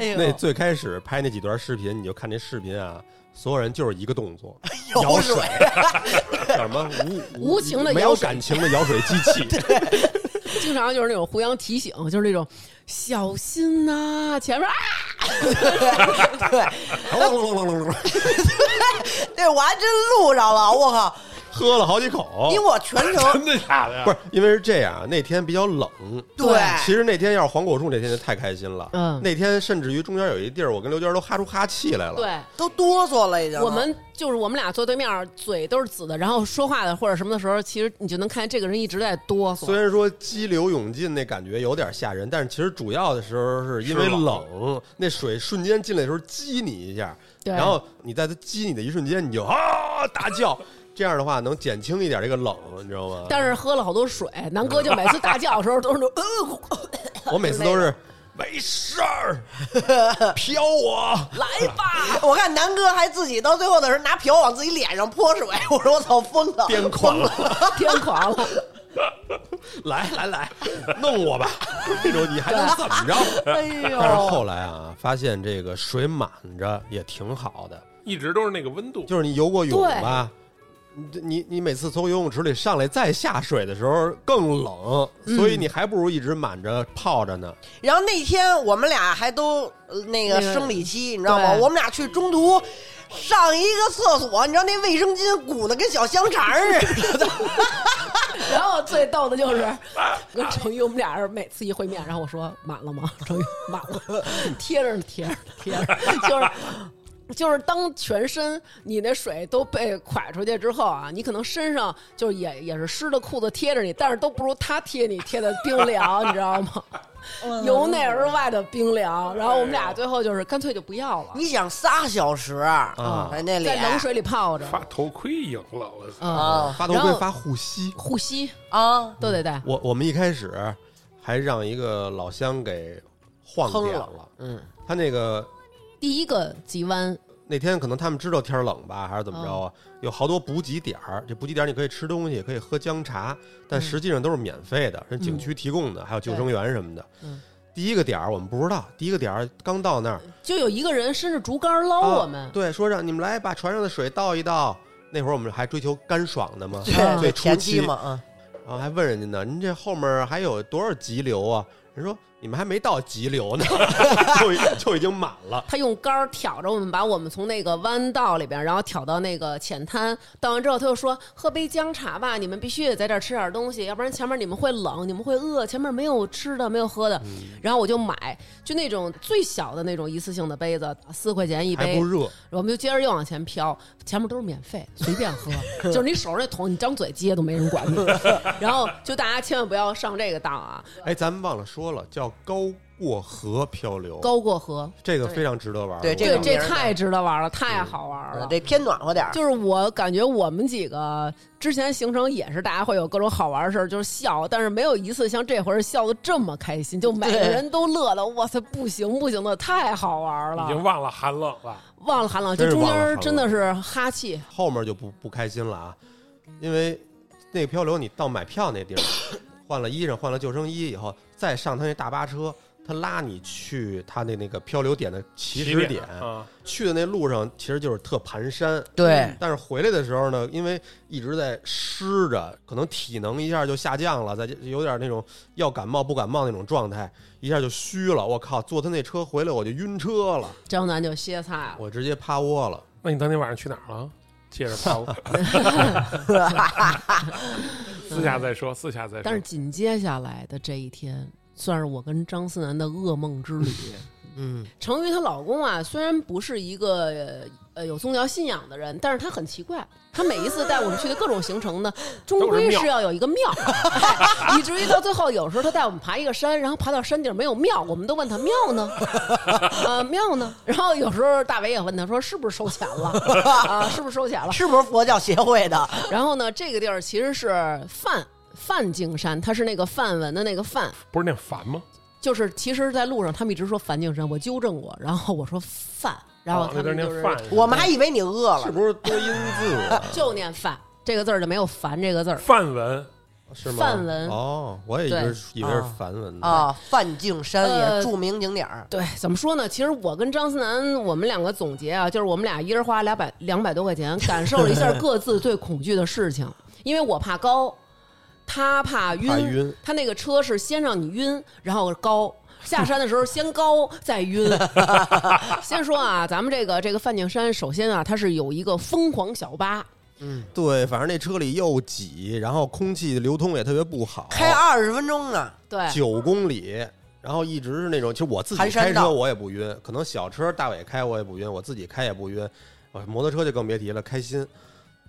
哎
那
呦，
最开始拍那几段视频，你就看那视频啊，所有人就是一个动作，
有
舀
水
水， 叫什么无
无情的
没有
舀水
感情的舀水机 器。
经常就是那种互相提醒，就是那种小心呐、前面啊，
对，对我还真录上了，我靠！
喝了好几口
因为，我 全程
真的假的呀？
不是因为是这样，那天比较冷。
对
其实那天要是黄果树那天就太开心了。
嗯
那天甚至于中间有一地儿，我跟刘娟都哈出哈气来了。，
对。
都哆嗦了，已经。
我们就是我们俩坐对面，嘴都是紫的，然后说话的或者什么的时候，其实你就能看见这个人一直在哆嗦
虽。然说激流勇进那感觉有点吓人，但是其实主要的时候是因为
是冷
冷，那水瞬间进来的时候激你一下，
对
然后你在它激你的一瞬间，你就啊大叫，这样的话能减轻一点这个冷，你知道吗？
但是喝了好多水，南哥就每次大叫的时候都是那种呃，
我每次都是没事儿， 飘我。
来吧，
我看南哥还自己到最后的时候拿瓢往自己脸上泼水， 我说我操疯了，
癫狂了，
癫狂了。
来来来，弄我吧！这种你还能怎么着？
哎呦，
但是后来啊，发现这个水满着也挺好的，
一直都是那个温度，
就是你游过泳吧，你你你每次从游泳池里上来再下水的时候更冷，所以你还不如一直满着泡着呢。
然后那天我们俩还都呃那
那个
个生理期，你知道吗？
对
我们俩去中途上一个厕所，你知道那卫生巾鼓的跟小香肠似的。
然后最逗的就是跟程宇，我们俩人每次一会面，然后我说满了吗？程宇满了，贴着呢，贴着呢，贴着呢，就是。就是当全身你那水都被蒯出去之后啊，你可能身上就是也也是湿的裤子贴着你，但是都不如他贴你贴的冰凉，你知道吗？由内而外的冰凉。然后我们俩最后就是干脆就不要了，
你想仨小时啊那
在
脸
冷水里泡着，
发头盔赢了，我操！
嗯，
啊
发头
然
盔
后
发护膝，
护膝
啊，
都得戴。
我我们一开始还让一个老乡给晃
哼
点
了
了，
嗯，
他那个
第一个急弯，
那天可能他们知道天儿冷吧，还是怎么着
哦
啊？有好多补给点儿，这补给点儿你可以吃东西，可以喝姜茶，
嗯
但实际上都是免费的，人景区提供的，还有救生员什么的。
嗯
第一个点儿我们不知道，第一个点儿刚到那儿，
就有一个人伸着竹竿捞我们，
啊对，说让你们来把船上的水倒一倒。那会儿我们还追求干爽的嘛，
嗯
最初
前
期
期嘛，啊，
然后还问人家呢，您这后面还有多少急流啊？人说你们还没到急流呢， 就已就已经满了。
他用杆儿挑着我们，把我们从那个弯道里边，然后挑到那个浅滩。到完之后，他又说：“喝杯姜茶吧，你们必须得在这儿吃点东西，要不然前面你们会冷，你们会饿，前面没有吃的，没有喝的。
嗯
然后我就买，就那种最小的那种一次性的杯子，四块钱一
还
杯
不。热，
我们就接着又往前飘，前面都是免费，随便 喝，就是你手上那桶，你张嘴接都没人管你。然后就大家千万不要上这个当啊，
哎，咱们忘了说了，叫高过河漂流，
高过河，
这个非常值得玩儿。
对
我
这
觉
对
个
得
这
名儿
太值得玩了，太好玩了
啊
嗯。得偏暖和点儿。
就是我感觉我们几个之前行程也是，大家会有各种好玩的事儿，就是笑，但是没有一次像这回笑的这么开心，就每个
对
人都乐的，哇塞，不行不行的，太好玩
已经
了。
忘了寒冷了，
忘了寒冷，
真
就是中
忘了寒
间
冷
真的是哈气，
后面就不不开心了啊，因为那个漂流你到买票那地儿，换了衣裳，换了救生衣以后，再上他那大巴车，他拉你去他那那个漂流点的起始
点
点，
啊，
去的那路上其实就是特盘山。
对，
但是回来的时候呢，因为一直在湿着，可能体能一下就下降了，再就有点那种要感冒不感冒那种状态，一下就虚了。我靠，坐他那车回来我就晕车了，
张楠就歇菜了。
我直接趴窝了。
那你当天晚上去哪儿了？接着泡，私下再说，私下再说。
但是紧接下来的这一天，算是我跟张思南的噩梦之 旅。
嗯，
成瑜她老公啊，虽然不是一个呃有宗教信仰的人，但是他很奇怪，他每一次带我们去的各种行程呢，终归是要有 一个庙，哎以至于到最后，有时候他带我们爬一个山，然后爬到山顶没有庙，我们都问他庙呢， 呃庙呢，然后有时候大伟也问他说是不是收钱了 啊，是不是收钱了？
是不是佛教协会的？
然后呢，这个地儿其实是梵梵净山，它是那个梵文的那个梵，
不是念烦吗？
就是其实，在路上他们一直说梵净山，我纠正过，然后我说梵，然后
哦
啊他
那字
们
念
就是、
饭，
我们还以为你饿
是
了，
不是多音字啊？
就念梵这个字儿就没有梵这个字儿，
梵文
是吗？
梵文
哦，我也以为是以为是梵文呢。
啊，梵净山也
呃
是著名景点儿，
对，怎么说呢？其实我跟张思南，我们两个总结啊，就是我们俩一人花两百两百多块钱，感受了一下各自最恐惧的事情。因为我怕高，他怕晕，
怕晕
他那个车是先让你晕，然后高。下山的时候先高再 晕。先说啊，咱们这个这个梵净山，首先啊，它是有一个疯狂小巴，
对，反正那车里又挤，然后空气流通也特别不好，
开二十分钟呢。
对，
九公里，然后一直是那种，其实我自己
盘山
开车
道
我也不晕，可能小车大伟开我也不晕，我自己开也不晕，我摩托车就更别提了，开心。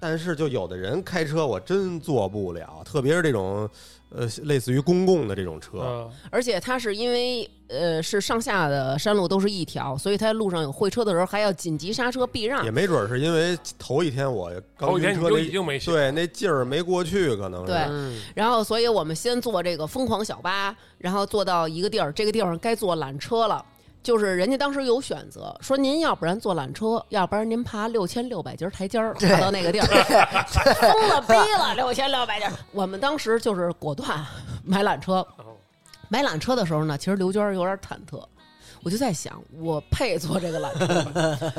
但是就有的人开车我真做不了，特别是这种呃类似于公共的这种车，
啊，
而且它是因为呃是上下的山路都是一条，所以它路上有会车的时候还要紧急刹车避让
也。没准是因为头一天我刚
嗯头一
晕
天你
车
就
那
已经没戏
对那劲儿没过去，可能是
对
嗯，
然后，所以我们先坐这个疯狂小巴，然后坐到一个地儿，这个地儿该坐缆车了。就是人家当时有选择，说您要不然坐缆车，要不然您爬六千六百节儿台阶儿爬到那个地儿，疯了逼了六千六百节儿。我们当时就是果断买缆车，买缆车的时候呢，其实刘娟儿有点忐忑，我就在想，我配坐这个缆车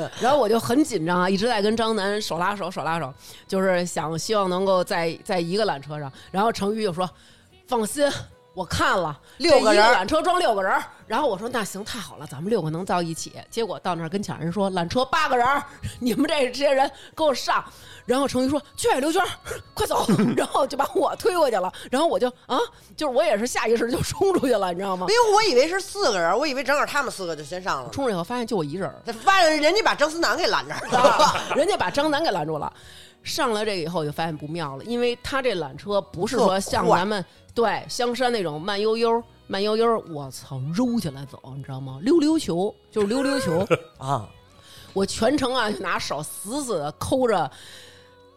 吗？ 然后我就很紧张啊，一直在跟张楠手拉手手拉手，就是想希望能够在在一个缆车上。然后程昱就说：“放心。”我看了
六个人
这一缆车装六个人儿，然后我说那行太好了，咱们六个能到一起。结果到那儿跟前人说缆车八个人儿，你们这这些人给我上。然后程昱说去刘娟儿，快走，然后就把我推过去了。然后我就啊，就是我也是下意识就冲出去了，你知道吗
因？为我以为是四个人，我以为正好他们四个就先上了呢。
冲出去以后发现就我一人儿，啊
这发现人家把张思楠给拦这 儿了，
人家把张楠给拦住了。上了这个以后就发现不妙了，因为他这缆车不是说像
特快
咱们对香山那种慢悠悠、慢悠悠，我操，揉起来走，你知道吗？溜溜球就是溜溜球，
啊！
我全程啊就拿手死死的抠着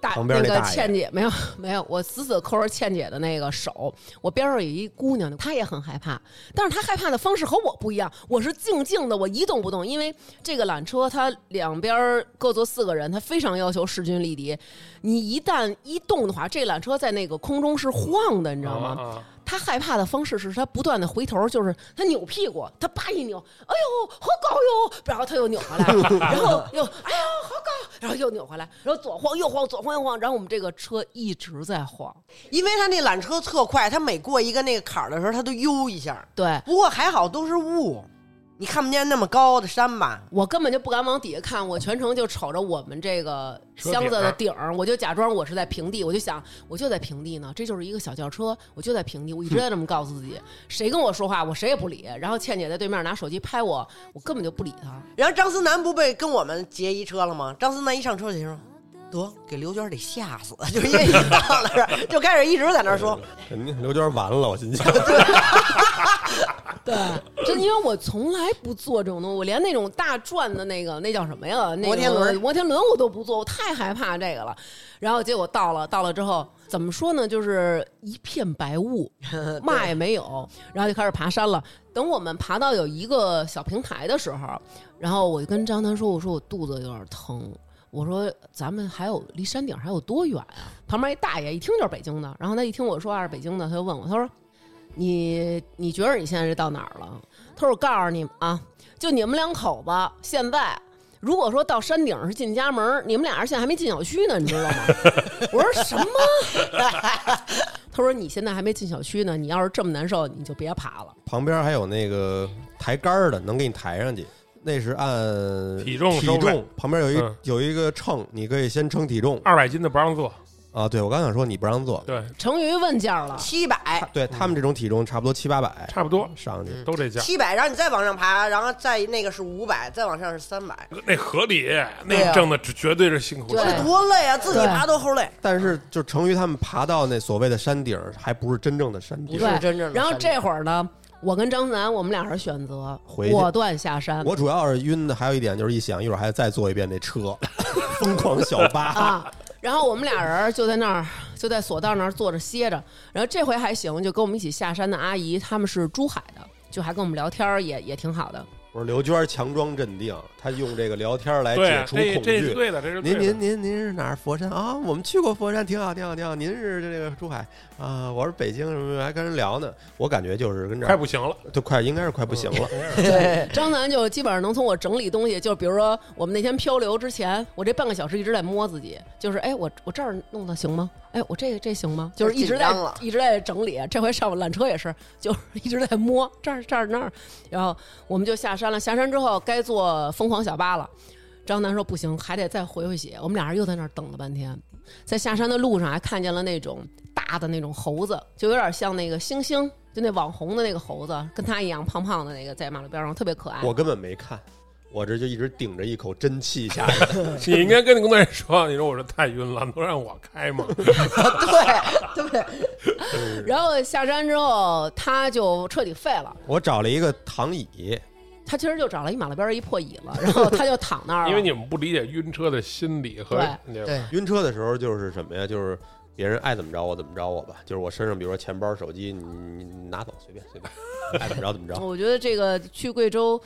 大
旁边那
个
大爷
倩姐，没有 没有，我死死地抠着倩姐的那个手。我边上有一姑娘，她也很害怕，但是她害怕的方式和我不一样，我是静静的，我一动不动，因为这个缆车它两边儿各坐四个人，它非常要求势均力敌。你一旦一动的话，这缆车在那个空中是晃的，你
你
知道吗？
啊啊
他害怕的方式是他不断的回头，就是他扭屁股，他叭一扭，哎呦好高哟，然后他又扭回来，然后又哎呦好高，然后又扭回来，然后左晃右晃，左晃右晃，然后我们这个车一直在晃。
因为他那缆车特快，他每过一个那个坎儿的时候，他都悠一下。
对
不过还好都是雾，你看不见那么高的山吧？
我根本就不敢往底下看，我全程就瞅着我们这个
车
箱子的
顶
顶儿，我就假装我是在平地，我就想我就在平地呢，这就是一个小轿车，我就在平地，我一直在这么告诉自己，谁跟我说话我谁也不理。然后倩姐在对面拿手机拍我，我根本就不理她。
然后张思楠不被跟我们劫一车了吗？张思楠一上车就说：“得给刘娟得吓死， 就是因为一到了这儿就开始一直在那儿说，
肯定刘娟完了，我心想。
对， 真因为我从来不做这种东西，我连那种大转的那个那叫什么呀？那个
摩天轮
摩天轮我都不坐，我太害怕这个了。然后结果到了，到了之后怎么说呢？就是一片白 雾，嘛也没有，然后就开始爬山了。等我们爬到有一个小平台的时候，然后我就跟张楠说：“我说我肚子有点疼。”我说咱们还有离山顶还有多远啊？旁边一大爷一听就是北京的，然后他一听我说话是北京的，他就问我，他说你你觉得你现在是到哪儿了？他说我告诉你们啊，就你们两口子现在。如果说到山顶是进家门，你们俩人现在还没进小区呢，你知道吗？ 我说什么？ 他说你现在还没进小区呢，你要是这么难受，你就别爬了。
旁边还有那个抬杆儿的，能给你抬上去。那是按
体重
体
收费
重，旁边有一
嗯
有一个秤，你可以先称体重。
二百斤的不让坐，
啊，对我刚想说你不让做，
对，
成瑜问价了，
七百，
对他们这种体重差不多七八百
差不多
上去，
都这价，
七百，然后你再往上爬，然后再那个是五百，再往上是三百，
那合理，
对
那
啊
挣的只绝对是辛苦
对
钱。
多累啊！自己爬都齁累。
但是就成于他们爬到那所谓的山顶儿，还不是真正的山顶
不
儿。
是真正的
然后
山
这
顶
会儿呢，我跟张楠，我们俩是选择
回去
果断下山。
我主要是晕的，还有一点就是一想一会儿还再坐一遍 那车，疯狂小巴，
啊。然后我们俩人就在那儿，就在索道那儿坐着歇着。然后这回还行，就跟我们一起下山的阿姨，他们是珠海的，就还跟我们聊天儿， 也也挺好的。
我说刘娟强装镇定，她用这个聊天来
对
啊解，除
这
恐
这是
惧。
对的，这是对
您
的
您您您是哪儿？佛山啊？我们去过佛山，挺好，挺好，挺好。您是这个珠海啊？我是北京什么什么，还跟人聊呢。我感觉就是跟这儿
快不嗯行了，
就快，应该是快不行了。
对，张楠就基本上能从我整理东西，就比如说我们那天漂流之前，我这半个小时一直在摸自己，就是哎，我我这儿弄的行吗？哎，我这个这行吗？就是一直
紧
在
张了
一直在整理。这回上缆车也是，就是一直在摸这儿这儿那儿。然后我们就下山了，下山之后该坐疯狂小巴了。张楠说不行，还得再回回血。我们俩人又在那儿等了半天，在下山的路上还看见了那种大的那种猴子，就有点像那个星星，就那网红的那个猴子，跟他一样胖胖的那个，在马路边上特别可爱。
我根本没看，我这就一直顶着一口真气下来。
你应该跟你工作人员说，你说我这太晕了，能让我开吗？
对对，
然后下山之后，他就彻底废了。
我找了一个躺椅，
他其实就找了一马路边儿一破椅子，然后他就躺那儿了。
因为你们不理解晕车的心理和对
对
晕车的时候就是什么呀？就是别人爱怎么着我怎么着我吧。就是我身上，比如说钱包、手机，你你你拿走随便随便，爱怎么着怎么着。
我觉得这个去贵州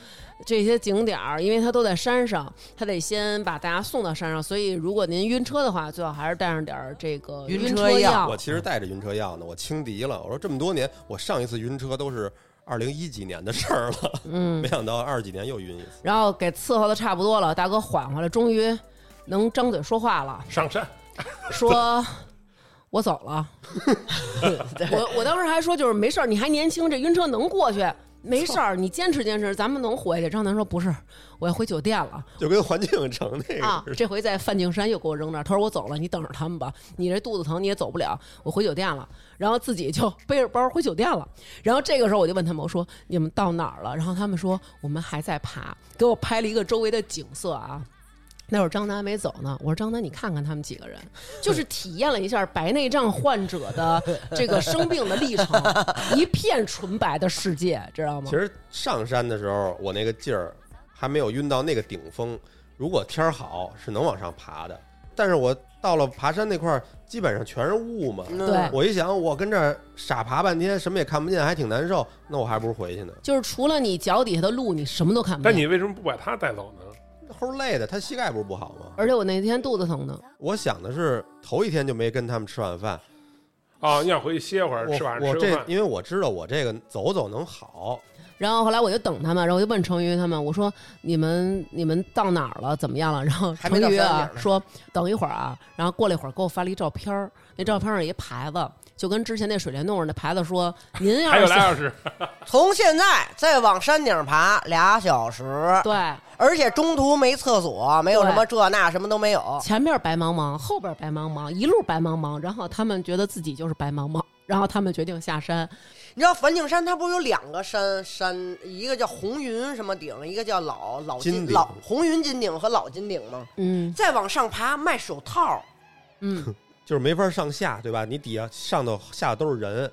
这些景点儿，因为它都在山上，它得先把大家送到山上，所以如果您晕车的话，最好还是带上点儿这个
晕
晕
车
车
药
我其实带着晕车药呢，我轻敌了。我说这么多年，我上一次晕车都是二零一几年的事儿了，
嗯
没，想到二十几年又晕一次。
然后给伺候的差不多了，大哥缓回来，终于能张嘴说话 了，
上山
说。我走了， 我我当时还说就是没事儿，你还年轻，这晕车能过去，没事儿，你坚持坚持，咱们能回去。张楠说不是，我要回酒店了，
就跟环境影城 那
啊
个，似的。
这回在梵净山又给我扔那儿，他说我走了，你等着他们吧，你这肚子疼你也走不了，我回酒店了。然后自己就背着包回酒店了。然后这个时候我就问他们，我说你们到哪儿了？然后他们说我们还在爬，给我拍了一个周围的景色啊。那会儿张楠还没走呢，我说张楠，你看看他们几个人，就是体验了一下白内障患者的这个生病的历程，一片纯白的世界，知道吗
其？实上山的时候，我那个劲儿还没有晕到那个顶峰。如果天儿好，是能往上爬的。但是我到了爬山那块儿，基本上全是雾嘛。
对
我一想，我跟这儿傻爬半天，什么也看不见，还挺难受。那我还不如回去呢，
就是除了你脚底下的路，你什么都看不见。
但你为什么不把他带走呢？
齁累的。他膝盖不是不好吗？
而且我那天肚子疼呢，
我想的是，头一天就没跟他们吃晚饭。
啊，你想回去歇会儿，
我
吃晚上
我
吃个
这
饭。
因为我知道我这个走走能好，
然后后来我就等他们，然后我就问程宇他们，我说你们你们到哪儿了，怎么样了？然后
还没
程
到
宇
山
啊
顶呢
说等一会儿啊，然后过了一会儿给我发了一照片儿，那照片上有一牌子，就跟之前那水帘洞上那牌子说，您
还
要
有
是
俩
想
小时，
从现在再往山顶爬俩小时，
对
而且中途没厕所，没有什么这那，什么都没有。
前面白茫茫，后边白茫茫，一路白茫茫，然后他们觉得自己就是白茫茫， 然后他们决定下山，
你知道梵净山它不是有两个山山，一个叫红云什么顶，一个叫老老
金
金
顶
老红云金顶和老金顶吗？
嗯
再往上爬卖手套，
嗯，
就是没法上下，对吧？你底下上头下头都是人，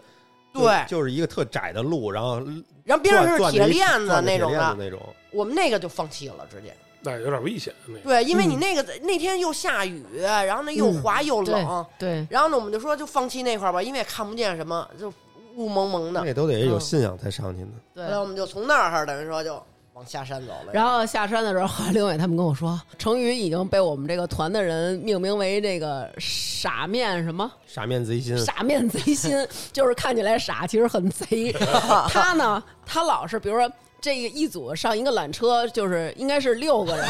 就
对
就是一个特窄的路，然后
然后边上是
转
铁链子
转着一
那种
铁链子
的，
那种。
我们那个就放弃了，直接。
那有点危险。那个
对，因为
嗯
你那个那天又下雨，然后呢又滑又冷，
对
然后呢我们就说就放弃那块儿吧，因为也看不见什么，就雾蒙蒙的。
那都得有
嗯
信仰才上去呢。
对
后来我们就从那儿等于说就往下山走了。
然后下山的时候，刘伟他们跟我说，成宇已经被我们这个团的人命名为这个傻面什么
傻面贼心，
傻面贼心，就是看起来傻，其实很贼。他呢，他老是比如说。这个一组上一个缆车，就是应该是六个人、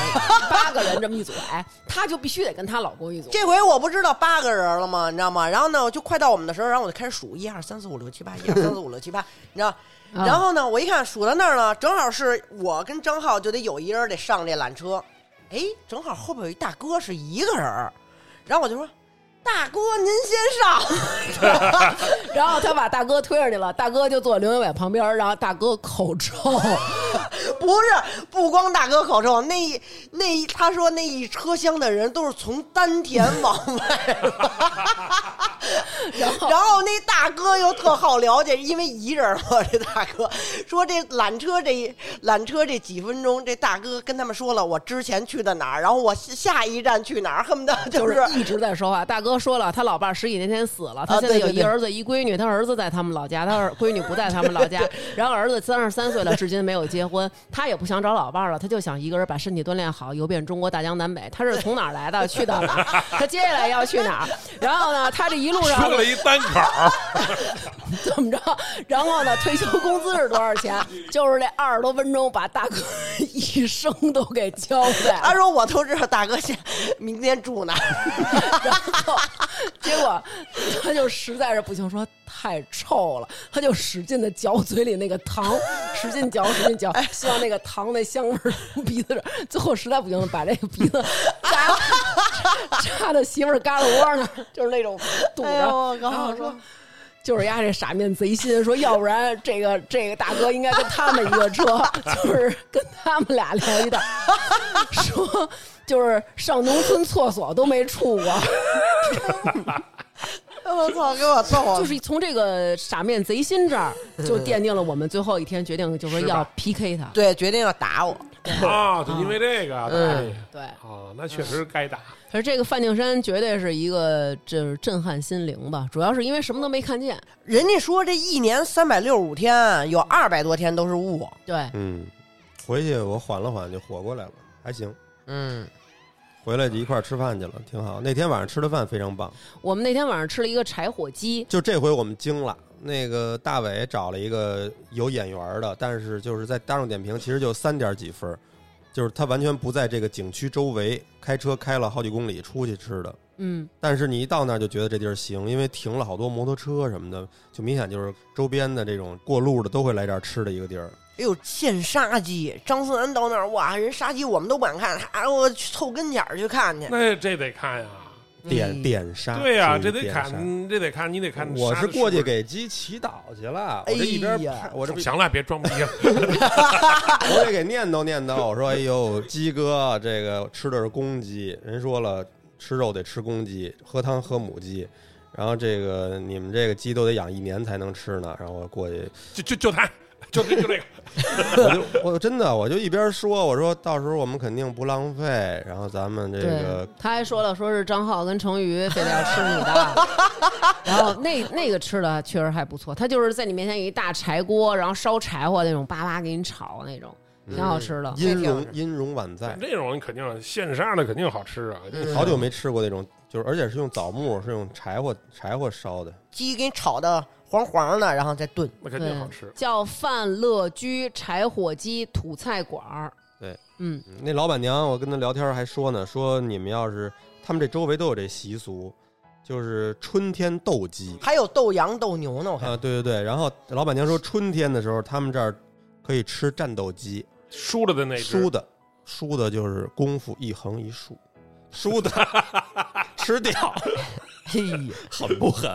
八个人这么一组，哎，她就必须得跟她老公一组。
这回我不知道八个人了吗？你知道吗？然后呢，我就快到我们的时候，然后我就开始数一二三四五六七八，一二三四五六七八，你 知道？
啊
然后呢，我一看数到那儿呢，正好是我跟张浩就得有一人得上这缆车，哎，正好后边有一大哥是一个人儿，然后我就说大哥您先上，
然后他把大哥推上去了，大哥就坐刘仪伟旁边儿，然后大哥口臭，
不是不光大哥口臭，那一那一他说那一车厢的人都是从丹田往外拉，然 后那大哥又特好了解，因为一人嘛，这大哥说这缆车这缆车这几分钟，这大哥跟他们说了我之前去的哪儿，然后我下下一站去哪儿，恨不得 就
就是是一直在说话。大哥说了，他老伴儿十几年前死了，他
啊
现在
对
有
对
一
对
儿子一闺女，他儿子在他们老家，他儿闺女不在他们老 家。然后儿子三十三岁了，至今没有结婚，他也不想找老伴儿了，他就想一个人把身体锻炼好，游遍中国大江南北。他是从哪儿来的？去到哪 儿？他接下来要去哪儿？然后呢，他这一路上
说 了一单口儿，
怎么着？然后呢，退休工资是多少钱？就是这二十多分钟把大哥一生都给交 代了
他。说我都知道大哥现明天住哪儿，
然后 结果他就实在是不行，说太臭了，他就使劲的嚼嘴里那个糖，使劲嚼，使劲嚼，希望那个糖那香味儿从鼻子上。最后实在不行了，把这个鼻子扎扎到媳妇儿嘎了窝那儿，就是那种堵着。
哎呦我靠
然后说。就是丫这傻面贼心，说要不然这个这个大哥应该跟他们一个车，就是跟他们俩聊一道， 说就是上农村厕所都没处过，
我操，给我逗了。
就是从这个傻面贼心这儿就奠定了我们最后一天决定，就是
是
要
吧
PK 他。
对，决定要打我。
啊，就因为这个，对
对，
啊，那确实该打。
可是这个范景山绝对是一个就是震撼心灵吧，主要是因为什么都没看见。
人家说这一年三百六十五天，有二百多天都是雾。
对，
嗯，回去我缓了缓就活过来了，还行。
嗯，
回来就一块儿吃饭去了，挺好。那天晚上吃的饭非常棒，
我们那天晚上吃了一个柴火鸡，
就这回我们惊了。那个大伟找了一个有眼缘儿的，但是就是在大众点评其实就三点几分儿，就是他完全不在这个景区周围，开车开了好几公里出去吃的。
嗯，
但是你一到那儿就觉得这地儿行，因为停了好多摩托车什么的，就明显就是周边的这种过路的都会来这儿吃的一个地儿。
哎呦，现杀鸡！张思楠到那儿，哇，人杀鸡我们都不敢看，哎，我去凑跟前儿去看去。
那这得看呀，
嗯
点点杀，
对呀，
属于
这得
啊点杀
看，这得看，你得看。
我
杀
是
的
过
不
去
是
给鸡祈祷去了，我
哎呀
这一边拍，我这不
行了，别装逼了。
我得给念叨念叨，我说哎呦，鸡哥这个吃的是公鸡，人说了吃肉得吃公鸡，喝汤喝母鸡，然后这个你们这个鸡都得养一年才能吃呢，然后我过去，
就就就他，就就这个，
我就我真的我就一边说，我说到时候我们肯定不浪费，然后咱们这
对
个，
他还说了，说是张浩跟成瑜非得要吃你的，然后那那个吃的确实还不错，他就是在你面前有一大柴锅，然后烧柴火那种，叭叭给你炒那种，挺好吃的。
音
挺好
容
吃
音容宛在，
这种肯定现杀的肯定好吃啊。
好久没吃过那种，就是而且是用枣木，是用柴火柴火烧的，
鸡给你炒的黄黄的，然后再炖。
那肯
对
定好吃，。
叫范乐居柴火鸡土菜馆儿。
对，
嗯，
嗯那老板娘，我跟她聊天还说呢，说你们要是他们这周围都有这习俗，就是春天斗 鸡
还有斗羊、斗牛呢，我看。
啊，对对对。然后老板娘说，春天的时候他们这儿可以吃战斗鸡，
输了的那只
输的输的就是功夫一横一竖，输的吃掉，
嘿呀，
狠不狠？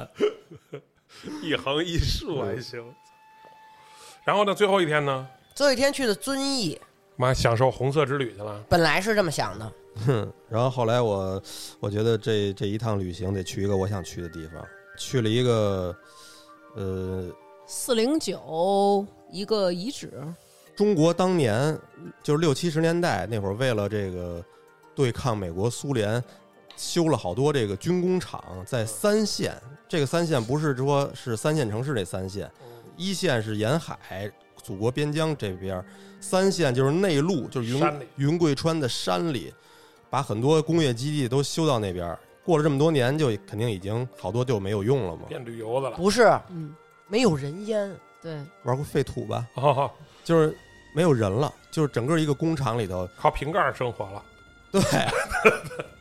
一横一竖还行。然后呢，最后一天呢，
最后一天去的遵义，
妈享受红色之旅去了。
本来是这么想的，
哼。然后后来我我觉得这这一趟旅行得去一个我想去的地方，去了一个呃
四零九一个遗址，
中国当年就是六七十年代那会儿，为了这个对抗美国苏联，修了好多这个军工厂在三线。这个三线不是说是三线城市那三线，
嗯
一线是沿海祖国边疆这边儿，三线就是内陆，就是云
山里
云贵川的山里，把很多工业基地都修到那边儿。过了这么多年，就肯定已经好多就没有用了嘛。
变旅游的了。
不是
嗯，
没有人烟，
对，
玩过废土吧？
哦，
就是没有人了，就是整个一个工厂里头
靠瓶盖生活了。
对，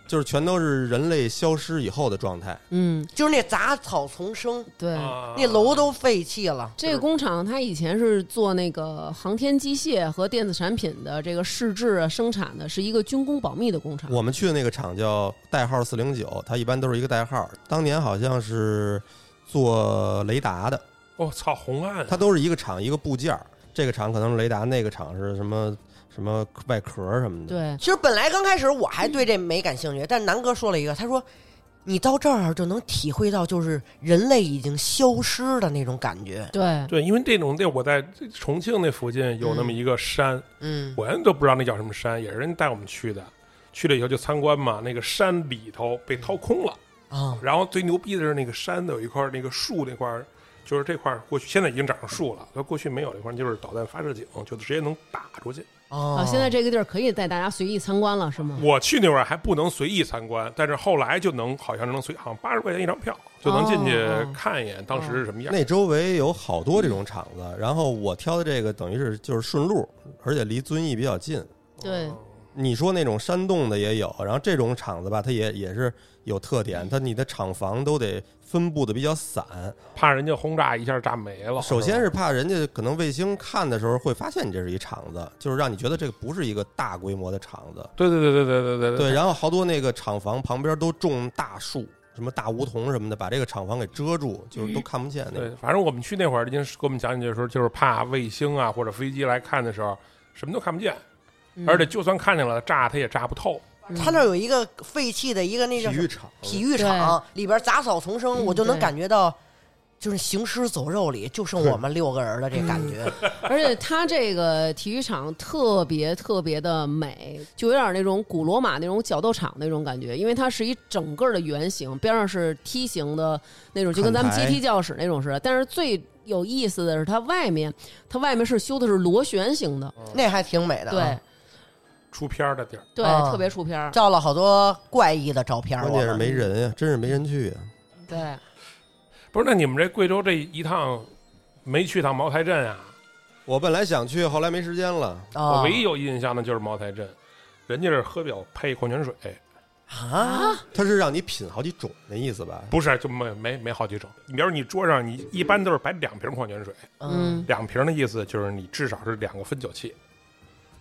就是全都是人类消失以后的状态。
嗯，
就是那杂草丛生，
对。
啊
那楼都废弃了。
这个工厂它以前是做那个航天机械和电子产品的这个试制啊、生产的，是一个军工保密的工厂。
我们去的那个厂叫代号四零九，它一般都是一个代号。当年好像是做雷达的，
我哦操，红岸
它都是一个厂一个部件儿。这个厂可能是雷达，那个厂是什么什么外壳什么的。
对，
其实本来刚开始我还对这没感兴趣，但南哥说了一个，他说你到这儿就能体会到，就是人类已经消失的那种感觉。
对，
对，因为这种地儿我在重庆那附近有那么一个山，
嗯，
我原都不知道那叫什么山，也是人带我们去的。去了以后就参观嘛，那个山里头被掏空了，
啊，
然后最牛逼的是那个山的有一块那个树那块儿，就是这块儿过去现在已经长上树了，它过去没有那块儿就是导弹发射井，就直接能打出去。
哦
啊，现在这个地儿可以带大家随意参观了，是吗？
我去那会儿还不能随意参观，但是后来就能好像是能随，好像八十块钱一张票就能进去
哦
看一眼当时是什么样。
那周围有好多这种厂子，然后我挑的这个等于是就是顺路，而且离遵义比较近。
对，
你说那种山洞的也有，然后这种厂子吧，它也也是有特点，
嗯
它你的厂房都得分布的比较散。
怕人家轰炸一下炸没了。
首先
是
是怕人家可能卫星看的时候会发现你这是一厂子，就是让你觉得这个不是一个大规模的厂子
吧。对对对对对对
对，然后好多那个厂房旁边都种大树，什么大梧桐什么的，把这个厂房给遮住，就是都看不见那
对
个。，
反正我们去那会儿，您给我们讲解的时候，就是怕卫星啊或者飞机来看的时候，什么都看不见，而且就算看见了，炸它也炸不透。
他那儿有一个废弃的一个那
体
叫
育场，
体育场里边杂草丛生，
嗯
我就能
对
感觉到，就是行尸走肉里就剩我们六个人的这感觉。
而且它这个体育场特别特别的美，就有点那种古罗马那种角斗场那种感觉，因为它是一整个的圆形，边上是梯形的那种，就跟咱们
看
阶
台
梯教室那种似的。但是最有意思的是，它外面它外面是修的是螺旋形
嗯
的，
那还挺美的、
对
啊，
出片儿的地儿，
对，
啊
特别出片儿，
照了好多怪异的照片儿。
关键是
我们
没人呀，真是没人去
嗯
啊。
对，
不是？那你们这贵州这一趟没去趟茅台镇啊？
我本来想去，后来没时间了。
啊
我唯一有印象的就是茅台镇，人家是喝酒配矿泉水，
啊，
它是让你品好几种的意思吧？
不是就没没没好几种。你比如你桌上你一般都是摆两瓶矿泉水，
嗯，
两瓶的意思就是你至少是两个分酒器，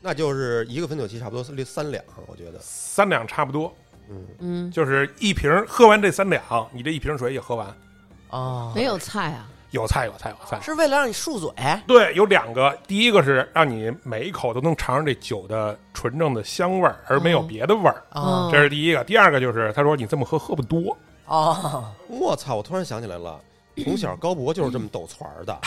那就是一个汾酒期差不多是三两，我觉得。
三两差不多，
嗯，
嗯，
就是一瓶喝完这三两，你这一瓶水也喝完，
啊，
没有菜啊，
有菜有菜有菜。
是为了让你漱嘴。
对，有两个，第一个是让你每一口都能尝上这酒的纯正的香味儿，而
哦
没有别的味儿，
啊
嗯
这是第一个。第二个就是他说你这么喝喝不多，
哦，
我操！我突然想起来了，从小高博就是这么抖团 儿的。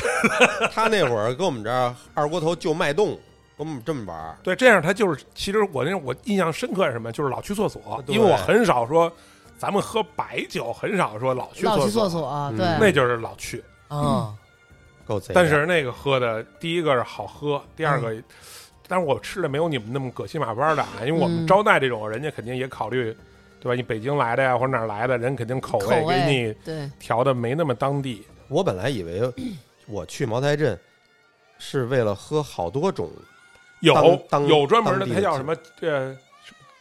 他那会儿跟我们这儿二锅头就脉动，跟我们这么玩儿。
对，这样他就是其实我那我印象深刻是什么，就是老去厕所，
啊对
因为我很少说咱们喝白酒，很少说老去
老去
厕
厕所，啊对，
那就是老去。
嗯
啊，
够贼的。
但是那个喝的，第一个是好喝，第二
嗯
个，但是我吃的没有你们那么葛西马巴的啊，因为我们
嗯
招待这种人家肯定也考虑，对吧？你北京来的呀，或者哪儿来的人，肯定口
口
味给你
对，
调的没那么当地。
我本来以为我去茅台镇是为了喝好多种，
有
当当
有专门
当地
它
的
叫
酒
什么呃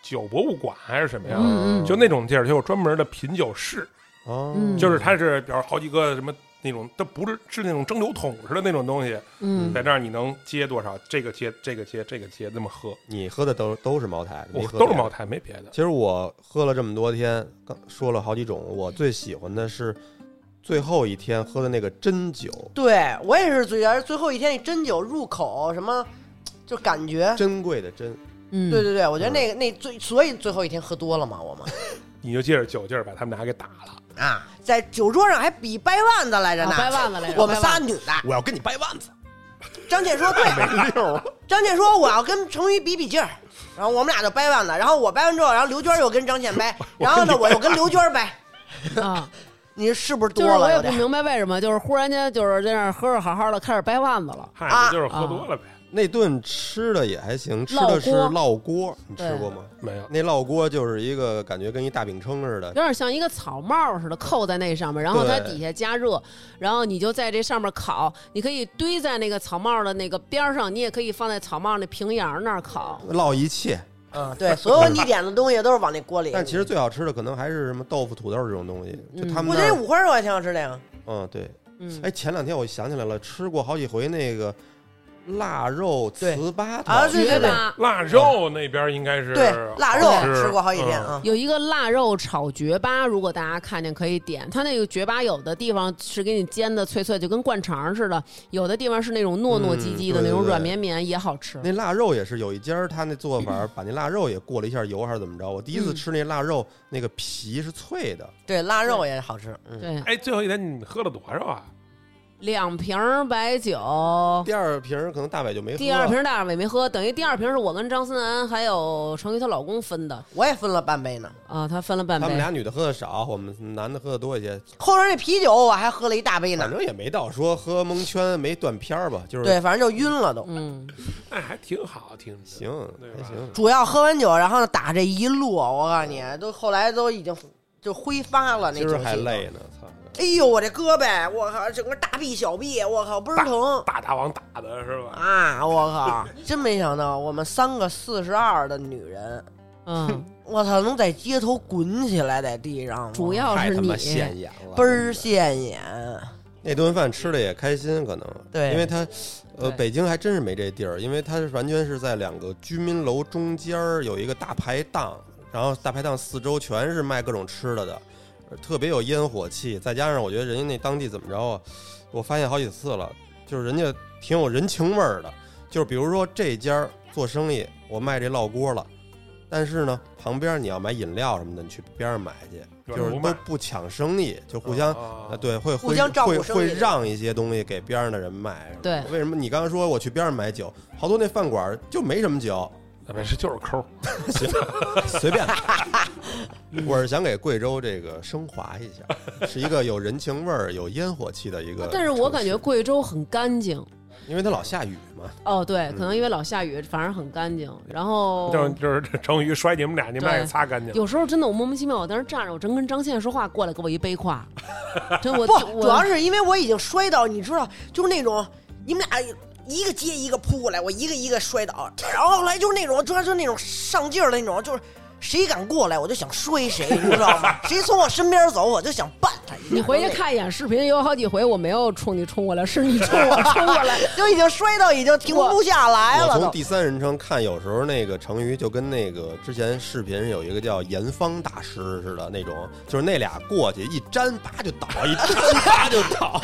酒博物馆还是什么哎呀？
嗯嗯
就那种地儿，它有专门的品酒室，
哦，
嗯
就是它是比如好几个什么那种，它不是是那种蒸馏桶似的那种东西，
嗯，
在那儿你能接多少，这个接这个接这个接，那么喝，
你喝的都都是茅台，
我
没喝
都是茅
台。
台，没别的。
其实我喝了这么多天，刚说了好几种，我最喜欢的是最后一天喝的那个真酒，
对我也是最最后一天那真酒入口什么，就感觉。
珍贵的珍。
嗯，
对对对，我觉得那个那最所以最后一天喝多了嘛，我们
你就借着酒劲儿把他们俩给打了。
啊，在酒桌上还比掰腕子来着呢，
啊掰腕子来着
我们
掰
仨
腕
女的，
我要跟你掰腕子，
张姐说对，张姐说我要跟成宇比比劲儿，然后我们俩就掰腕子，然后我掰完之后，然后刘娟又跟张倩掰，然后呢我又跟刘娟掰，
啊。
你是不是
就
多
是我
了
也
有
不
点？
明白为什么，就是忽然间就是在那儿喝着好好的，开始掰腕子了。
嗨，
啊
你就是喝多了呗。
那顿吃的也还行，吃的是
烙
烙锅，你吃过吗？
没有，
那烙锅就是一个感觉跟一大饼铛似的
有，点像一个草帽似的扣在那上面，然后它
对
底下加热，然后你就在这上面烤。你可以堆在那个草帽的那个边儿上，你也可以放在草帽那平沿儿那儿烤。
烙一切，
嗯，对，所有你点的东西都是往那锅里。
但其实最好吃的可能还是什么豆腐、土豆这种东西，就他
嗯我
们
觉得
那
这
儿，
五花肉还挺好吃的呀。
嗯，对。
嗯，
哎，前两天我想起来了，吃过好几回那个腊肉
对
糍粑
啊
头，
对对
绝
对
吧？
腊肉那边应该是
对，腊肉
好
吃过好几遍
嗯
啊。
有一个腊肉炒蕨巴，如果大家看见可以点。它那个蕨巴有的地方是给你煎的脆脆，就跟灌肠似的；有的地方是那种糯糯唧唧的、
嗯对对
那种
对
软绵绵，也好吃。
那腊肉也是有一家儿，他那做法儿把那腊肉也过了一下油，还是怎么着？我第一次
嗯
吃那腊肉，那个皮是脆的，
对，腊肉也好吃。嗯，
对，
哎，最后一天你们喝了多少啊？
两瓶儿白
哦
酒，
第二瓶儿可能大伟就没喝。
第二瓶大伟没喝，等于第二瓶是我跟张思楠还有程昱她老公分的
我也分了半杯呢。
啊，他分了半
他们
杯。
俩女的喝的少，我们男的喝的多一些，
后边那啤酒我还喝了一大杯呢
反。正也没到说喝蒙圈没断片儿吧，就是
对，反正就晕了都。
嗯，
那、哎还挺好，听着
行
对
还
吧
行，
主要喝完酒，然后打这一路，我告诉你，都后来都已经就挥发了。那
今儿
酒
还
气
累呢，操！
哎呦，我这胳膊，我靠，整个大臂、小臂，我靠，倍儿疼
大大王打的是吧？
啊！我靠， 真没想到，我们三个四十二的女人，
嗯，
我操，能在街头滚起来，在地上，
主要
太
是
他
你
妈现眼了，
倍儿
真的
现眼。
那顿饭吃的也开心，可能
对
因为他，呃，
对
北京还真是没这地儿，因为它是完全是在两个居民楼中间儿有一个大排档，然后大排档四周全是卖各种吃的的，呃特别有烟火气，再加上我觉得人家那当地怎么着啊，我发现好几次了，就是人家挺有人情味儿的，就是比如说这家儿做生意，我卖这烙锅了。但是呢，旁边你要买饮料什么的，你去边上买去，
有
就是
人不
都
卖
不抢生意，就互相
啊
啊，，对，会
互
会
相照顾
会
生意
会
的
让一些东西给边上的人卖。
对
为什么你刚刚说我去边上买酒，好多那饭馆儿就没什么酒，
那没事，就是抠。
随便。 我是想给贵州这个升华一下，是一个有人情味儿、有烟火气的一个城市。
但是我感觉贵州很干净。
因为它老下雨嘛，
哦，对，可
嗯
能因为老下雨，反而很干净。然
哦
后
就是就是这成语摔你们俩，你们俩给擦干净。
有时候真的我莫名其妙，我在那站着，我正跟张倩说话，过来给我一背 胯，真我
不，
我
主要是因为我已经摔到，你知道，就是那种你们俩一个接一个扑过来，我一个一个摔倒，然后后来就是那种，主要就是那种上劲儿的那种，就是谁敢过来我就想摔谁，你知道 吗？谁从我身边走我就想绊他一下。
你回去看一眼视频，有好几回我没有冲你冲过来，是你冲我冲过 来。
就已经摔到已经停不下来
我
了
从
哎都。
第三人称看，有时候那个成语就跟那个之前视频有一个叫严方大师似的那种，就是那俩过去一粘，叭就倒，一粘叭就倒，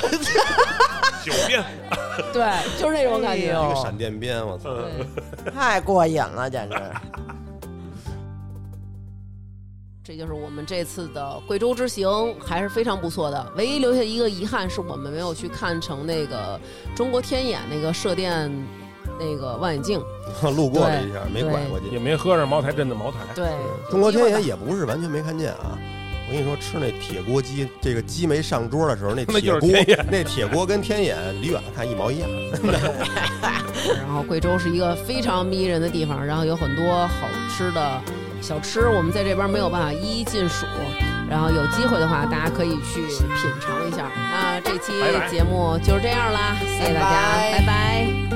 酒 店，
对，就是那种感
哎
觉。
哦
呦
一个闪电鞭，我操！
嗯，
对
太过瘾了，简直！
这就是我们这次的贵州之行，还是非常不错的。唯一留下一个遗憾是我们没有去看成那个中国天眼那个射电那个望远镜。
嗯
路过了一下，没
对
拐过去
也。没喝上茅台镇的茅台。
对，
中国天眼也不是完全没看见啊。我跟你说，吃那铁锅鸡，这个鸡没上桌的时候，那
那
铁
就是
锅
天眼
那铁锅跟天眼离远了看一毛一样。
然后贵州是一个非常迷人的地方，然后有很多好吃的小吃，我们在这边没有办法一一尽数。然后有机会的话，大家可以去品尝一下。那这期
拜拜
节目就是这样啦，谢谢大家，
拜拜
拜拜